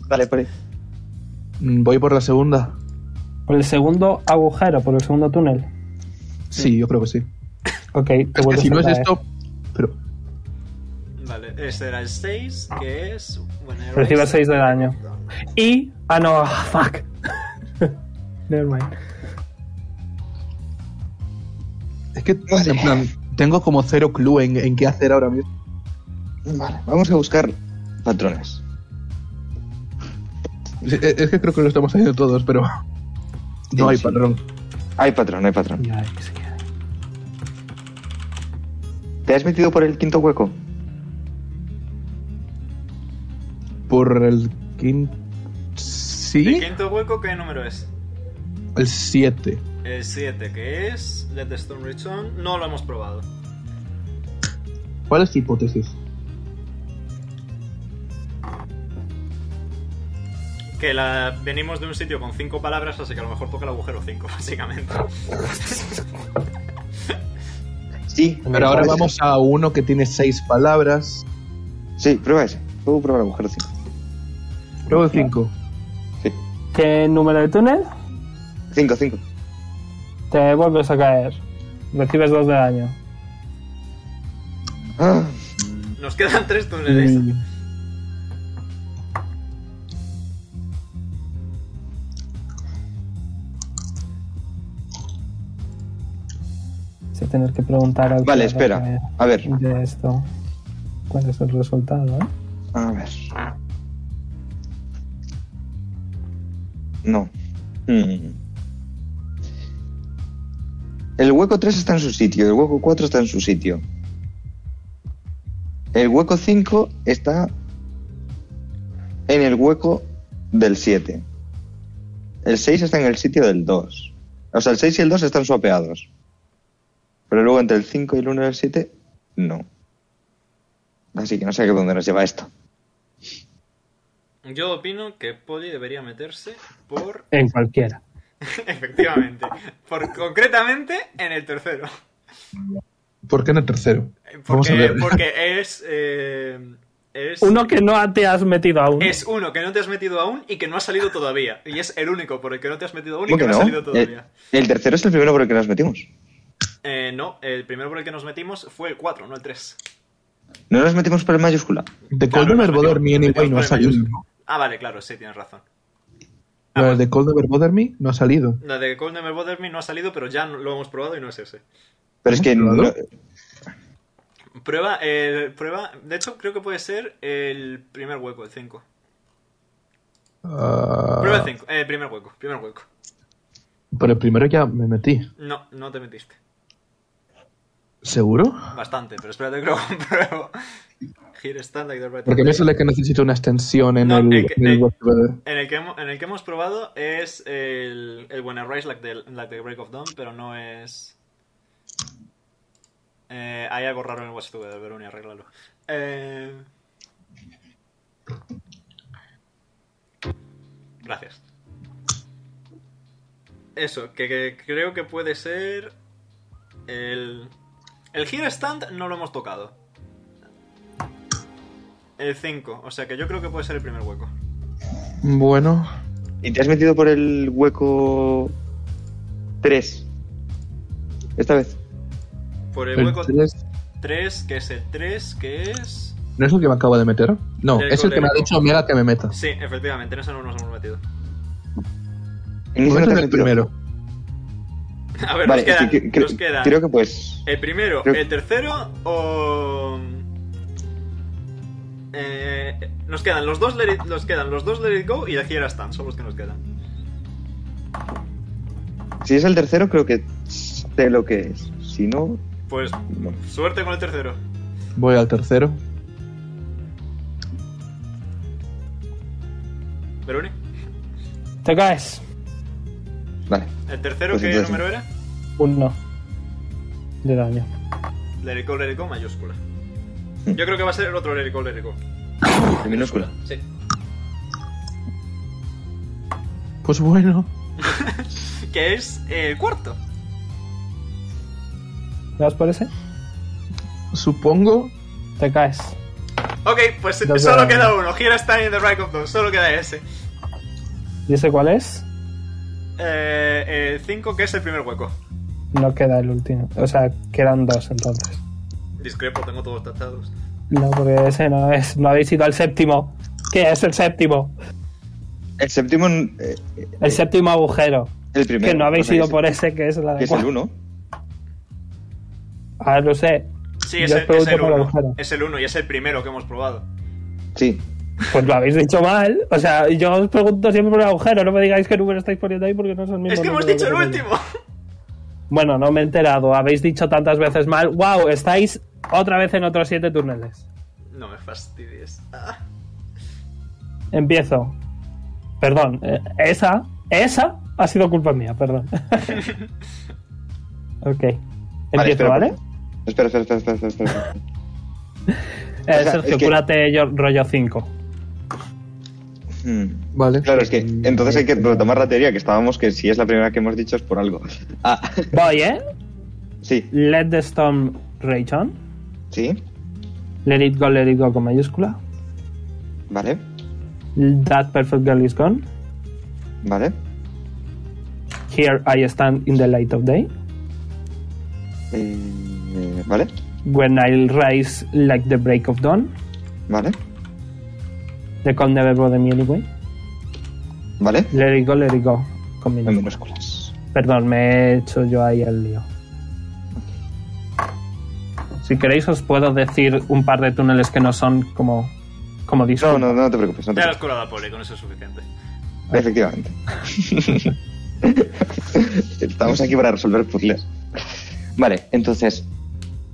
S3: Vale, Poli.
S4: Mm, Voy por la segunda.
S6: Por el segundo agujero, por el segundo túnel.
S4: Sí, yo creo que sí.
S6: Ok, te
S4: Es que
S6: vuelves
S4: si no
S6: a
S4: es
S6: caer.
S4: esto. Pero.
S1: Vale, ese era el 6, que es. Bueno, era
S6: Recibe
S1: el
S6: 6 de daño. Y. Ah, no, fuck. Never mind.
S4: Es que, en plan, tengo como cero clue en, en qué hacer ahora mismo.
S3: Vale, vamos a buscar patrones.
S4: Es, Eh, es que creo que lo estamos haciendo todos, pero. No hay
S3: Sí.
S4: patrón.
S3: Hay patrón, hay patrón.
S6: Ya, sí, ya.
S3: ¿Te has metido por el quinto hueco?
S4: Por el quinto. Sí,
S1: ¿El quinto hueco qué número es?
S4: el 7.
S1: El 7, que es. Let the Storm Reach On. No lo hemos probado.
S4: ¿Cuál es tu hipótesis?
S1: que la, venimos de un sitio con cinco palabras, así que a lo mejor toca el agujero 5, básicamente.
S3: Sí,
S4: Pero ahora vamos a uno que tiene seis palabras.
S3: Sí, prueba ese. Luego prueba el agujero 5.
S4: Luego de cinco.
S2: ¿Qué número de túnel?
S3: 5, 5.
S2: Te vuelves a caer. Recibes dos de daño.
S3: Ah.
S1: Nos quedan tres túneles.
S2: Se tener que preguntar al
S3: Vale,
S2: creador
S3: espera. A ver.
S2: de- De esto. ¿Cuál es el resultado? eh?
S3: A ver. No. Mm. El hueco 3 está en su sitio, el hueco 4 está en su sitio. El hueco 5 está en el hueco del 7. El 6 está en el sitio del 2. O sea, el 6 y el 2 están suapeados. Pero luego entre el 5 y el 1 y el 7, no. Así que no sé a qué dónde nos lleva esto.
S1: Yo opino que Polly debería meterse por.
S2: En cualquiera.
S1: Efectivamente. Por concretamente en el tercero.
S4: ¿Por qué no el tercero? Vamos a
S1: Eh, Porque,
S4: ver.
S1: porque es. eh, es
S8: Uno que no te has metido aún.
S1: Es uno que no te has metido aún y que no ha salido todavía. Y es el único por el que no te has metido aún y
S3: ¿Cómo
S1: que
S3: que
S1: no, ha salido
S3: no? Eh. El,
S1: todavía.
S3: el tercero es el primero por el que nos metimos.
S1: Eh, no, el primero por el que nos metimos fue el 4, no el 3.
S3: No nos metimos por el mayúscula.
S4: The
S1: Claro,
S4: Cold Never
S1: no,
S4: Bother Me
S1: no, no,
S4: Anyway no ha
S1: no,
S4: salido.
S1: no. Ah, vale, claro, sí, tienes razón.
S4: La de The Cold Never Bother Me no ha salido.
S1: La de Cold Never Bother Me no ha salido, pero ya lo hemos probado y no es ese.
S3: Pero es que no,
S4: Claro.
S1: Prueba, eh, prueba. De hecho, creo que puede ser el primer hueco, el 5.
S4: Ah,
S1: Prueba el 5, eh, primer hueco, primer hueco.
S4: pero primero ya me metí.
S1: No, no te metiste.
S4: ¿Seguro?
S1: Bastante, pero espérate que lo compruebo. Here stand like the right
S4: Porque me
S1: way.
S4: sale que necesito una extensión en
S1: No,
S4: el,
S1: eh,
S4: en el
S1: eh.
S4: web browser.
S1: En el, que hemos, en el que hemos probado es el, el When I Rise like the, like the Break of Dawn, pero no es... Eh, hay algo raro en el Watch Together, Veroni, arréglalo. Eh... Gracias. Eso, que, que creo que puede ser... El... El Here Stand no lo hemos tocado. El 5, o sea que yo creo que puede ser el primer hueco.
S4: Bueno,
S3: ¿Y te has metido por el hueco 3? Esta vez.
S1: Por el,
S4: el
S1: hueco
S4: tres-
S1: 3, que es el 3, que es.
S4: ¿no es el que me acabo de meter? No,
S1: El
S4: es el que me ha
S1: colérico.
S4: dicho, mira que me metas.
S1: Sí, efectivamente, en eso no nos hemos metido.
S3: En ese
S4: Momento
S3: no te has
S4: del
S3: metido.
S4: primero.
S1: A ver,
S3: Vale,
S1: nos quedan.
S3: es que cre-
S1: nos quedan
S3: creo que pues.
S1: El primero,
S3: creo-
S1: el tercero o. Eh, nos quedan los dos Let It, nos quedan los dos Let It Go y el Here Stand, son los que nos quedan.
S3: Si es el tercero, creo que sé lo que es. Si no.
S1: Pues
S3: no.
S1: suerte con el tercero.
S4: Voy al tercero.
S1: Veroni,
S2: Te caes.
S3: Vale.
S1: el tercero,
S3: Pues
S1: ¿qué
S3: entonces-
S1: número era?
S2: Uno de daño.
S1: Let It Go, Let It Go, mayúscula. Yo creo que va a ser el otro Let It Go, Let It Go.
S3: En minúscula.
S1: Sí.
S4: Pues bueno,
S1: Que es eh, el cuarto.
S2: ¿Te vas por ese?
S4: supongo.
S2: Te caes.
S1: Ok, pues
S2: Nos
S1: solo
S2: quedan-
S1: queda uno. Here Stand in the Right of Dawn, solo queda ese.
S2: ¿Y ese cuál es?
S1: Eh, el 5, que es el primer hueco.
S2: No queda el último. O sea, quedan dos entonces.
S1: Discrepo, tengo todos tachados.
S2: No, porque ese no es. No habéis ido al séptimo. ¿Qué es el séptimo?
S3: El séptimo. eh,
S2: El séptimo agujero.
S3: el primero.
S2: que no habéis
S3: o sea,
S2: ido
S3: es-
S2: por ese, que es la
S3: pues que
S2: de
S3: es el 1.
S2: Ah, lo sé.
S1: Sí,
S2: Yo
S1: es el, es
S2: pregunto
S1: el
S2: por el
S1: uno.
S2: agujero.
S1: Es el uno y es el primero que hemos probado.
S3: Sí.
S2: Pues lo habéis dicho mal. O sea, yo os pregunto siempre por el agujero. No me digáis qué número estáis poniendo ahí porque no son mis
S1: Es que hemos dicho el último.
S2: Bueno, no me he enterado. Habéis dicho tantas veces mal. ¡Wow! Estáis otra vez en otros siete túneles.
S1: No me fastidies. Ah.
S2: Empiezo. Perdón. eh, Esa. Esa ha sido culpa mía, perdón. ok. Empiezo,
S3: espera,
S2: ¿vale?
S3: Espera, espera, espera, espera. espera, espera.
S2: Eh,
S3: O sea,
S2: Sergio,
S3: es que-
S2: cúrate yo- rollo 5.
S3: Hmm.
S4: Vale. Mm,
S3: Claro, es que entonces hay que retomar la teoría que estábamos que si es la primera que hemos dicho es por algo. Ah,
S6: Voy, ¿eh?
S3: sí,
S6: Let the storm rage on.
S3: sí,
S6: Let it go, let it go con mayúscula.
S3: vale,
S6: That perfect girl is gone.
S3: vale.
S6: Here I stand in the light of day.
S3: Eh, eh, vale,
S6: When I'll rise like the break of dawn.
S3: vale,
S6: The cold never bother me anyway.
S3: vale.
S6: Let it go, let it go con
S3: En
S6: minúscula.
S3: minúsculas.
S6: Perdón, me he hecho yo ahí el lío. Si queréis os puedo decir un par de túneles que no son como como
S3: No,
S6: disco.
S3: no, no te preocupes, no te
S1: Ya lo has
S3: preocupes.
S1: colado a Poli, con eso es suficiente.
S3: Efectivamente. Estamos aquí para resolver puzzles. Vale, entonces,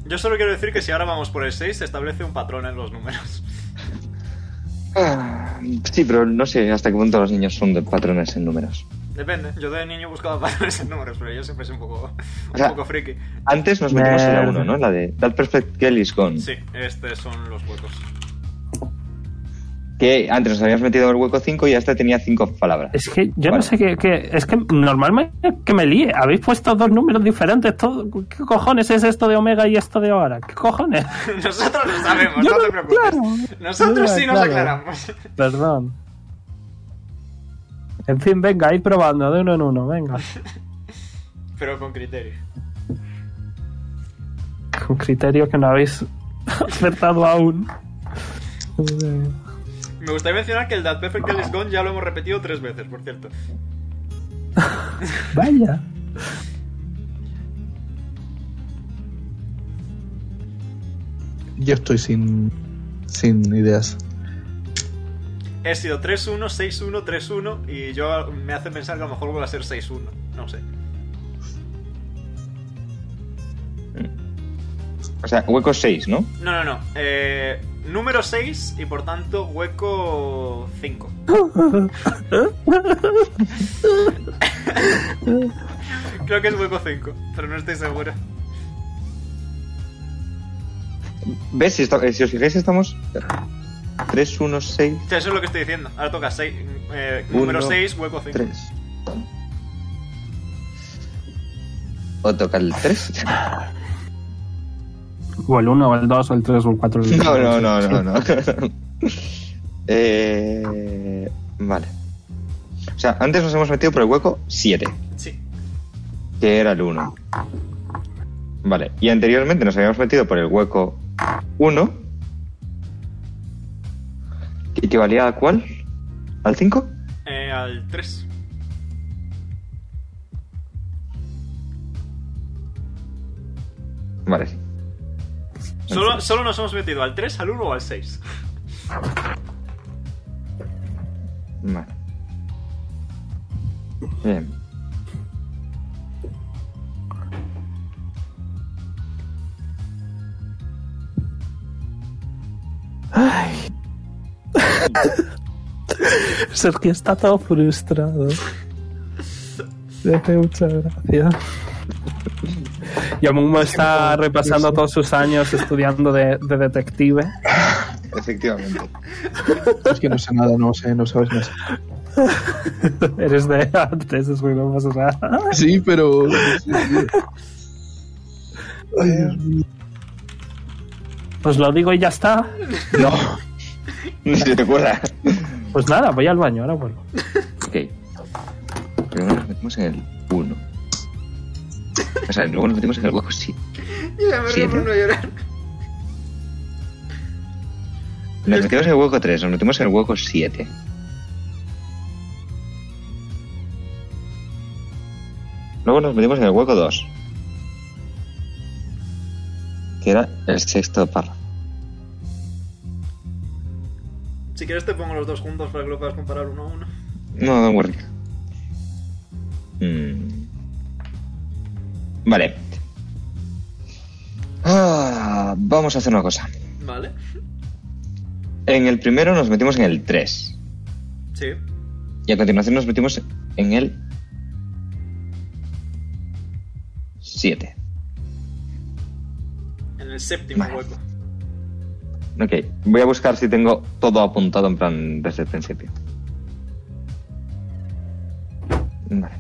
S1: Yo solo quiero decir que si ahora vamos por el 6, se establece un patrón en los números.
S3: Ah, Sí, pero no sé hasta qué punto los niños son de patrones en números.
S1: Depende, yo de niño buscaba patrones en números, pero yo siempre soy un poco,
S3: O
S1: un
S3: sea-
S1: poco friki.
S3: Antes nos metimos en la
S6: Mierda.
S3: 1, ¿no? La de That Perfect Girl is Gone.
S1: Sí, estos son los huecos.
S3: Que antes nos habíamos metido en el hueco 5 y hasta tenía 5 palabras.
S2: Es que yo
S3: Bueno.
S2: no sé qué, qué- Es que normalmente es que me líe. Habéis puesto dos números diferentes. todo- ¿Qué cojones es esto de Omega y esto de ahora? ¿Qué cojones?
S1: Nosotros lo sabemos,
S2: Yo
S1: no
S2: no-
S1: te preocupes.
S2: claro.
S1: Nosotros
S4: Yo
S1: sí
S4: no-
S1: nos
S4: claro.
S1: aclaramos.
S2: Perdón. En fin, venga, ir probando de uno en uno. Venga.
S1: Pero con criterio.
S2: Con criterio que no habéis acertado aún.
S1: Me gustaría mencionar que el That Perfect Girl is Gone ya lo hemos repetido tres veces, por cierto.
S2: Vaya.
S4: Yo estoy sin. sin ideas.
S1: He sido 3-1, 6-1, 3-1 y yo me hace pensar que a lo mejor vuelve a ser 6-1. No sé.
S3: O sea, hueco 6, ¿no?
S1: No, no, no. Eh, número 6 y por tanto hueco 5. Creo que es hueco 5, pero no estoy seguro.
S3: ¿Ves? Si, esto- eh, si os fijáis, estamos 3, 1, 6,
S1: O sea, eso es lo que estoy diciendo. Ahora toca 6, eh, número
S3: Uno,
S1: 6, hueco 5.
S3: 3. O toca el 3.
S2: O el 1, o el 2, o el 3, o el 4.
S3: No, no, no, no, no. eh, vale. O sea, antes nos hemos metido por el hueco 7,
S1: Sí.
S3: que era el 1. Vale, y anteriormente nos habíamos metido por el hueco 1, que equivalía a cuál? ¿Al 5?
S1: Eh, al 3.
S3: Vale, sí.
S1: Solo, solo nos hemos metido al 3, al 1 o al 6.
S3: Vale. Bien.
S2: Sergio está todo frustrado. Le hace mucha gracia. Y Amumo está repasando todos sus años estudiando de, de detective.
S3: Efectivamente.
S4: Es que no sé nada, no sé, no sabes nada.
S2: Eres de antes, es que no pasa nada.
S4: Sí, pero. Ay, Dios mío.
S2: Pues lo digo y ya está.
S3: No. Ni se te acuerda.
S2: Pues nada, voy al baño, ahora vuelvo.
S3: Ok. Primero nos metimos en el 1. O sea, luego nos metimos en el hueco, sí.
S1: Ya
S3: me río por no
S1: llorar.
S3: Nos metimos en el hueco 3, nos metimos en el hueco 7. Luego nos metimos en el hueco 2. Que era el sexto párrafo.
S1: Si quieres te pongo los dos juntos para que lo puedas comparar uno a uno.
S3: No, no, worry. Mm. Vale. Ah, vamos a hacer una cosa.
S1: Vale.
S3: En el primero nos metimos en el 3.
S1: Sí.
S3: Y a continuación nos metimos en el 7.
S1: En el séptimo
S3: Vale.
S1: hueco.
S3: Ok, voy a buscar si tengo todo apuntado en plan desde el principio. Vale.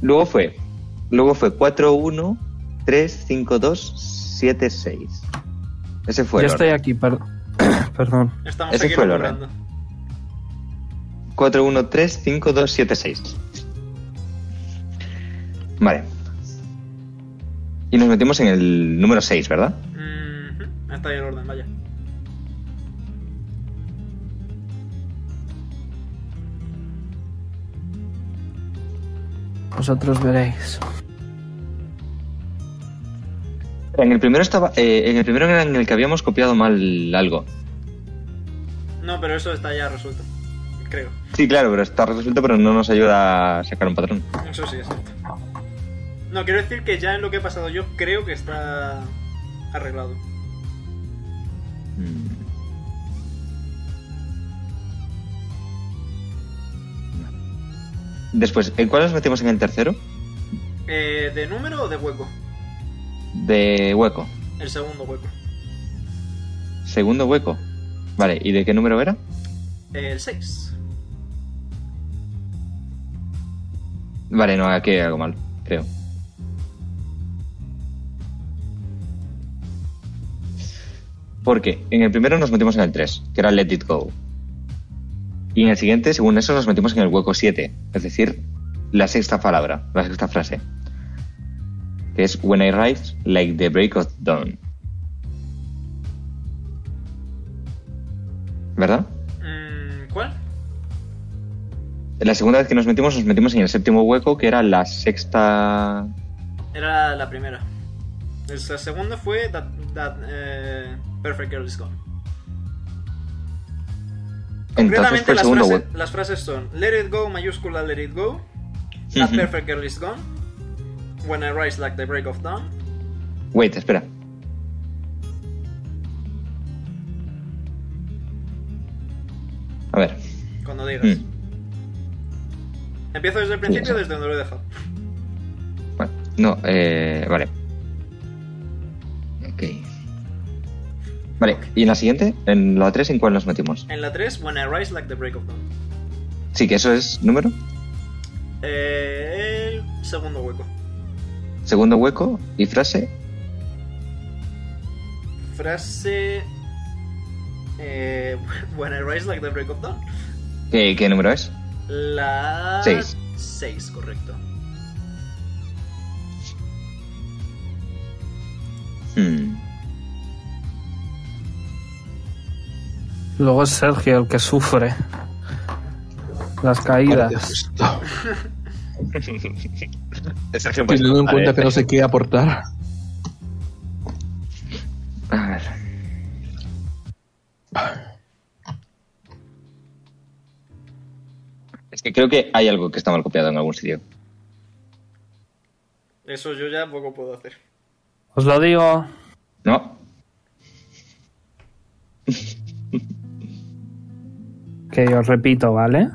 S3: Luego fue. Luego fue 4, 1, 3, 5, 2, 7, 6. Ese fue
S2: Yo
S3: el
S2: estoy
S3: orden.
S2: aquí, per- perdón.
S9: Estamos
S3: Ese
S9: aquí
S3: fue el orden.
S9: locurando.
S3: 4, 1, 3, 5, 2, 7, 6. Vale. Y nos metimos en el número 6, ¿verdad?
S9: Mhm, Está ahí el orden, vaya.
S2: Vosotros veréis.
S3: En el primero estaba. eh, en el primero era en el que habíamos copiado mal algo.
S9: No, pero eso está ya resuelto. Creo.
S3: Sí, claro, pero está resuelto, pero no nos ayuda a sacar un patrón.
S9: Eso sí, exacto. No, quiero decir que ya en lo que he pasado yo creo que está arreglado.
S3: Mm. Después, ¿en cuál nos metimos en el tercero?
S9: Eh, ¿De número o de hueco?
S3: De hueco.
S9: El segundo hueco.
S3: Segundo hueco. Vale, ¿y de qué número era?
S9: El 6.
S3: Vale, no, aquí hay algo mal, creo. Porque en el primero nos metimos en el 3, que era Let It Go. Y en el siguiente, según eso, nos metimos en el hueco 7, es decir, la sexta palabra, la sexta frase. Que es When I rise like the break of dawn. ¿Verdad?
S1: Mm,
S9: ¿Cuál?
S3: La segunda vez que nos metimos, nos metimos en el séptimo hueco, que era la sexta
S9: Era la primera. El la segunda fue that, that, eh, Perfect Girl is Gone.
S3: Entonces
S9: Concretamente
S3: fue el
S9: las
S3: segundo
S9: frases,
S3: hueco.
S9: las frases son Let it go, mayúscula, let it go. That
S3: Ujú.
S9: perfect girl is gone. When I rise like the break of dawn.
S3: Wait, espera. A ver.
S9: Cuando digas.
S3: mm,
S9: Empiezo desde el principio,
S3: Sí,
S9: desde donde lo he dejado.
S3: bueno, no, eh, vale. Ok. Vale, ¿y en la siguiente? ¿En la 3 en cuál nos metimos?
S9: En la 3, When I rise like the break of dawn.
S3: Sí, que eso es número.
S9: Eh, el segundo hueco.
S3: Segundo hueco y frase.
S9: Frase. Eh, when I rise like the break of dawn.
S3: eh, ¿Qué, qué número es?
S9: La.
S3: Seis.
S9: 6, correcto.
S3: Hmm,
S2: Luego es Sergio el que sufre las caídas.
S4: Justo. Teniendo en cuenta que no sé qué aportar.
S3: A ver. Es que creo que hay algo que está mal copiado en algún sitio.
S9: Eso yo ya poco puedo hacer.
S2: Os lo digo.
S3: No,
S2: Que os repito, ¿vale?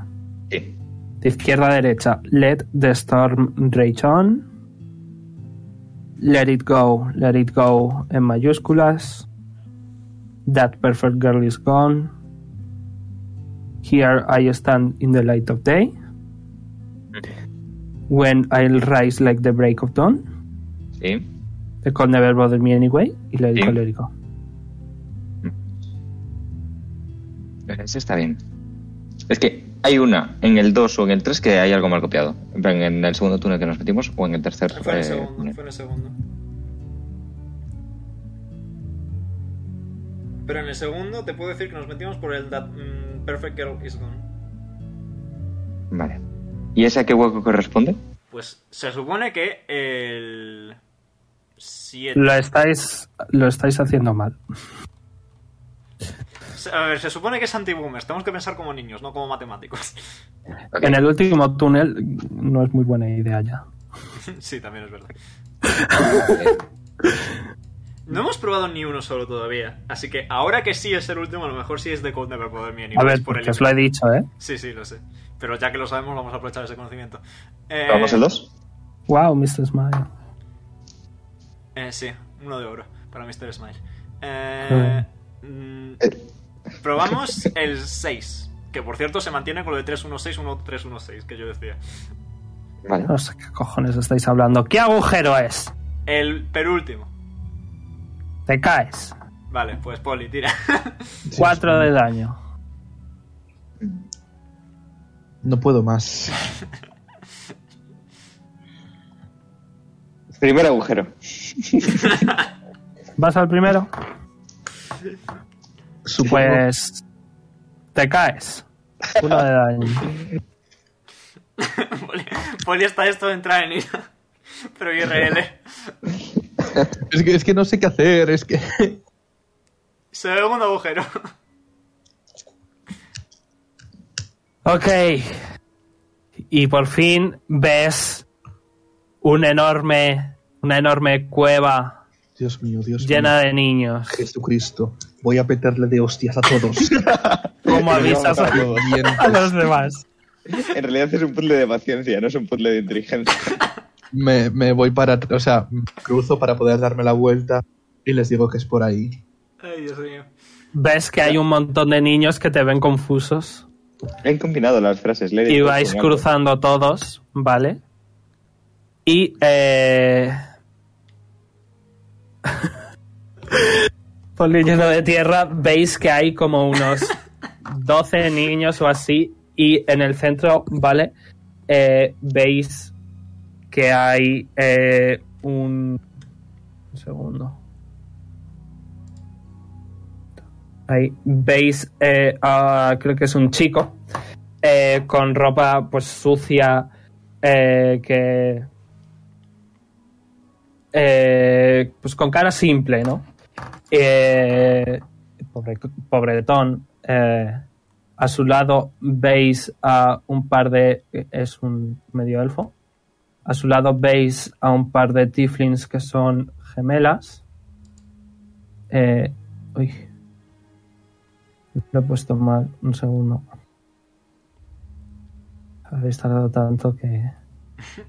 S3: Sí.
S2: De izquierda a derecha. Let the storm rage on. Let it go. Let it go en mayúsculas. That perfect girl is gone. Here I stand in the light of day. When I'll rise like the break of dawn.
S3: Sí.
S2: The cold never bothered me anyway. Y let it go,
S3: Sí.
S2: let it go.
S3: Ese está bien. Es que hay una en el 2 o en el 3 que hay algo mal copiado. En plan, en el segundo túnel que nos metimos o en el tercer.
S9: Fue en
S3: eh,
S9: el segundo,
S3: túnel.
S9: fue en el segundo. Pero en el segundo te puedo decir que nos metimos por el that, mm, Perfect Girl is Gone.
S3: Vale. ¿Y ese a qué hueco corresponde?
S9: Pues se supone que el 7.
S2: Lo estáis, lo estáis haciendo mal.
S9: A ver, se supone que es anti-boomers. Tenemos que pensar como niños, no como matemáticos.
S3: Ok.
S2: En el último túnel no es muy buena idea ya.
S9: sí, también es verdad. No hemos probado ni uno solo todavía. Así que ahora que sí es el último, a lo mejor sí es de Code Never Poder Me Anyway,
S2: A ver,
S9: es por
S2: porque
S9: el
S2: os lo he dicho, ¿eh?
S9: Sí, sí, lo sé. Pero ya que lo sabemos, vamos a aprovechar ese conocimiento. Eh,
S3: ¿Vamos el 2?
S2: Wow, Mr. Smile.
S9: Eh, sí, uno de oro para Mr. Smile. Eh, mm, probamos el 6, que por cierto se mantiene con lo de 316, 1316 que yo decía.
S3: Vale.
S2: No sé qué cojones estáis hablando. ¿Qué agujero es?
S1: El penúltimo.
S2: Te caes.
S1: Vale, pues Poli, tira.
S2: Cuatro de daño.
S4: No puedo más.
S3: Primer agujero.
S2: ¿Vas al primero?
S4: Supongo.
S2: Pues. Te caes. Uno de daño.
S1: Poli, Poli está esto de entrar en ira. Pero IRL.
S4: Es, que, es que no sé qué hacer. Es que.
S1: Segundo agujero.
S2: Ok. Y por fin ves un enorme, una enorme cueva
S4: Dios mío, Dios mío.
S2: llena de niños.
S4: Jesucristo. Voy a petarle de hostias a todos.
S2: Como avisas a,
S4: Bien.
S2: a los demás.
S3: En realidad es un puzzle de paciencia, no es un puzzle de inteligencia.
S4: me, me voy para. at- O sea, cruzo para poder darme la vuelta y les digo que es por ahí.
S1: Ay, Dios mío.
S2: Ves que hay un montón de niños que te ven confusos
S3: He combinado las frases, le he
S2: y
S3: dicho
S2: vais
S3: como algo.
S2: cruzando todos, ¿vale? Y eh... por lo lleno de tierra veis que hay como unos 12 niños o así y en el centro, ¿vale? Eh, veis que hay eh, un... un segundo. Ahí veis, eh, a- creo que es un chico, eh, con ropa pues sucia eh, que eh, pues con cara simple no Eh, pobre, pobretón eh, a su lado veis a un par de es un medio elfo a su lado veis a un par de tieflings que son gemelas Eh, uy lo he puesto mal un segundo habéis tardado tanto que.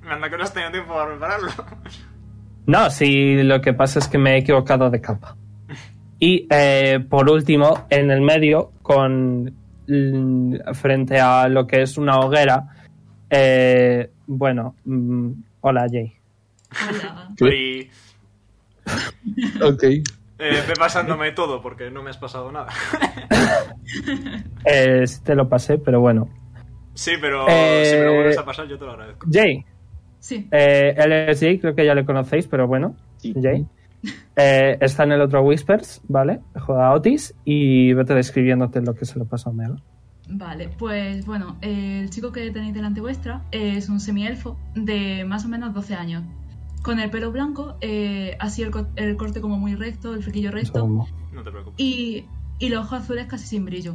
S1: Me anda que no has tenido tiempo para prepararlo.
S2: No, sí, lo que pasa es que me he equivocado de capa. Y eh, por último, en el medio, con mm, frente a lo que es una hoguera, eh, bueno, mm, hola Jay.
S10: Hola.
S4: ¿Qué?
S1: Y
S4: Ok.
S1: eh, ve pasándome todo porque no me has pasado nada.
S2: Eh, sí te lo pasé, pero bueno.
S1: Sí, pero
S2: Eh,
S1: si me lo vuelves a pasar, yo te lo agradezco.
S2: Jay,
S10: Sí.
S2: eh, él es Jay, creo que ya le conocéis, pero bueno.
S3: Sí.
S2: Jay. Eh, está en el otro Whispers, ¿vale? Juega a Otis y vete describiéndote lo que se lo pasa a Mel.
S10: Vale, pues bueno, eh, el chico que tenéis delante vuestra es un semielfo de más o menos 12 años. Con el pelo blanco, eh, así el, co- el corte como muy recto, el flequillo
S2: Un
S10: recto.
S2: segundo.
S1: No te preocupes.
S10: Y, y los ojos azules casi sin brillo.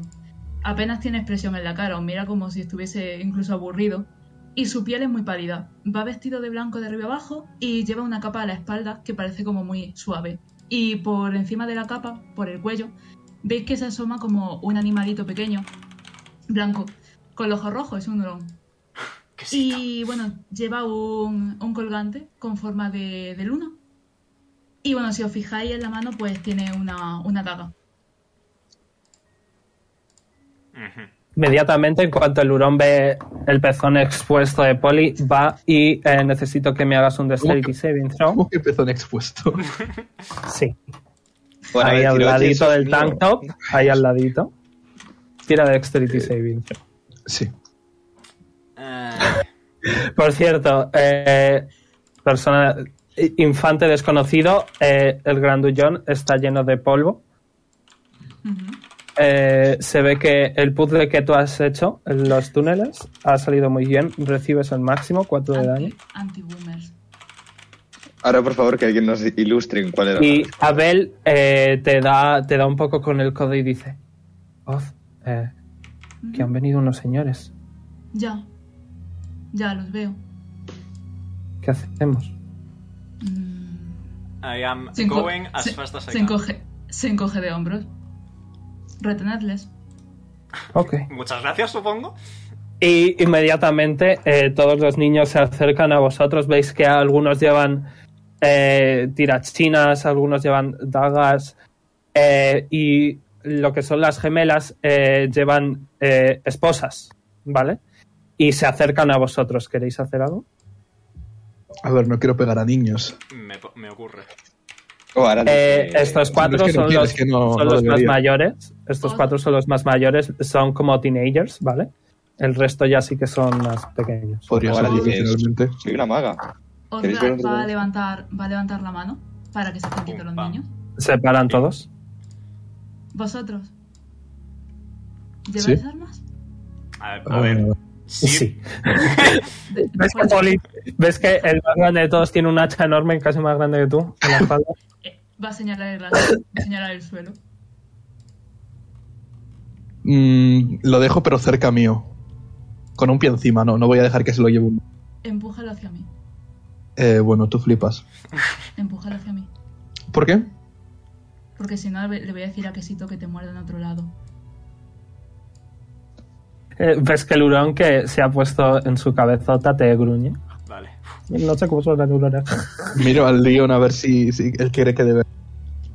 S10: Apenas tiene expresión en la cara, os mira como si estuviese incluso aburrido. Y su piel es muy pálida. Va vestido de blanco de arriba abajo y lleva una capa a la espalda que parece como muy suave. Y por encima de la capa, por el cuello, veis que se asoma como un animalito pequeño, blanco, con los ojos rojos, es un hurón.
S1: Que sí.
S10: Y bueno, lleva un, un colgante con forma de, de luna. Y bueno, si os fijáis en la mano, pues tiene una, una daga.
S1: Ujú.
S2: Inmediatamente, en cuanto el hurón ve el pezón expuesto de Poli, va y eh, necesito que me hagas un Dexterity Saving Throw.
S4: ¿Cómo que pezón expuesto?
S2: Sí.
S3: Bueno,
S2: ahí
S3: decir,
S2: al
S3: oye,
S2: ladito
S3: eso es
S2: del
S3: mío.
S2: tank top, ahí al ladito. Tira Dexterity Saving Throw.
S4: Sí.
S1: Ah,
S2: Por cierto, eh, persona, eh, infante desconocido, eh, el grandullón está lleno de polvo.
S10: Ujú.
S2: Eh, se ve que el puzzle que tú has hecho en los túneles ha salido muy bien. Recibes el máximo, 4 de daño.
S10: Anti- Anti-boomers.
S3: Ahora, por favor, que alguien nos ilustre en cuál era.
S2: Y Abel eh, te, da, te da un poco con el codo y dice: Oz, eh, que han venido unos señores.
S10: Ya. Ya los veo.
S2: ¿Qué hacemos?
S10: Mm,
S1: I am
S10: Se, enco-
S1: going as
S10: se-
S1: fast as I
S10: se
S1: can.
S10: encoge, se encoge de hombros. Retenedles.
S2: Ok.
S1: Muchas gracias, supongo.
S2: Y inmediatamente eh, todos los niños se acercan a vosotros. Veis que algunos llevan eh, tirachinas, algunos llevan dagas. eh, y lo que son las gemelas eh, llevan eh, esposas, ¿vale? Y se acercan a vosotros. ¿Queréis hacer algo?
S4: A ver, no quiero pegar a niños.
S1: Me, po- me ocurre.
S3: Oh, ahora
S2: Eh,
S3: dice-
S2: estos cuatro
S4: no, es que no
S2: son
S4: quiero,
S2: los,
S4: es que no-
S2: son
S4: no
S2: los más
S4: debería.
S2: mayores. Estos
S10: Ah.
S2: cuatro son los más mayores. Son como teenagers, ¿vale? El resto ya sí que son más pequeños.
S4: Podría
S3: Ahora
S4: ser yo,
S3: dices-
S4: finalmente.
S3: Soy una maga. ¿Queréis ver
S10: Ozdra
S3: un
S10: va a
S3: reloj?
S10: levantar, va a levantar la mano para que se estén quietos los
S1: Pum, pam.
S10: niños.
S2: ¿Se paran todos?
S10: ¿Vosotros? ¿Lleváis
S4: Sí.
S10: armas?
S1: A ver, a
S4: Ah,
S1: ver, sí.
S2: ¿Ves que, Poli- ves que el más grande de todos tiene un hacha enorme, casi más grande que tú, en la espalda?
S10: Eh, Va a señalar el rato, va a señalar el suelo.
S4: mm, lo dejo, pero cerca mío. Con un pie encima, no, no voy a dejar que se lo lleve uno.
S10: Empújalo hacia mí.
S4: Eh, bueno, tú flipas.
S10: Empújalo hacia mí.
S4: ¿Por qué?
S10: Porque si no, le le voy a decir a Quesito que te muerda en otro lado.
S2: Eh, ¿Ves que el hurón que se ha puesto en su cabezota te gruñe?
S1: Vale.
S2: No sé cómo suena el hurón.
S4: Miro al Leon a ver si, si él quiere que debe.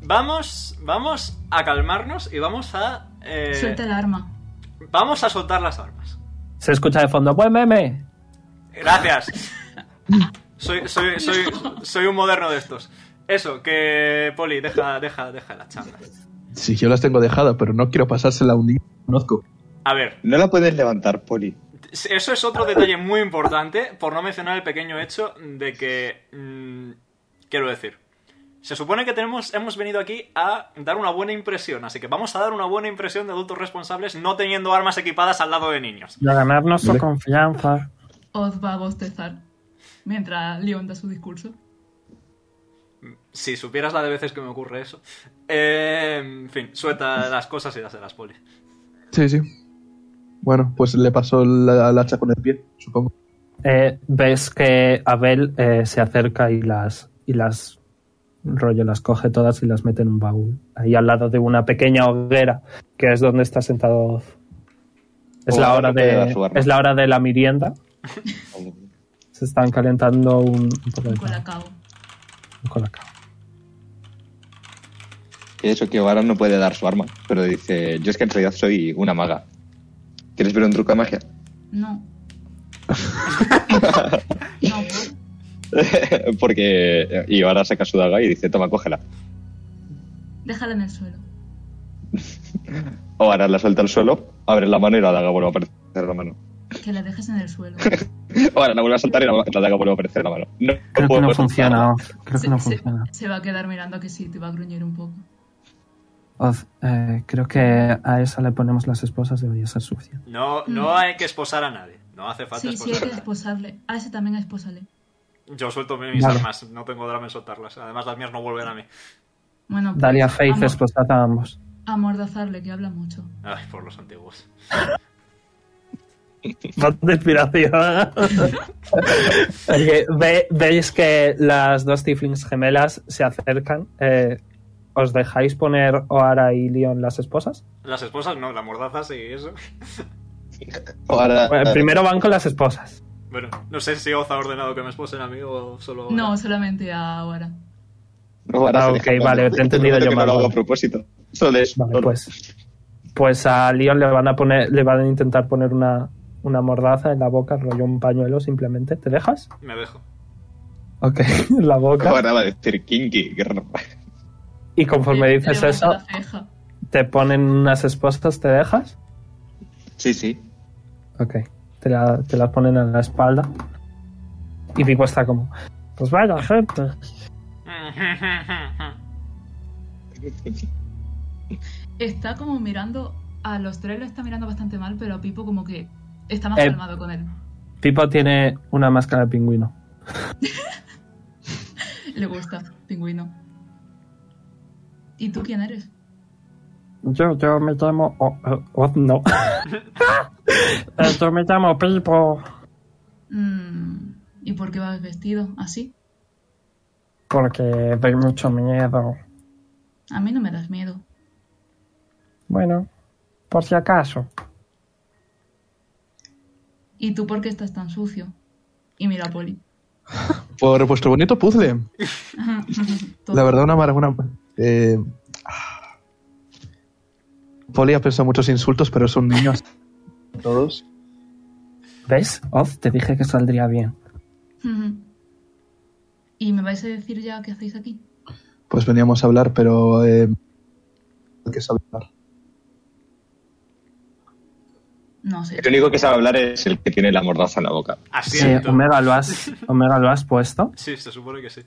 S1: Vamos, vamos a calmarnos y vamos a. eh,
S10: Suelta el arma.
S1: vamos a soltar las armas.
S2: Se escucha de fondo, ¡buen meme!
S1: Gracias. Soy, soy, soy, soy un moderno de estos. Eso, que Poli, deja, deja, deja la charla.
S4: Si yo las tengo dejada, pero no quiero pasársela a un niño que conozco.
S1: A ver,
S3: No la puedes levantar, Poli.
S1: eso es otro detalle muy importante, por no mencionar el pequeño hecho de que. mm, quiero decir. Se supone que tenemos, hemos venido aquí a dar una buena impresión, así que vamos a dar una buena impresión de adultos responsables no teniendo armas equipadas al lado de niños.
S2: Y a ganarnos su
S4: Vale.
S2: confianza.
S10: Oz va a bostezar mientras Leon da su discurso.
S1: Si supieras la de veces que me ocurre eso. Eh, en fin, suelta las cosas y las de las Poli.
S4: Sí, sí. Bueno, pues le pasó la, la hacha con el pie, supongo.
S2: Eh, ves que Abel eh, se acerca y las, y las rollo, las coge todas y las mete en un baúl. Ahí al lado de una pequeña hoguera, que es donde está sentado. Oz. Es
S3: Oh,
S2: la
S3: no
S2: hora
S3: puede dar
S2: de
S3: su arma.
S2: es la hora de la merienda. Se están calentando un, un poco de
S10: Un colacao.
S2: un colacao.
S3: Eso que ahora no puede dar su arma, pero dice, yo es que en realidad soy una maga. ¿Quieres ver un truco de magia?
S10: No. no, pues.
S3: Porque y ahora saca su daga y dice, toma, cógela.
S10: Déjala en el suelo.
S3: O ahora la suelta al suelo, abre la mano y la daga vuelve a aparecer en la mano.
S10: Que la dejes en el suelo.
S3: O ahora la vuelve a soltar y la, la daga vuelve a aparecer en la mano. No,
S2: Creo que
S3: puedo
S2: no
S3: soltar.
S2: funciona. Oz. Creo que
S10: Se,
S2: no
S10: se-
S2: funciona.
S10: se va a quedar mirando a que sí, te va a gruñir un poco.
S2: Oz, eh, creo que a esa le ponemos las esposas, debería ser suficiente.
S1: No, no hay que esposar a nadie. No hace
S9: Ah,
S1: falta
S10: Sí, sí,
S1: esposar
S10: hay que
S1: a nadie.
S10: esposarle. A ese también espósale.
S1: Yo suelto mis
S2: Vale.
S1: armas, no tengo drama en soltarlas. Además, las mías no vuelven a mí.
S10: Bueno, pues,
S2: Dalia Faith,
S10: amo-
S2: esposad a ambos.
S10: amordazarle, que habla mucho.
S1: Ay, por los antiguos.
S2: Falta de inspiración. Oye, ve- veis que las dos tieflings gemelas se acercan. eh, ¿Os dejáis poner Oara y Leon las esposas?
S1: Las esposas no, las mordazas y eso.
S3: O ahora,
S2: Bueno, primero van con las esposas.
S1: Bueno, no sé si Oz ha ordenado que me esposen a mí o solo.
S10: No, solamente ahora.
S3: o ahora
S2: Ah,
S3: se
S2: ok,
S3: deja-
S2: vale, te he entendido
S3: que
S2: yo
S3: no
S2: mal,
S3: lo hago
S2: vale.
S3: a propósito. Solo es-
S2: Vale, pues. Pues a Leon le van a poner, le van a intentar poner una, una mordaza en la boca, rollo un pañuelo simplemente. ¿Te dejas?
S1: Me dejo.
S2: Ok, en la boca.
S3: Ahora va a decir kinky. que raro.
S2: Y conforme
S10: Le-
S2: dices
S10: levanta
S2: eso,
S10: la ceja.
S2: te ponen unas esposas, ¿te dejas?
S3: Sí, sí.
S2: Ok. Te la, te la ponen en la espalda. Y Pipo está como. Pues vaya, gente.
S10: Está como mirando. A los tres lo está mirando bastante mal, pero a Pipo como que está más
S2: Eh,
S10: calmado con él.
S2: Pipo tiene una máscara de pingüino.
S10: Le gusta, pingüino. ¿Y tú quién eres?
S2: Yo, yo me llamo. oh, oh, oh, no. Eh, yo me llamo Pipo.
S10: Mm, ¿Y por qué vas vestido así?
S2: Porque doy mucho miedo.
S10: A mí no me das miedo.
S2: Bueno, por si acaso.
S10: ¿Y tú por qué estás tan sucio? Y mira, a Poli.
S4: Por vuestro bonito puzzle.
S10: Todo.
S4: La verdad, una maravilla. Eh, ah. Poli ha pensado muchos insultos, pero es un niño. así.
S2: ¿Ves? Oz, te dije que saldría bien.
S10: ¿Y me vais a decir ya qué hacéis aquí?
S4: Pues veníamos a hablar, pero. Eh, hay que saber hablar.
S10: No sé.
S3: El único que sabe hablar es el que tiene la mordaza en la boca.
S2: Eh,
S1: Asiento.
S2: Omega, ¿lo has, Omega, ¿lo has puesto?
S1: Sí, se supone que sí.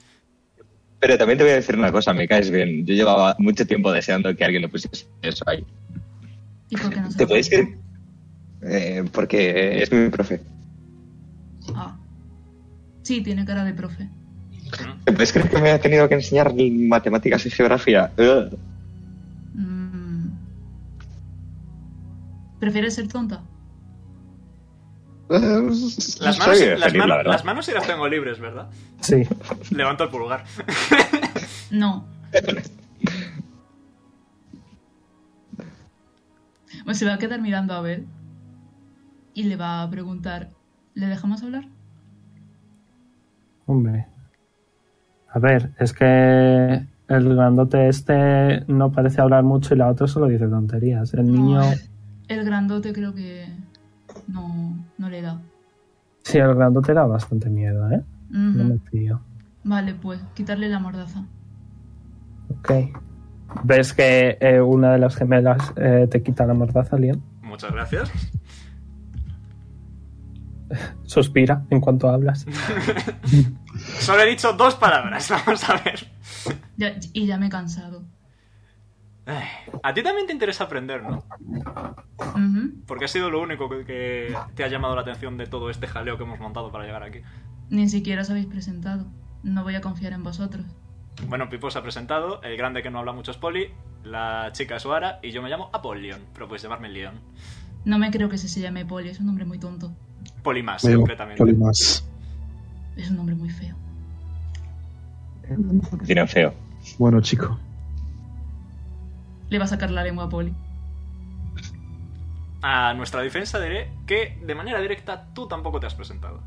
S3: Pero también te voy a decir una cosa, me caes bien. Yo llevaba mucho tiempo deseando que alguien le pusiese eso ahí.
S10: ¿Y por qué no se
S3: ¿Te
S10: lo
S3: podéis
S10: digo?
S3: ir? Eh, porque es mi profe.
S10: Ah. Sí, tiene cara de profe.
S3: ¿Te puedes creer que me ha tenido que enseñar matemáticas y geografía? Ugh.
S10: Mm. ¿Prefieres ser tonta?
S1: Las
S3: Soy
S1: manos, las
S3: feliz,
S1: man-
S3: la verdad.
S1: las manos sí las tengo libres, ¿verdad?
S2: Sí.
S1: Levanto el pulgar.
S10: No. Pues se va a quedar mirando a Abel y le va a preguntar, ¿le dejamos hablar?
S2: Hombre. A ver, es que el grandote este no parece hablar mucho y la otra solo dice tonterías. El niño.
S10: No, el grandote creo que no, no le da.
S2: Sí, el grandote da bastante miedo, ¿eh?
S10: Ujú.
S2: No me fío.
S10: Vale, pues quitarle la mordaza.
S2: Ok. ¿Ves que eh, una de las gemelas eh, te quita la mordaza, Leon?
S1: Muchas gracias.
S2: Suspira en cuanto hablas.
S1: Solo he dicho dos palabras, vamos a ver.
S10: Ya- y ya me he cansado.
S1: Ay, A ti también te interesa aprender, ¿no?
S10: Ujú.
S1: Porque ha sido lo único que- que te ha llamado la atención de todo este jaleo que hemos montado para llegar aquí.
S10: Ni siquiera os habéis presentado. No voy a confiar en vosotros.
S1: Bueno, Pipo se ha presentado, el grande que no habla mucho es Poli, la chica es Oara y yo me llamo Apolion, pero puedes llamarme Leon.
S10: No me creo que se, se llame Poli, es un nombre muy tonto.
S1: Poli más,
S4: Me llamo
S1: concretamente.
S4: Poli más.
S10: Es un nombre muy feo.
S3: Tiene feo.
S4: Bueno, chico.
S10: Le va a sacar la lengua a Poli.
S1: A nuestra defensa diré que de manera directa tú tampoco te has presentado.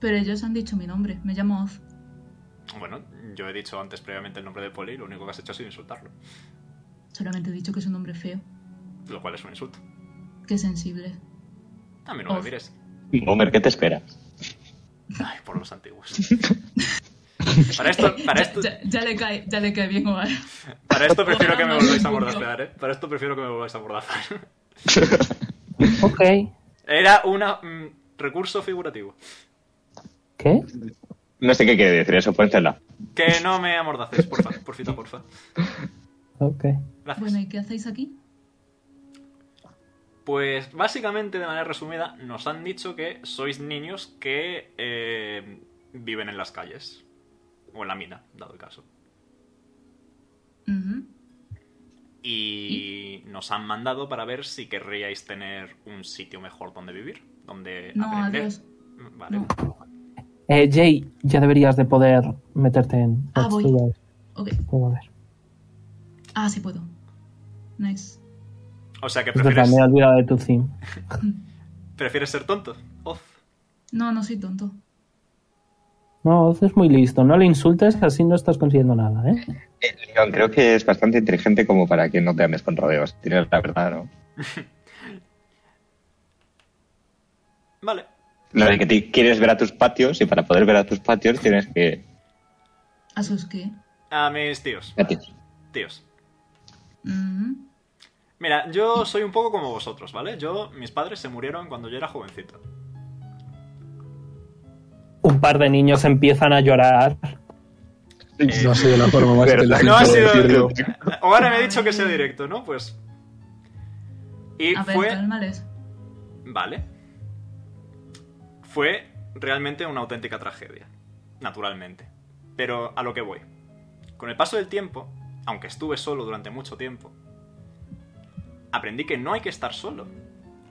S10: Pero ellos han dicho mi nombre, me llamo Oz.
S1: Bueno, yo he dicho antes previamente el nombre de Poli y lo único que has hecho ha sido insultarlo,
S10: Solamente he dicho que es un nombre feo.
S1: lo cual es un insulto.
S10: Qué sensible.
S1: A mí no me
S10: Of.
S1: mires.
S3: Homer, ¿qué te espera?
S1: Ay, por los antiguos. Para esto, para esto,
S10: Ya, ya- ya le cae, ya le cae bien Oar.
S1: para esto prefiero que me volváis a
S10: Ojalá no.
S1: mordacear, ¿eh? Para esto prefiero que me volváis a mordazar.
S2: Ok.
S1: Era un recurso figurativo.
S2: ¿Qué?
S3: No sé qué quiere decir eso, pónsela.
S1: Que no me amordaces, porfa, porfita, porfa.
S2: Ok.
S1: Gracias.
S10: Bueno, ¿y qué hacéis aquí?
S1: Pues básicamente, de manera resumida, nos han dicho que sois niños que eh, viven en las calles. O en la mina, dado el caso.
S10: Ujú.
S1: Y nos han mandado para ver si querríais tener un sitio mejor donde vivir. Donde
S10: No,
S1: aprender.
S10: adiós.
S1: Mm, Vale.
S10: No.
S2: Eh, Jay, ya deberías de poder meterte en.
S10: Ah, voy.
S2: Tú ves,
S10: Ok.
S2: tú ves.
S10: Ah, sí puedo. Nice.
S1: O sea que
S2: Es verdad,
S1: prefieres,
S2: Pues me he olvidado de tu theme.
S1: prefieres ser tonto. Oz.
S10: No, no soy tonto.
S2: No, Oz es muy listo. No le insultes, así no estás consiguiendo nada, ¿eh?
S3: Eh, Leon, creo que es bastante inteligente como para que no te andes con rodeos. Tienes la verdad, ¿no?
S1: Vale.
S3: Lo de que te quieres ver a tus patios y para poder ver a tus patios tienes que...
S10: ¿A sus Ah, qué?
S1: A mis tíos.
S3: Patios.
S1: Tíos.
S10: Ujú.
S1: Mira, yo soy un poco como vosotros, ¿vale? Yo, mis padres se murieron cuando yo era jovencito.
S2: Un par de niños empiezan a llorar.
S4: No ha sido la forma más
S3: Pero
S4: elegante
S1: Eh, No ha
S4: de
S1: sido.
S4: decirlo.
S1: Ahora me he dicho que sea directo, ¿no? Pues. Y
S10: A ver,
S1: fue.
S10: cálmales.
S1: Vale. Fue realmente una auténtica tragedia. Naturalmente. Pero a lo que voy. Con el paso del tiempo, aunque estuve solo durante mucho tiempo, aprendí que no hay que estar solo.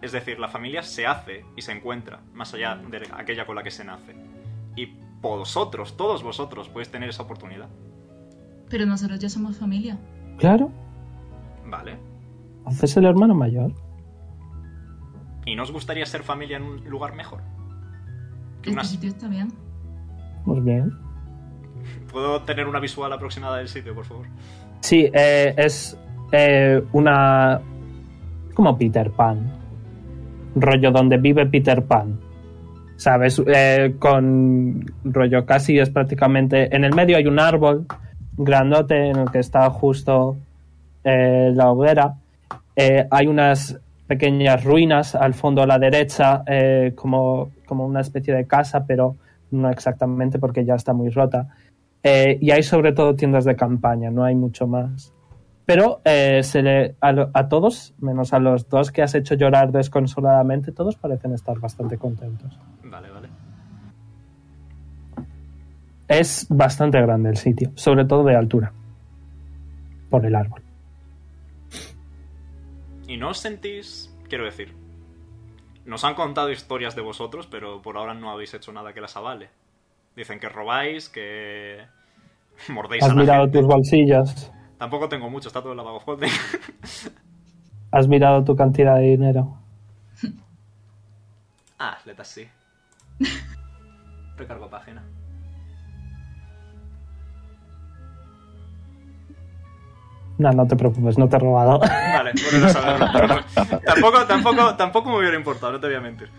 S1: Es decir, la familia se hace y se encuentra, más allá de aquella con la que se nace. Y vosotros, todos vosotros, podéis tener esa oportunidad.
S10: Pero nosotros ya somos familia.
S2: Claro,
S1: Vale.
S2: Oz es el hermano mayor.
S1: ¿Y no os gustaría ser familia en un lugar mejor? Que
S10: Este
S1: una-
S10: sitio está bien.
S2: Pues bien.
S1: ¿Puedo tener una visual aproximada del sitio, por favor?
S2: Sí, eh, es eh, una... Como Peter Pan. Rollo donde vive Peter Pan. ¿sabes? Eh, con rollo casi es prácticamente... En el medio hay un árbol grandote en el que está justo eh, la hoguera. Eh, hay unas pequeñas ruinas al fondo a la derecha, eh, como, como una especie de casa, pero no exactamente porque ya está muy rota. Eh, y hay sobre todo tiendas de campaña, no hay mucho más. Pero eh, se le, a, lo- a todos, menos a los dos que has hecho llorar desconsoladamente, todos parecen estar bastante contentos.
S1: Vale, vale.
S2: Es bastante grande el sitio, sobre todo de altura, por el árbol.
S1: Y no os sentís, quiero decir, nos han contado historias de vosotros, pero por ahora no habéis hecho nada que las avale. Dicen que robáis, que mordéis a
S2: Has
S1: la
S2: mirado
S1: gente.
S2: tus bolsillos,
S1: Tampoco tengo mucho, está todo el lavabo joder.
S2: has mirado tu cantidad de dinero.
S1: ah, letas sí. Recargo página.
S2: No, no te preocupes, no te he robado.
S1: Vale, bueno, no sabemos. tampoco, tampoco, tampoco me hubiera importado, no te voy a mentir.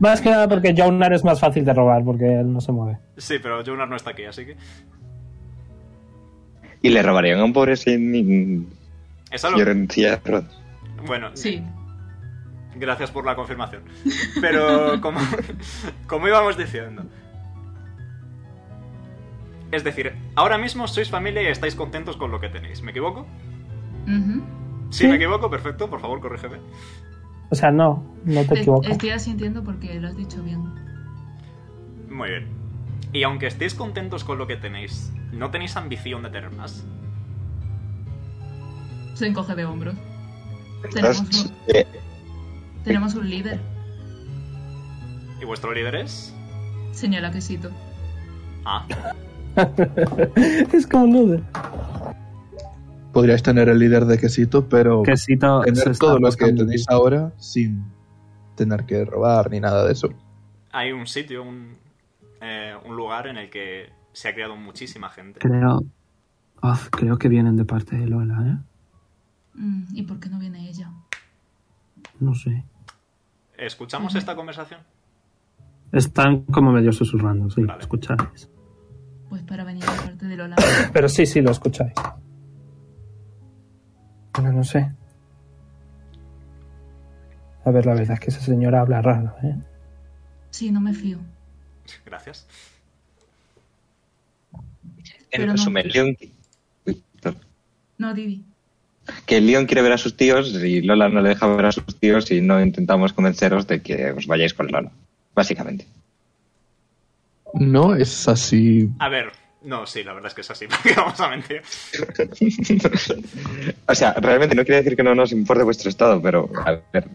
S2: Más que nada porque Jonar es más fácil de robar porque él no se mueve.
S1: Sí, pero Jonar no está aquí, así que.
S3: Y le robarían a un pobre sin
S1: Es algo.
S3: sin silla de ruedas.
S1: Bueno,
S10: Sí,
S1: Gracias por la confirmación. Pero como, como íbamos diciendo. Es decir, ahora mismo sois familia y estáis contentos con lo que tenéis. ¿Me equivoco?
S10: Ujú.
S1: Si me equivoco, perfecto, por favor, corrígeme.
S2: O sea, no, no te
S10: Es-
S2: equivocas.
S10: Estoy asintiendo porque lo has dicho bien.
S1: Muy bien. Y aunque estéis contentos con lo que tenéis, ¿no tenéis ambición de tener más?
S10: Se encoge de hombros. Tenemos un,
S3: Eh,
S10: tenemos un líder,
S1: ¿Y vuestro líder es?
S10: señala quesito.
S1: Ah,
S2: es como un nude.
S4: Podrías tener el líder de quesito, pero
S11: Quesito se
S4: tener
S11: está
S4: todo lo que
S11: buscando-
S4: tenéis ahora sin tener que robar ni nada de eso.
S1: hay un sitio, un, eh, un lugar en el que se ha creado muchísima gente.
S11: Creo, Oh, creo que vienen de parte de Lola, ¿eh?
S10: Mm, ¿Y por qué no viene ella?
S11: No sé.
S1: ¿Escuchamos esta conversación?
S11: Están como medio susurrando, sí,
S1: Vale.
S11: escucháis.
S10: Pues para venir de parte de Lola.
S2: Pero sí, sí, lo escucháis. Bueno, no sé. A ver, la verdad es que esa señora habla raro, ¿eh?
S10: Sí, no me fío.
S1: Gracias.
S3: En
S10: Pero no.
S3: resumen, Leon- Uy, perdón.
S10: No, Didi.
S3: que Leon quiere ver a sus tíos y Lola no le deja ver a sus tíos y no intentamos convenceros de que os vayáis con Lola, básicamente.
S4: No es así.
S1: A ver, no, sí, la verdad es que es así, porque vamos a mentir.
S3: o sea, realmente no quiere decir que no nos importe vuestro estado, pero a ver,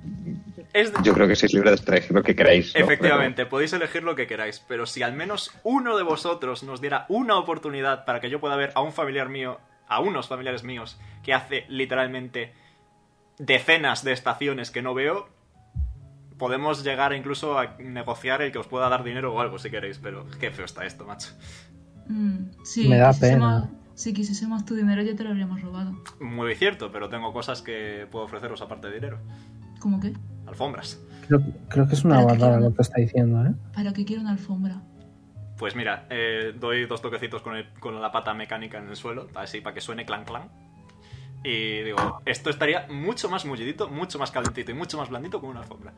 S1: Es-
S3: yo creo que sois libres de elegir lo que queráis. ¿no?
S1: Efectivamente, podéis elegir lo que queráis, pero si al menos uno de vosotros nos diera una oportunidad para que yo pueda ver a un familiar mío, a unos familiares míos, que hace literalmente decenas de estaciones que no veo, podemos llegar incluso a negociar el que os pueda dar dinero o algo si queréis, pero qué feo está esto, macho.
S10: Mm, sí,
S2: Me da
S10: quisiésemos-
S2: pena.
S10: Si quisiésemos tu dinero ya te lo habríamos robado.
S1: Muy cierto, pero tengo cosas que puedo ofreceros aparte de dinero.
S10: ¿Cómo qué?
S1: Alfombras.
S2: Creo, creo que es una
S10: Pero que
S2: barrada
S10: yo no-
S2: lo que está diciendo, ¿eh?
S10: ¿Para qué quiero una alfombra?
S1: Pues mira, eh, doy dos toquecitos con, el- con la pata mecánica en el suelo, así para que suene clan clan. Y digo, esto estaría mucho más mullidito, mucho más calentito y mucho más blandito como una alfombra.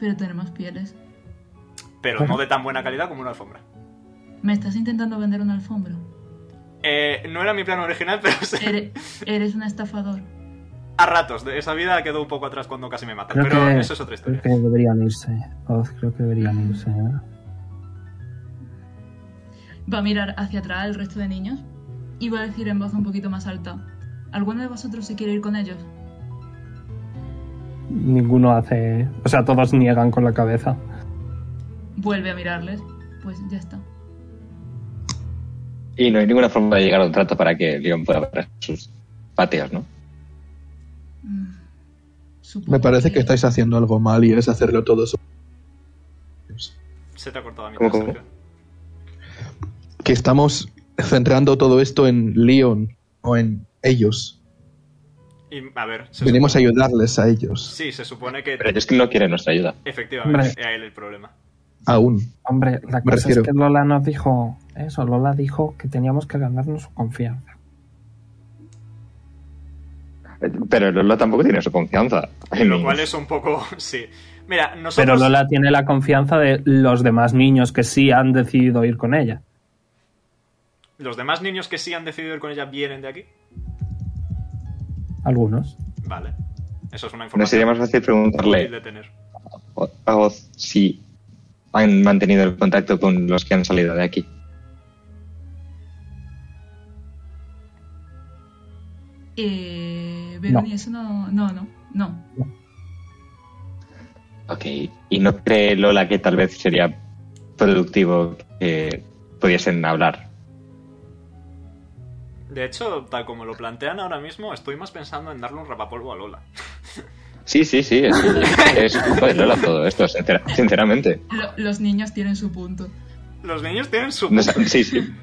S10: Pero tenemos pieles.
S1: Pero no de tan buena calidad como una alfombra.
S10: ¿Me estás intentando vender una alfombra?
S1: Eh, no era mi plan original, pero sí.
S10: Ere- eres un estafador.
S1: A ratos, de esa vida quedó un poco atrás cuando casi me matan.
S11: Creo
S1: Pero
S11: que-
S1: eso es otra
S11: Creo
S1: historia.
S11: que deberían irse. Oh, creo que deberían irse, ¿eh?
S10: Va a mirar hacia atrás al resto de niños y va a decir en voz un poquito más alta: ¿Alguno de vosotros se quiere ir con ellos?
S2: Ninguno hace... O sea, todos niegan con la cabeza.
S10: Vuelve a mirarles. Pues ya está.
S3: Y no hay ninguna forma de llegar a un trato para que Leon pueda ver a sus pateos, ¿no?
S10: Mm, supongo
S4: Me parece que estáis haciendo algo mal y es hacerlo todo eso.
S1: Se te ha cortado mi
S3: ¿Cómo,
S1: cosa,
S3: cómo?
S1: Sergio.
S4: Que estamos centrando todo esto en Leon o en ellos.
S1: Y a ver, se
S4: Venimos a
S1: supone-
S4: ayudarles a ellos.
S1: Sí, se supone que.
S3: Pero ellos que no quieren nuestra ayuda.
S1: Efectivamente,
S2: Hombre.
S1: era él el problema.
S4: Aún.
S2: Hombre, la
S4: Me
S2: cosa es
S4: refiero.
S2: que Lola nos dijo eso. Lola dijo que teníamos que ganarnos su confianza.
S3: Pero Lola tampoco tiene su confianza.
S1: Lo cual es un poco. Sí. Mira,
S2: Pero
S1: nosotros.
S2: Lola tiene la confianza de los demás niños que sí han decidido ir con ella.
S1: Los demás niños que sí han decidido ir con ella vienen de aquí.
S2: Algunos.
S1: Vale. Eso es una
S3: No
S1: información
S3: sería más fácil
S1: útil
S3: preguntarle
S1: de tener.
S3: a Oz si han mantenido el contacto con los que han salido de aquí.
S10: Eh, Veroni,
S2: No.
S10: eso no. No, no, no.
S3: Ok. ¿Y no cree Lola que tal vez sería productivo que pudiesen hablar?
S1: De hecho, tal como lo plantean ahora mismo, estoy más pensando en darle un rapapolvo a Lola.
S3: Sí, sí, sí. Es, es culpa de Lola todo esto, sincera- sinceramente.
S10: Lo- los niños tienen su punto.
S1: Los niños tienen su.
S3: No sé- sí, sí.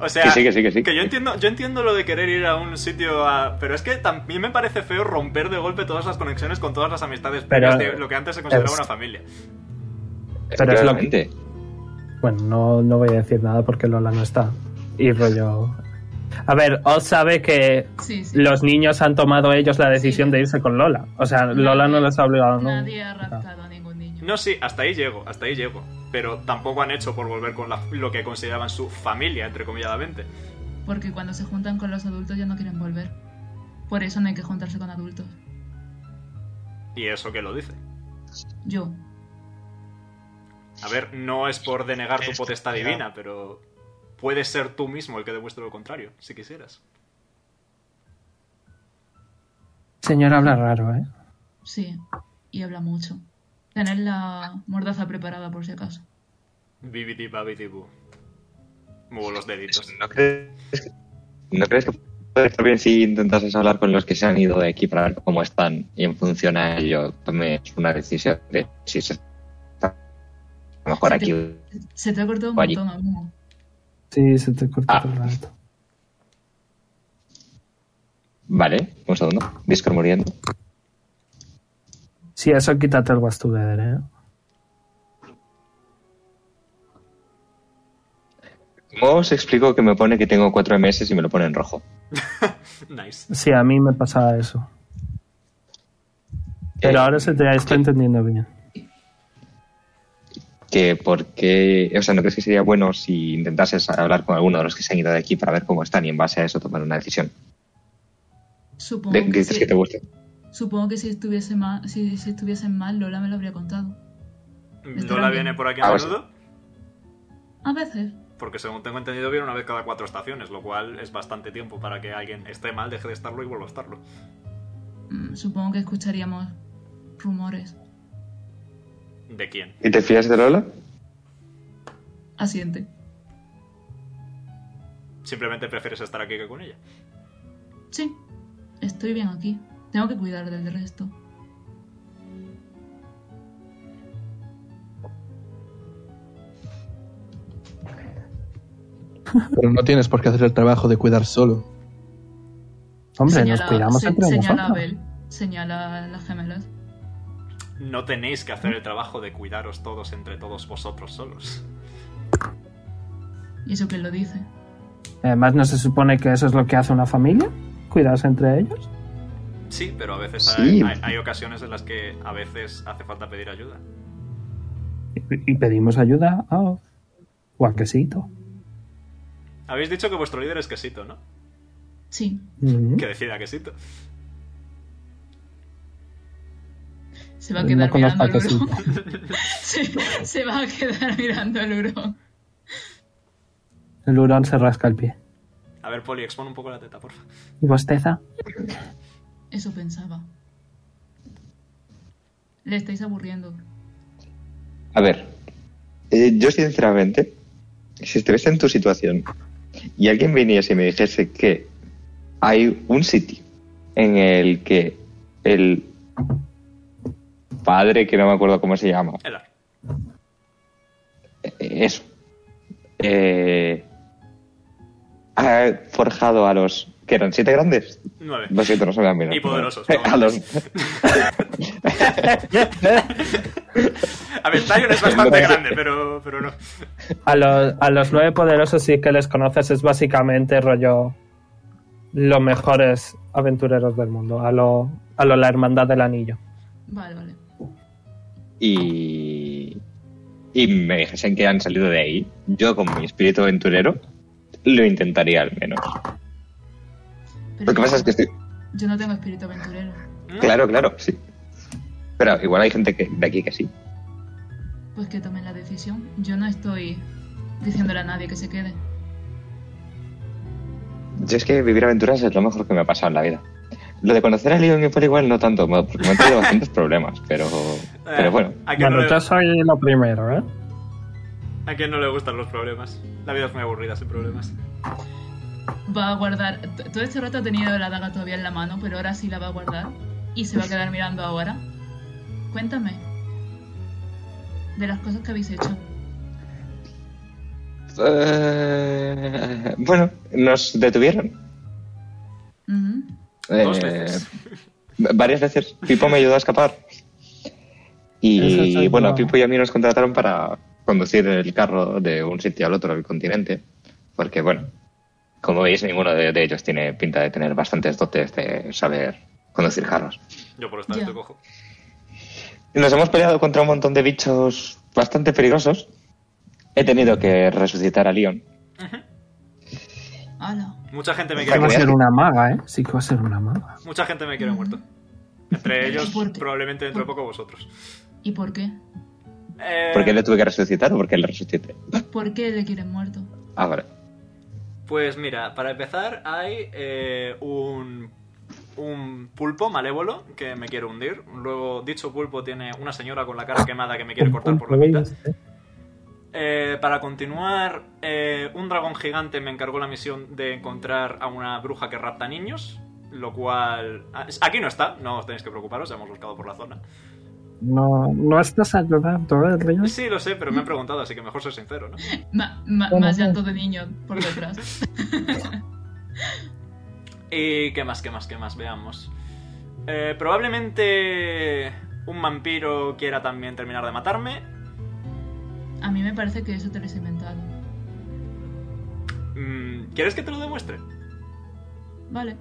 S1: O sea,
S3: Que sí, que sí, que sí.
S1: yo entiendo, yo entiendo lo de querer ir a un sitio a. Pero es que también me parece feo romper de golpe todas las conexiones con todas las amistades
S2: Pero-
S1: propias de lo que antes se consideraba
S2: es-
S1: una familia.
S2: Pero es lo que-
S3: Efectivamente.
S2: Bueno, no, no voy a decir nada porque Lola no está. Y rollo. A ver, Oz sabe que
S10: Sí, sí.
S2: los niños han tomado ellos la decisión de irse con Lola. O sea, Lola no les ha obligado. ¿no? Ah.
S10: Nadie ha raptado a ningún niño.
S1: No, sí, hasta ahí llego, hasta ahí llego. Pero tampoco han hecho por volver con la- lo que consideraban su familia, entrecomilladamente.
S10: Porque cuando se juntan con los adultos ya no quieren volver. Por eso no hay que juntarse con adultos.
S1: Y eso que lo dice.
S10: Yo.
S1: A ver, no es por denegar tu potestad divina, pero puedes ser tú mismo el que demuestre lo contrario, si quisieras.
S2: Señor habla raro, ¿eh?
S10: Sí. Y habla mucho. Tener la mordaza preparada por si acaso.
S1: Bibidi babidi bu. Muevo los deditos.
S3: ¿No crees, ¿No crees que puede estar bien si intentases hablar con los que se han ido de aquí para ver cómo están y en función a ello tomes una decisión de si se está mejor
S10: Sí, te-
S3: aquí?
S10: Se te ha cortado un
S3: Oye.
S10: montón, amigo.
S2: Sí, se te corta
S3: Ah.
S2: todo el rato.
S3: Vale, un segundo. Discord muriendo.
S2: Sí, eso quítate el Was Together, ¿eh?
S3: ¿Cómo os explico que me pone que tengo 4 MS y me lo pone en rojo?
S1: Nice.
S2: Sí, a mí me pasaba eso. Pero
S3: Eh,
S2: ahora se te está entendiendo bien.
S3: Que porque, o sea, ¿no crees que sería bueno si intentases hablar con alguno de los que se han ido de aquí para ver cómo están y en base a eso tomar una decisión?
S10: Supongo
S3: De-
S10: que
S3: dices
S10: pues sí.
S3: que te guste.
S10: Supongo que si estuviese mal, si, si estuviesen mal, Lola me lo habría contado.
S1: Lola viene por aquí a
S3: Ah, pues-
S1: menudo,
S10: A veces.
S1: porque según tengo entendido viene una vez cada cuatro estaciones, lo cual es bastante tiempo para que alguien esté mal, deje de estarlo y vuelva a estarlo.
S10: mm, Supongo que escucharíamos rumores.
S1: ¿De quién?
S3: ¿Y te fías de Lola?
S10: Asiente.
S1: Simplemente prefieres estar aquí que con ella.
S10: Sí. Estoy bien aquí. Tengo que cuidar del resto.
S4: Pero no tienes por qué hacer el trabajo de cuidar solo.
S2: Hombre,
S10: Señala-
S2: nos cuidamos
S10: se-
S2: entre
S10: señala a
S2: nosotros.
S10: Abel. Señala a las gemelas.
S1: No tenéis que hacer el trabajo de cuidaros todos entre todos vosotros solos.
S10: ¿Y eso quién lo dice?
S2: Además, ¿no se supone que eso es lo que hace una familia? ¿Cuidarse entre ellos?
S1: Sí, pero a veces
S3: Sí.
S1: hay, hay- hay ocasiones en las que a veces hace falta pedir ayuda.
S2: Y, y pedimos ayuda a Oz. O a Quesito.
S1: Habéis dicho que vuestro líder es quesito, ¿no?
S10: Sí.
S2: Mm.
S1: Que decida quesito.
S10: Se va a
S2: No
S10: quedar
S2: conozco
S10: mirando
S2: a
S10: el hurón. se, se va a quedar mirando el hurón.
S2: El hurón se rasca el pie.
S1: A ver, Poli, expon un poco la teta, porfa.
S2: ¿Y bosteza?
S10: Eso pensaba. Le estáis aburriendo.
S3: A ver, eh, yo sinceramente, si estuviese en tu situación y alguien viniese y me dijese que hay un sitio en el que el padre, que no me acuerdo cómo se llama,
S1: Elar.
S3: eh, eso, eh, ha forjado a los que eran siete grandes,
S1: Nueve.
S3: lo siento, no se me han mirado.
S1: Y poderosos,
S3: A los,
S1: A ver, Talion es bastante grande, pero, pero no.
S6: A los, a los nueve poderosos sí que les conoces, es básicamente rollo los mejores aventureros del mundo, a lo, a lo la hermandad del anillo.
S10: Vale, vale.
S3: y, y me dijesen que han salido de ahí, yo con mi espíritu aventurero lo intentaría al menos.
S10: Pero
S3: Lo que pasa es que estoy...
S10: Yo no tengo espíritu aventurero.
S3: Claro, claro, sí. Pero igual hay gente que, de aquí que sí.
S10: Pues que tomen la decisión. Yo no estoy diciéndole a nadie que se quede.
S3: Yo es que vivir aventuras es lo mejor que me ha pasado en la vida. Lo de conocer a Leon por igual no tanto, mo- porque me han traído bastantes problemas, pero,
S1: Eh.
S3: pero bueno.
S1: ¿A que, no
S2: Bueno,
S1: le,
S2: yo soy lo primero, ¿eh?
S1: a que no le gustan los problemas. La vida es muy aburrida sin problemas.
S10: Va a guardar. t- Todo este rato ha tenido la daga todavía en la mano, pero ahora sí la va a guardar. Y se va a quedar mirando ahora. Cuéntame. De las cosas que habéis hecho.
S3: Eh, bueno, nos detuvieron.
S10: Ujú.
S1: Dos
S3: Eh,
S1: veces.
S3: Varias veces. Pipo me ayudó a escapar.
S6: Eso
S3: Y
S6: está
S3: bueno, a
S6: guau.
S3: Pipo y a mí nos contrataron para conducir el carro de un sitio al otro del continente. Porque bueno, como veis, ninguno de, de ellos tiene pinta de tener bastantes dotes de saber conducir carros.
S1: Yo por estar
S10: Ya.
S1: te cojo.
S3: Nos hemos peleado contra un montón de bichos bastante peligrosos. He tenido que resucitar a Leon.
S10: Ala.
S1: Mucha gente me quiere
S3: Para que
S2: Va a
S1: muerto.
S2: ser una maga, ¿eh? Sí que va a ser una maga.
S1: Mucha gente me quiere muerto. Entre ellos,
S10: ¿Por qué?
S1: probablemente dentro de poco vosotros.
S10: ¿Y por qué?
S1: Eh,
S3: ¿Por qué le tuve que resucitar o por qué le resucité?
S10: ¿Por qué le quieren muerto?
S3: Ah, vale.
S1: Pues mira, para empezar hay eh, un, un pulpo malévolo que me quiere hundir. Luego, dicho pulpo tiene una señora con la cara quemada que me quiere cortar por la mitad.
S2: este.
S1: Eh, para continuar, eh, un dragón gigante me encargó la misión de encontrar a una bruja que rapta niños. Lo cual... ah, Aquí no está, no os tenéis que preocuparos, ya hemos buscado por la zona.
S2: No, no estás ayudando, ¿eh, Leon?
S1: Sí, lo sé, pero me han preguntado, así que mejor ser sincero, ¿no?
S10: Ma- ma-
S2: Bueno,
S10: más
S2: sí.
S10: llanto de niño por detrás.
S1: Y qué más, qué más, qué más, veamos. Eh, probablemente un vampiro quiera también terminar de matarme.
S10: A mí me parece que eso te lo has inventado.
S1: Mm, ¿Quieres que te lo demuestre?
S10: Vale,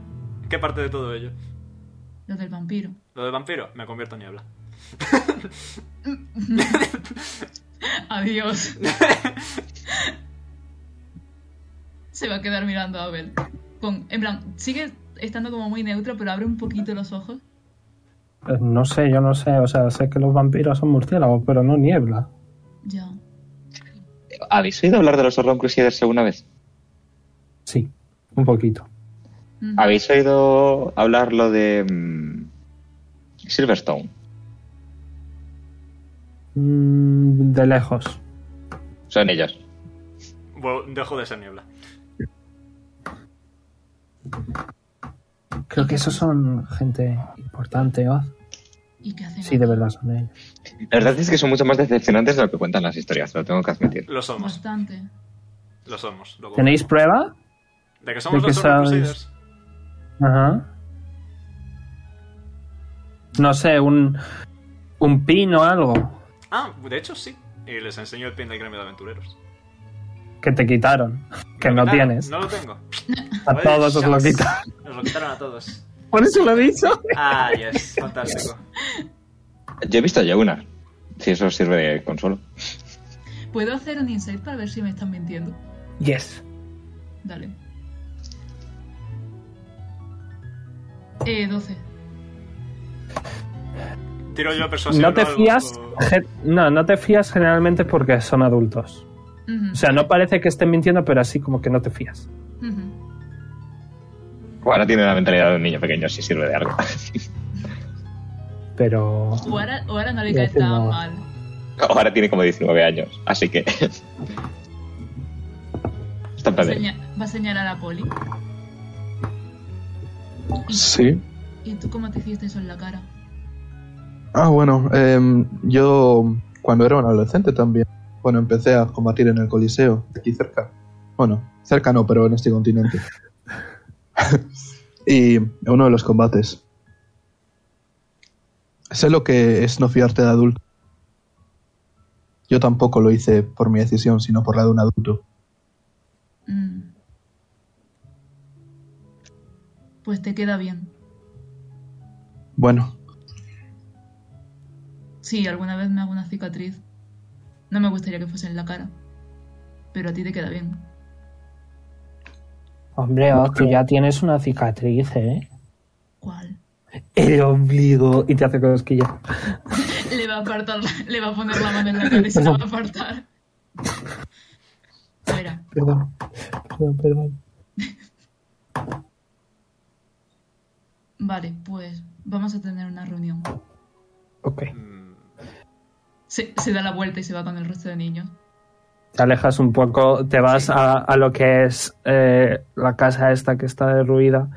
S1: ¿Qué parte de todo ello?
S10: lo del vampiro.
S1: Lo del vampiro, me convierto en niebla.
S10: Adiós. Se va a quedar mirando a Abel. Con, en plan, sigue estando como muy neutro, pero abre un poquito los ojos.
S2: Eh, No sé, yo no sé. O sea, sé que los vampiros son murciélagos, pero no niebla.
S10: Ya.
S3: ¿Habéis oído hablar de los Orlon Crusaders alguna vez?
S2: Sí, un poquito.
S10: Mm.
S3: ¿Habéis oído hablar lo de mm, Silverstone?
S2: Mm, de lejos.
S3: Son ellos.
S1: Bueno, dejo de ser niebla.
S2: Creo que esos son gente importante, ¿o?
S10: ¿Y qué hacen?
S2: Sí, de verdad son ellos.
S3: La verdad es que son mucho más decepcionantes de lo que cuentan las historias, lo tengo que admitir.
S1: Lo somos,
S10: Bastante.
S1: lo somos. lo
S2: ¿Tenéis prueba?
S1: ¿De que somos
S2: ¿De qué
S1: los Orlon
S2: sabes?
S1: Crusaders?
S2: Ajá. No sé, un, un pin o algo
S1: Ah, de hecho sí. Y les enseño el pin del gremio de aventureros.
S2: que te quitaron, que
S1: Me
S2: no
S1: lo quitaron,
S2: tienes.
S1: No lo tengo.
S2: A todos os lo
S1: Shucks.
S2: quitan.
S1: Nos lo quitaron a todos.
S2: Por eso lo he dicho.
S1: Ah, yes, fantástico.
S3: Yo he visto ya una, si eso os sirve de consuelo.
S10: ¿Puedo hacer un insight para ver si me están mintiendo?
S2: Yes.
S10: Dale. Eh, 12.
S1: Tiro yo persuasión.
S2: No te
S1: o algo,
S2: fías.
S1: o-
S2: ge- No, no te fías generalmente porque son adultos.
S10: Ujú,
S2: O sea, no parece que estén mintiendo, pero así como que no te fías.
S10: ujú.
S3: Bueno, tiene la mentalidad de un niño pequeño, si sirve de algo.
S2: Pero.
S10: O ahora, o ahora no le
S2: Voy a
S10: cae
S2: hacer
S10: tan
S2: una-
S10: mal.
S3: Ahora tiene como 19 años, así que... Está en plan de-
S10: Seña- va a señalar a Poli. ¿Y,
S4: Sí.
S10: ¿Y tú cómo te hiciste eso en la cara?
S4: Ah, bueno, em, yo cuando era un adolescente también, bueno, empecé a combatir en el Coliseo, aquí cerca. Bueno, cerca no, pero en este continente. y en uno de los combates Sé lo que es no fiarte de adulto. Yo tampoco lo hice por mi decisión, sino por la de un adulto.
S10: Mm. Pues te queda bien.
S4: Bueno,
S10: Sí, alguna vez me hago una cicatriz. No me gustaría que fuese en la cara. Pero a ti te queda bien.
S2: Hombre, oh, que ya tienes una cicatriz, ¿eh?
S10: ¿Cuál?
S2: El ombligo. Y te hace cosquilla.
S10: Le va a apartar, le va a poner la mano en la cara y se la va a apartar. Espera,
S2: Perdón, perdón, perdón.
S10: vale, pues vamos a tener una reunión.
S2: Ok.
S1: Mm,
S10: Se, se da la vuelta y se va con el resto de niños.
S2: Te alejas un poco, te vas a, a lo que es eh, la casa esta que está derruida.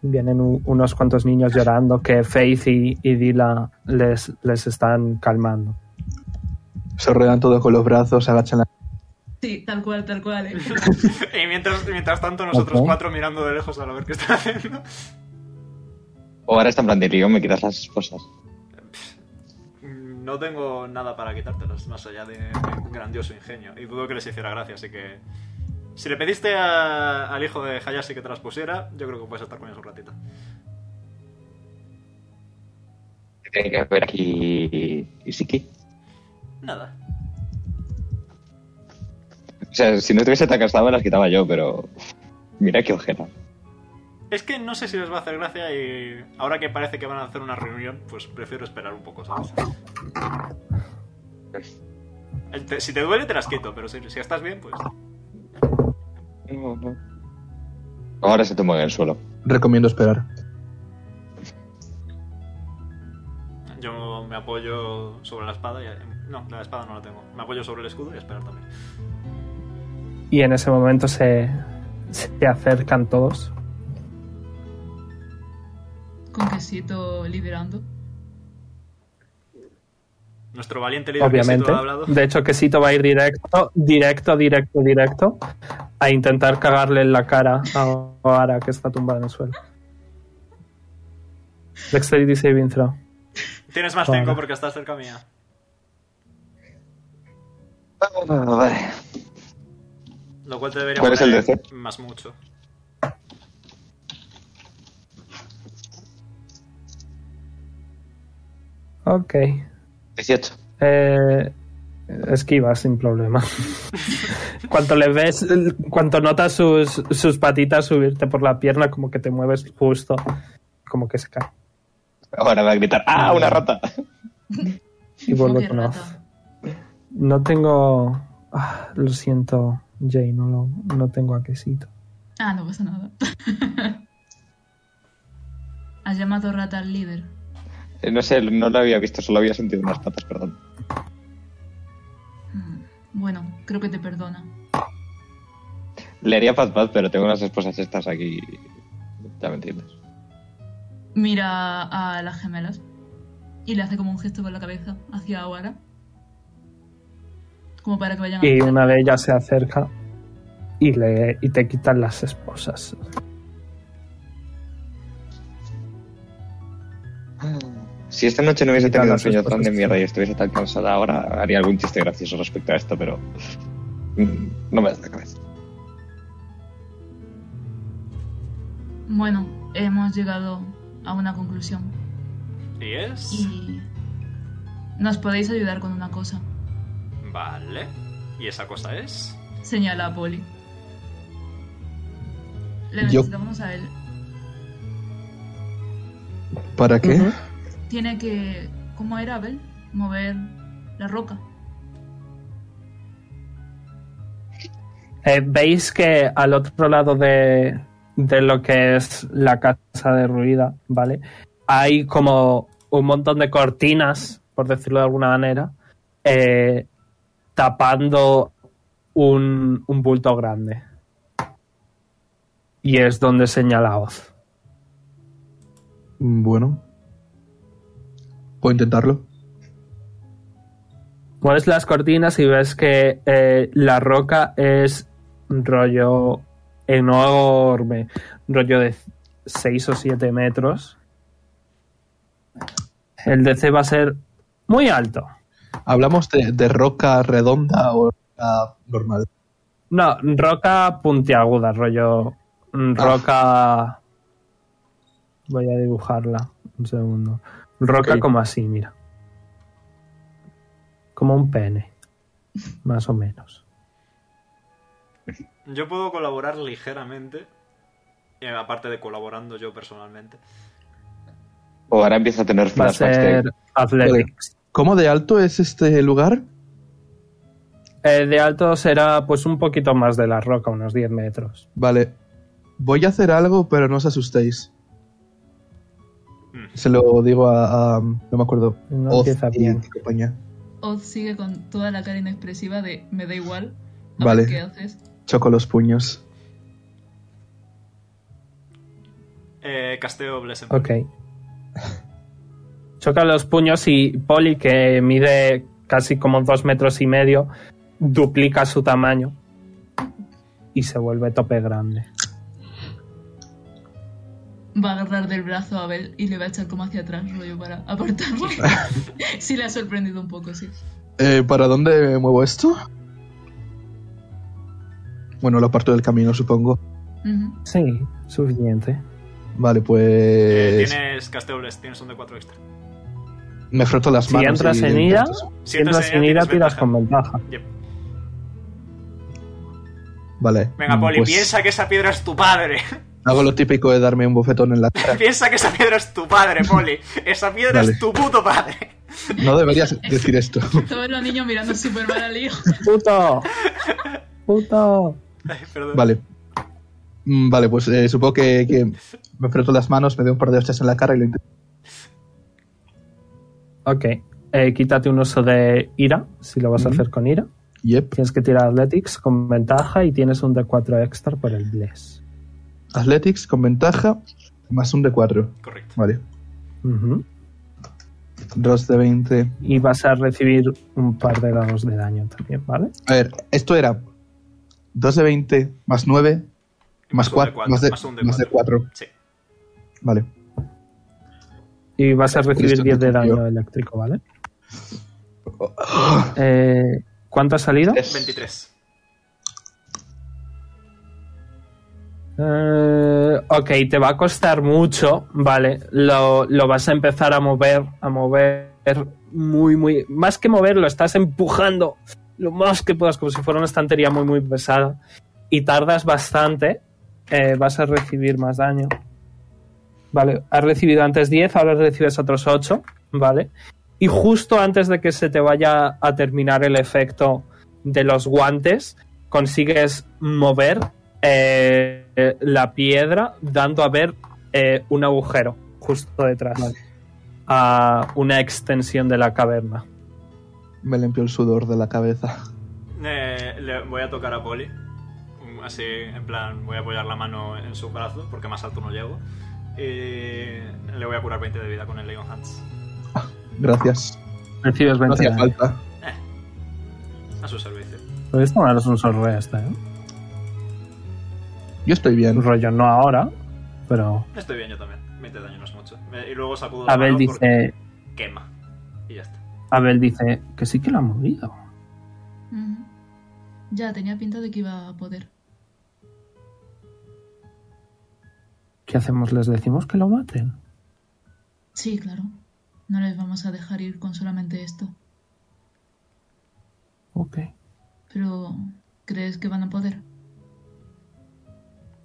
S2: Vienen u- unos cuantos niños llorando que Faith y, y Dila les, les están calmando.
S4: se rodean todos con los brazos, agachan la...
S10: Sí, tal cual, tal cual. ¿eh?
S1: Y mientras, mientras tanto, nosotros
S2: Ok.
S1: cuatro mirando de lejos a ver qué está haciendo.
S3: O ahora está en plan de Río, me quitas las cosas.
S1: Mm, No tengo nada para quitártelas, más allá de mi grandioso ingenio. Y dudo que les hiciera gracia, así que. Si le pediste a- al hijo de Hayashi que te las pusiera, yo creo que puedes estar con ellos un ratito.
S3: ¿Qué tiene que ver aquí Isiki?
S1: Nada.
S3: O sea, si no estuviese tan cansado me las quitaba yo, pero... Mira qué ojera.
S1: Es que no sé si les va a hacer gracia y ahora que parece que van a hacer una reunión, pues prefiero esperar un poco, ¿sabes? El te- si te duele, te las quito, pero si, si estás bien, pues.
S3: No, no. Ahora se te mueve el suelo.
S4: Recomiendo esperar.
S1: Yo me apoyo sobre la espada y. No, la espada no la tengo. Me apoyo sobre el escudo y esperar también.
S2: Y en ese momento se, se acercan todos.
S10: Con quesito liderando.
S1: Nuestro valiente líder
S2: obviamente.
S1: Quesito ha hablado.
S2: De hecho, Quesito va a ir directo, directo, directo, directo, a intentar cagarle en la cara a Oara, que está tumbada en el suelo. Dexterity saving throw.
S1: Tienes más
S2: Vale.
S1: 5 porque estás cerca mía.
S2: Ah,
S1: Lo cual te debería
S3: ¿Cuál es
S1: valer
S3: el DC?
S1: más mucho.
S2: Ok.
S3: 18.
S2: Eh, esquiva sin problema. cuanto le ves, cuanto notas sus, sus patitas subirte por la pierna, como que te mueves justo, como que se cae.
S3: Ahora va a gritar, ¡ah, una rata!
S2: Y vuelve
S10: Joder,
S2: con Oz.
S10: rata.
S2: No tengo. ah, lo siento, Jay, no, lo- no tengo a quesito.
S10: Ah, no pasa nada. Has llamado rata al líder.
S3: Eh, No sé, no lo había visto, solo había sentido unas patas, perdón.
S10: Mm, Bueno, creo que te perdona.
S3: Le haría paz paz, pero tengo unas esposas estas aquí. Ya me entiendes.
S10: Mira a las gemelas y le hace como un gesto con la cabeza hacia Aguara. Como para que vayan a
S2: Y
S10: buscar.
S2: una de ellas se acerca y, le, y te quitan las esposas.
S3: Si esta noche no hubiese
S2: Quitar
S3: tenido un
S2: las
S3: sueño
S2: esposas,
S3: tan de
S2: sí.
S3: mierda y estuviese tan cansada ahora, haría algún chiste gracioso respecto a esto, pero. mm, No me da la cabeza.
S10: Bueno, hemos llegado a una conclusión
S1: ¿Y es?
S10: y nos podéis ayudar con una cosa.
S1: Vale. ¿Y esa cosa es?
S10: Señala a Polly. Le
S4: Yo-
S10: necesitamos a él.
S4: ¿Para qué?
S2: Ujú.
S10: Tiene que, ¿cómo era Abel? Mover la roca.
S2: Eh, Veis que al otro lado de, de lo que es la casa derruida, ¿vale? Hay como un montón de cortinas, por decirlo de alguna manera, eh, tapando un, un bulto grande. Y es donde señala Oz.
S4: Mm, Bueno. Puedo intentarlo.
S2: Pones las cortinas y ves que eh, la roca es un rollo enorme, rollo de 6 o 7 metros. El DC va a ser muy alto.
S4: ¿Hablamos de, de roca redonda o roca normal?
S2: No, roca puntiaguda, rollo. mm, Roca. Voy a dibujarla. Un segundo. Roca
S4: Ok.
S2: como así, mira. Como un pene. Más o menos.
S1: Yo puedo colaborar ligeramente. eh, aparte de colaborando yo personalmente.
S3: O ahora empieza a tener
S2: Va a
S3: flashbacks de-
S2: ser Athletics.
S4: ¿Cómo de alto es este lugar?
S2: Eh, de alto será pues un poquito más de la roca, unos 10 metros.
S4: Vale. Voy a hacer algo, pero no os asustéis.
S1: Mm.
S4: Se lo digo a. a- no me acuerdo.
S2: No
S4: Oz
S2: empieza
S4: y-
S2: bien.
S4: y compañía.
S10: Oz sigue con toda la cara inexpresiva de me da igual. A
S4: Vale.
S10: ver qué haces.
S4: Choco los puños.
S1: Eh, casteo
S3: Oh.
S1: Blessing.
S2: Ok. Choca los puños y Polly, que mide casi como dos metros y medio, duplica su tamaño y se vuelve tope grande.
S10: Va a agarrar del brazo a Abel y le va a echar como hacia atrás, rollo, para apartarle. sí, le ha sorprendido un poco, sí.
S4: Eh, ¿Para dónde muevo esto? Bueno, lo aparto del camino, supongo.
S10: Ujú.
S2: Sí, suficiente.
S4: Vale,
S1: Eh,
S4: pues.
S1: tienes Casteo Bless, tienes un de 4 extra.
S4: Me froto las
S2: Si
S4: manos.
S2: entras
S4: y-
S2: en ira,
S1: Si
S2: si entras en ira,
S1: tienes
S2: tiras
S1: ventaja.
S2: con ventaja.
S1: Yep.
S4: Vale.
S1: Venga, Poli,
S4: pues
S1: piensa que esa piedra es tu padre.
S4: Hago lo típico de darme un bofetón en la cara.
S1: piensa que esa piedra es tu padre, Poli. Esa piedra
S4: Vale.
S1: es tu puto padre.
S4: No deberías decir esto.
S10: Todos los niños mirando súper mal al hijo.
S2: ¡Puto! ¡Puto!
S1: Ay, perdón.
S4: Vale. Mm, Vale, pues eh, supongo que, que me froto las manos, me doy un par de hostias en la cara y lo intento.
S2: Ok. eh, quítate un uso de ira, si lo vas a
S4: Ujú.
S2: hacer con ira.
S4: Yep.
S2: Tienes que tirar Athletics con ventaja y tienes un D4 extra por el Bless.
S4: Athletics con ventaja, más un de 4.
S1: Correcto.
S4: Vale.
S2: Ujú.
S4: Dos de 20.
S2: y vas a recibir un par de dados de daño también, ¿vale?
S4: A ver, esto era 2 de 20 más 9 más
S1: un
S4: 4.
S1: D4,
S4: Más de,
S1: más un
S4: más de
S1: D4.
S4: 4.
S1: Sí.
S4: Vale.
S2: Y vas a recibir
S4: Listo,
S2: 10 de
S4: entendido.
S2: daño eléctrico, ¿vale? Eh, ¿Cuánto ha salido?
S3: Es-
S1: 23.
S2: Eh, ok, te va a costar mucho, ¿vale? Lo, lo vas a empezar a mover, a mover muy, muy... Más que mover, lo estás empujando lo más que puedas, como si fuera una estantería muy, muy pesada. Y tardas bastante, eh, vas a recibir más daño. Vale, has recibido antes 10, ahora recibes otros 8, ¿vale? Y justo antes de que se te vaya a terminar el efecto de los guantes, consigues mover eh, eh, la piedra dando a ver eh, un agujero justo detrás. A una extensión de la caverna.
S4: Me limpio el sudor de la cabeza.
S1: Eh, le voy a tocar a Poli. Mm, Así, en plan, voy a apoyar la mano en su brazo, porque más alto no llego. Y le voy a curar 20 de vida con el Leon Hands.
S4: Gracias.
S2: Recibes
S4: No
S2: 20
S4: hacía falta.
S1: A su servicio.
S2: Puedes tomaros un sorreo este, ¿eh?
S4: Yo estoy
S2: Un
S4: bien.
S2: rollo no ahora, pero...
S1: Estoy bien yo también. 20 de daño no es mucho. Eh, Y luego sacudo la
S2: Abel
S1: mano porque
S2: dice,
S1: quema. Y ya está.
S2: Abel dice que sí que lo ha movido.
S10: Ujú. Ya, tenía pinta de que iba a poder.
S2: ¿Qué hacemos? ¿Les decimos que lo maten?
S10: Sí, claro. No les vamos a dejar ir con solamente esto.
S2: Ok.
S10: Pero, ¿crees que van a poder?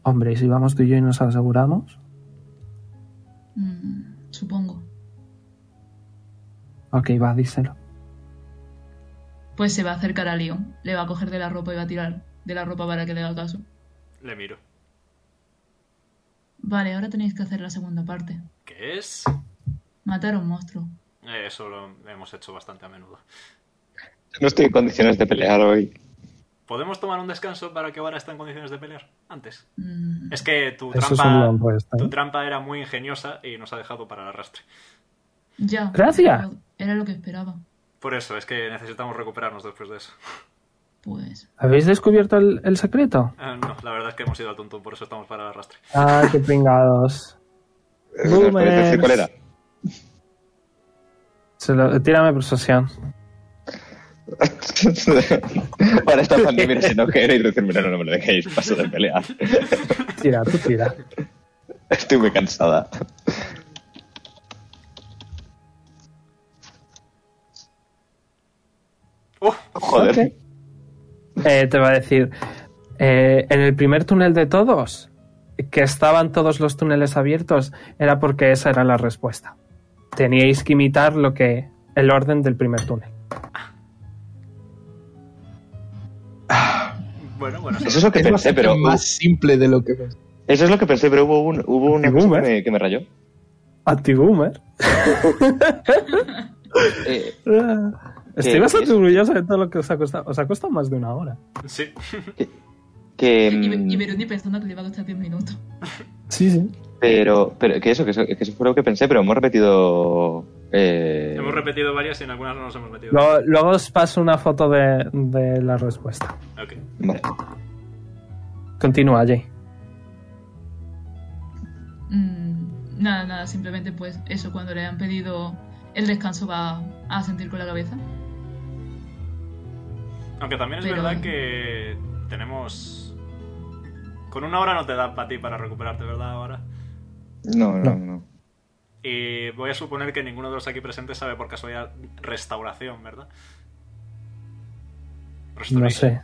S2: Hombre, ¿y si vamos tú y yo y nos aseguramos?
S10: Mm, supongo.
S2: Ok, va, díselo.
S10: Pues se va a acercar a Leon. Le va a coger de la ropa y va a tirar de la ropa para que le haga caso.
S1: Le miro.
S10: Vale, ahora tenéis que hacer la segunda parte.
S1: ¿Qué es?
S10: Matar a un monstruo.
S1: Eh, Eso lo hemos hecho bastante a menudo.
S3: No estoy en condiciones de pelear hoy.
S1: ¿Podemos tomar un descanso para que ahora está en condiciones de pelear? Antes.
S10: Mm,
S1: Es que tu
S2: Eso es un
S1: trampa,
S2: buen puesto.
S1: tu trampa era muy ingeniosa y nos ha dejado para el arrastre.
S10: ya.
S2: Gracias.
S10: pero Era lo que esperaba.
S1: Por eso, es que necesitamos recuperarnos después de eso.
S10: Pues,
S2: ¿Habéis descubierto el- el secreto?
S1: Eh, no, la verdad es que hemos ido al tonto, por eso estamos para el arrastre.
S2: Ah, qué pingados.
S3: ¿Nos puedes decir cuál era?
S2: Se lo- tírame persuasión.
S3: Para esta pandemia se no quiero y decirme, no, no, no me lo dejéis, paso de pelear.
S2: Tira, tú tira.
S3: Estoy muy cansada.
S1: ¡Oh!
S3: Joder.
S2: Eh, te va a decir, eh, en el primer túnel de todos, que estaban todos los túneles abiertos, era porque esa era la respuesta. Teníais que imitar lo que el orden del primer túnel.
S1: Bueno, bueno.
S3: Eso es lo que
S4: Es
S3: pensé,
S4: bastante
S3: Eh, pero.
S4: más simple de lo que pensé.
S3: Eso es lo que pensé, pero hubo, un, hubo una cosa
S2: Boomer.
S3: que me, que me rayó.
S2: Anti-boomer.
S3: Eh,
S2: Estoy
S3: ¿Qué
S2: bastante
S3: es?
S2: orgulloso de todo lo que os ha costado. Os ha costado más de una hora.
S1: Sí.
S3: que.
S10: Y, Ver- y
S3: mm,
S10: Verónica pensando que le va a costar 10 minutos.
S2: Sí, sí.
S3: Pero, pero que eso, que eso, que eso fue lo que pensé, pero hemos repetido. Eh,
S1: Hemos repetido varias y en algunas no nos hemos metido.
S2: Luego, luego os paso una foto de, de la respuesta.
S1: Ok.
S3: vale.
S2: Continúa, Jay.
S10: Mm, nada, nada, simplemente pues eso, cuando le han pedido el descanso va a sentir con la cabeza.
S1: Aunque también es
S10: Pero-
S1: verdad que tenemos... Con una hora no te da para ti para recuperarte, ¿verdad? Ahora.
S3: No, no,
S2: No.
S3: no.
S1: Y voy a suponer que ninguno de los aquí presentes sabe por casualidad restauración, ¿verdad?
S2: No
S1: Restoration.
S2: sé.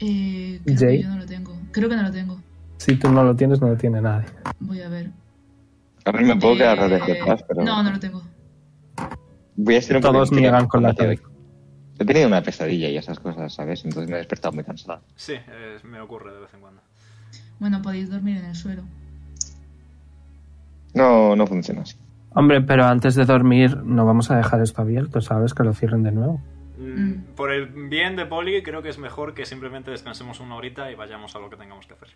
S10: Eh, creo
S2: Jay.
S10: que yo no lo tengo. Creo que no lo tengo.
S2: Si tú no lo tienes, no lo tiene nadie.
S10: Voy a ver.
S3: A mí me puedo
S10: Eh,
S3: quedar desde atrás, pero.
S10: No, no lo tengo.
S3: Voy a ser un poco
S2: Todos
S3: crítico
S2: niegan con la
S3: hoy. He tenido una pesadilla y esas cosas, ¿sabes? Entonces me he despertado muy cansada.
S1: Sí, eh, me ocurre de vez en cuando.
S10: Bueno, podéis dormir en el suelo.
S3: No, no funciona así.
S2: Hombre, pero antes de dormir no vamos a dejar esto abierto, ¿sabes? Que lo cierren de nuevo.
S1: Mm,
S10: Mm.
S1: Por el bien de Poli, creo que es mejor que simplemente descansemos una horita y vayamos a lo que tengamos que hacer.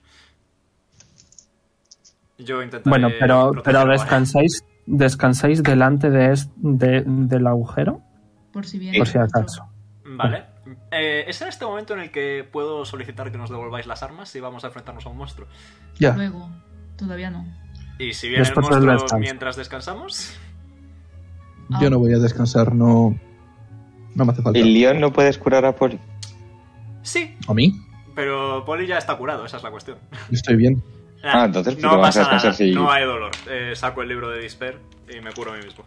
S1: Yo intentaré...
S2: Bueno, pero, pero
S1: protegerlo, ¿eh?
S2: descansáis, descansáis delante de es- de- del agujero,
S10: Por si bien.
S2: por si acaso.
S1: Vale. Eh, ¿Es en este momento en el que puedo solicitar que nos devolváis las armas si vamos a enfrentarnos a un monstruo?
S4: Ya.
S10: Luego, todavía no.
S1: Y si viene
S2: Después
S1: el
S2: del
S1: monstruo
S2: descanso.
S1: mientras descansamos...
S10: Ah.
S4: Yo no voy a descansar, no. No me hace falta.
S3: ¿El león no puedes curar a Poli?
S1: Sí,
S4: ¿A mí?
S1: pero Poli ya está curado, esa es la cuestión.
S4: Estoy bien.
S3: Ah, entonces, ¿por qué
S1: no
S3: vamos a
S1: pasa nada,
S3: descansar si-
S1: no hay dolor. Eh, saco el libro de Disper y me curo a mí mismo.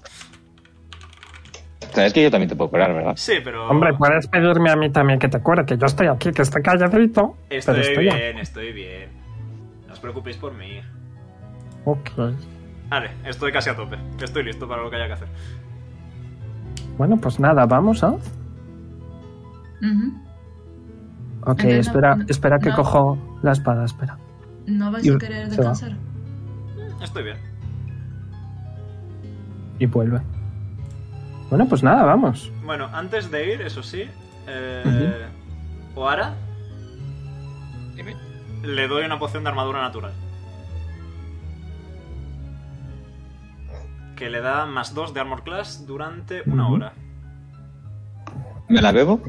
S3: Sabes que yo también te puedo curar, ¿verdad?
S1: Sí, pero...
S2: Hombre, puedes pedirme a mí también que te cure, que yo estoy aquí, que estoy calladito.
S1: Estoy,
S2: pero estoy
S1: bien,
S2: aquí.
S1: estoy bien. No os preocupéis por mí.
S2: Ok.
S1: Vale, estoy casi a tope. Estoy listo para lo que haya que hacer.
S2: Bueno, pues nada, vamos a.
S10: Ujú.
S2: Ok,
S10: Entonces,
S2: espera,
S10: no-
S2: espera que
S10: no.
S2: cojo la espada, espera.
S10: No vais
S2: Y
S10: a querer
S2: se va.
S10: descansar.
S1: Estoy bien.
S2: Y vuelve. Bueno, pues nada, vamos.
S1: Bueno, antes de ir, eso sí. Eh, Oara,
S12: Dime.
S1: le doy una poción de armadura natural. Que le da más 2 de armor class durante una
S2: Ujú.
S1: hora.
S3: ¿Me la bebo?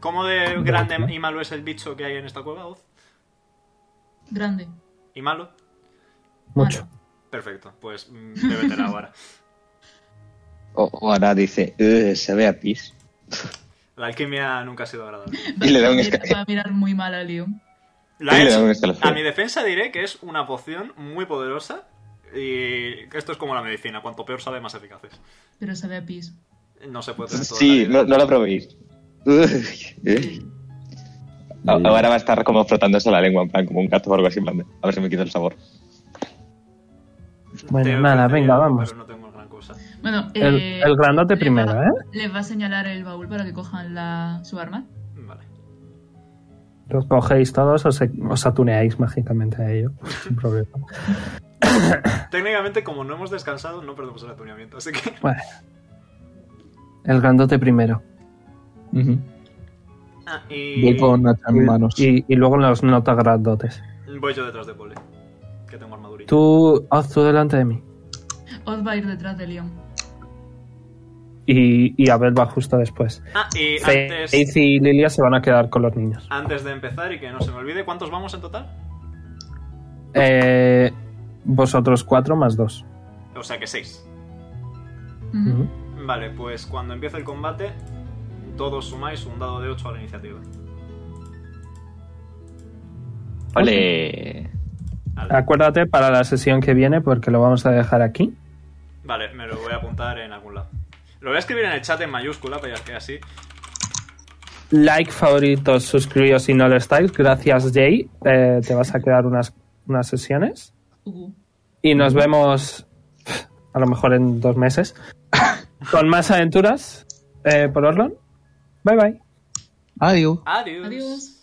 S1: ¿Cómo de grande y malo es el bicho que hay en esta cueva, Oz?
S10: Grande.
S1: ¿Y malo?
S2: Mucho.
S1: Perfecto, pues mm, bébetela ahora.
S3: O, o ahora dice, "Eh, se ve a pis.
S1: La alquimia nunca ha sido agradable.
S3: Y le da un
S10: Va a
S3: esca-
S10: mirar- Va a mirar muy mal a Leon.
S1: La
S3: Y
S1: he
S3: le da
S1: hecho.
S3: un escalofrío.
S1: A mi defensa diré que es una poción muy poderosa y esto es como la medicina, cuanto peor sabe más eficaz es.
S10: Pero sabe a pis.
S1: No se puede tener toda
S3: Sí,
S1: la vida.
S3: no, no la probéis. Uy, eh. A- Ahora va a estar como frotándose la lengua, en plan, como un gato o algo así, en plan, de, a ver si me quita el sabor.
S1: Te
S2: Bueno,
S1: ofendería,
S2: nada, venga,
S1: pero
S2: vamos.
S1: no tengo gran cosa.
S10: Bueno,
S2: El,
S10: eh,
S2: el grandote
S10: les
S2: primero,
S10: va-
S2: ¿eh?
S10: Les va a señalar el baúl para que cojan la, su arma.
S1: Vale.
S2: Los ¿eh? cogéis todos, os, os atuneáis mágicamente a ello. Sin problema.
S1: Técnicamente, como no hemos descansado, no perdemos el atuneamiento, así que...
S2: Bueno. El grandote primero.
S4: Ujú.
S1: Ah, y...
S4: Voy con Nacha en manos.
S2: Y, y luego los notas grandotes.
S1: Voy yo detrás de Pole, que tengo armadurita.
S2: Tú, haz tú delante de mí.
S10: Oz va a ir detrás de Leon.
S2: Y, y Abel va justo después.
S1: Ah, y
S2: Faith
S1: antes,
S2: y Lilia se van a quedar con los niños.
S1: antes de empezar y que no se me olvide, ¿cuántos vamos en total?
S2: Eh, vosotros cuatro más dos.
S1: O sea que seis.
S10: Ujú.
S2: Ujú.
S1: Vale, pues cuando empiece el combate, todos sumáis un dado de 8 a la iniciativa.
S3: Vale.
S2: Ah,
S1: Vale,
S2: Acuérdate para la sesión que viene porque lo vamos a dejar aquí.
S1: Vale, me lo voy a apuntar en algún lado. Lo voy a escribir en el chat en mayúscula, para que así.
S2: Like, favoritos, suscribíos si no lo estáis. Gracias, Jay. Eh, te vas a quedar unas, unas sesiones.
S10: Ujú.
S2: Y nos vemos pf, a lo mejor en dos meses con más aventuras eh, por Orlon. Bye bye.
S4: Adiós.
S1: Adiós.
S10: Adiós.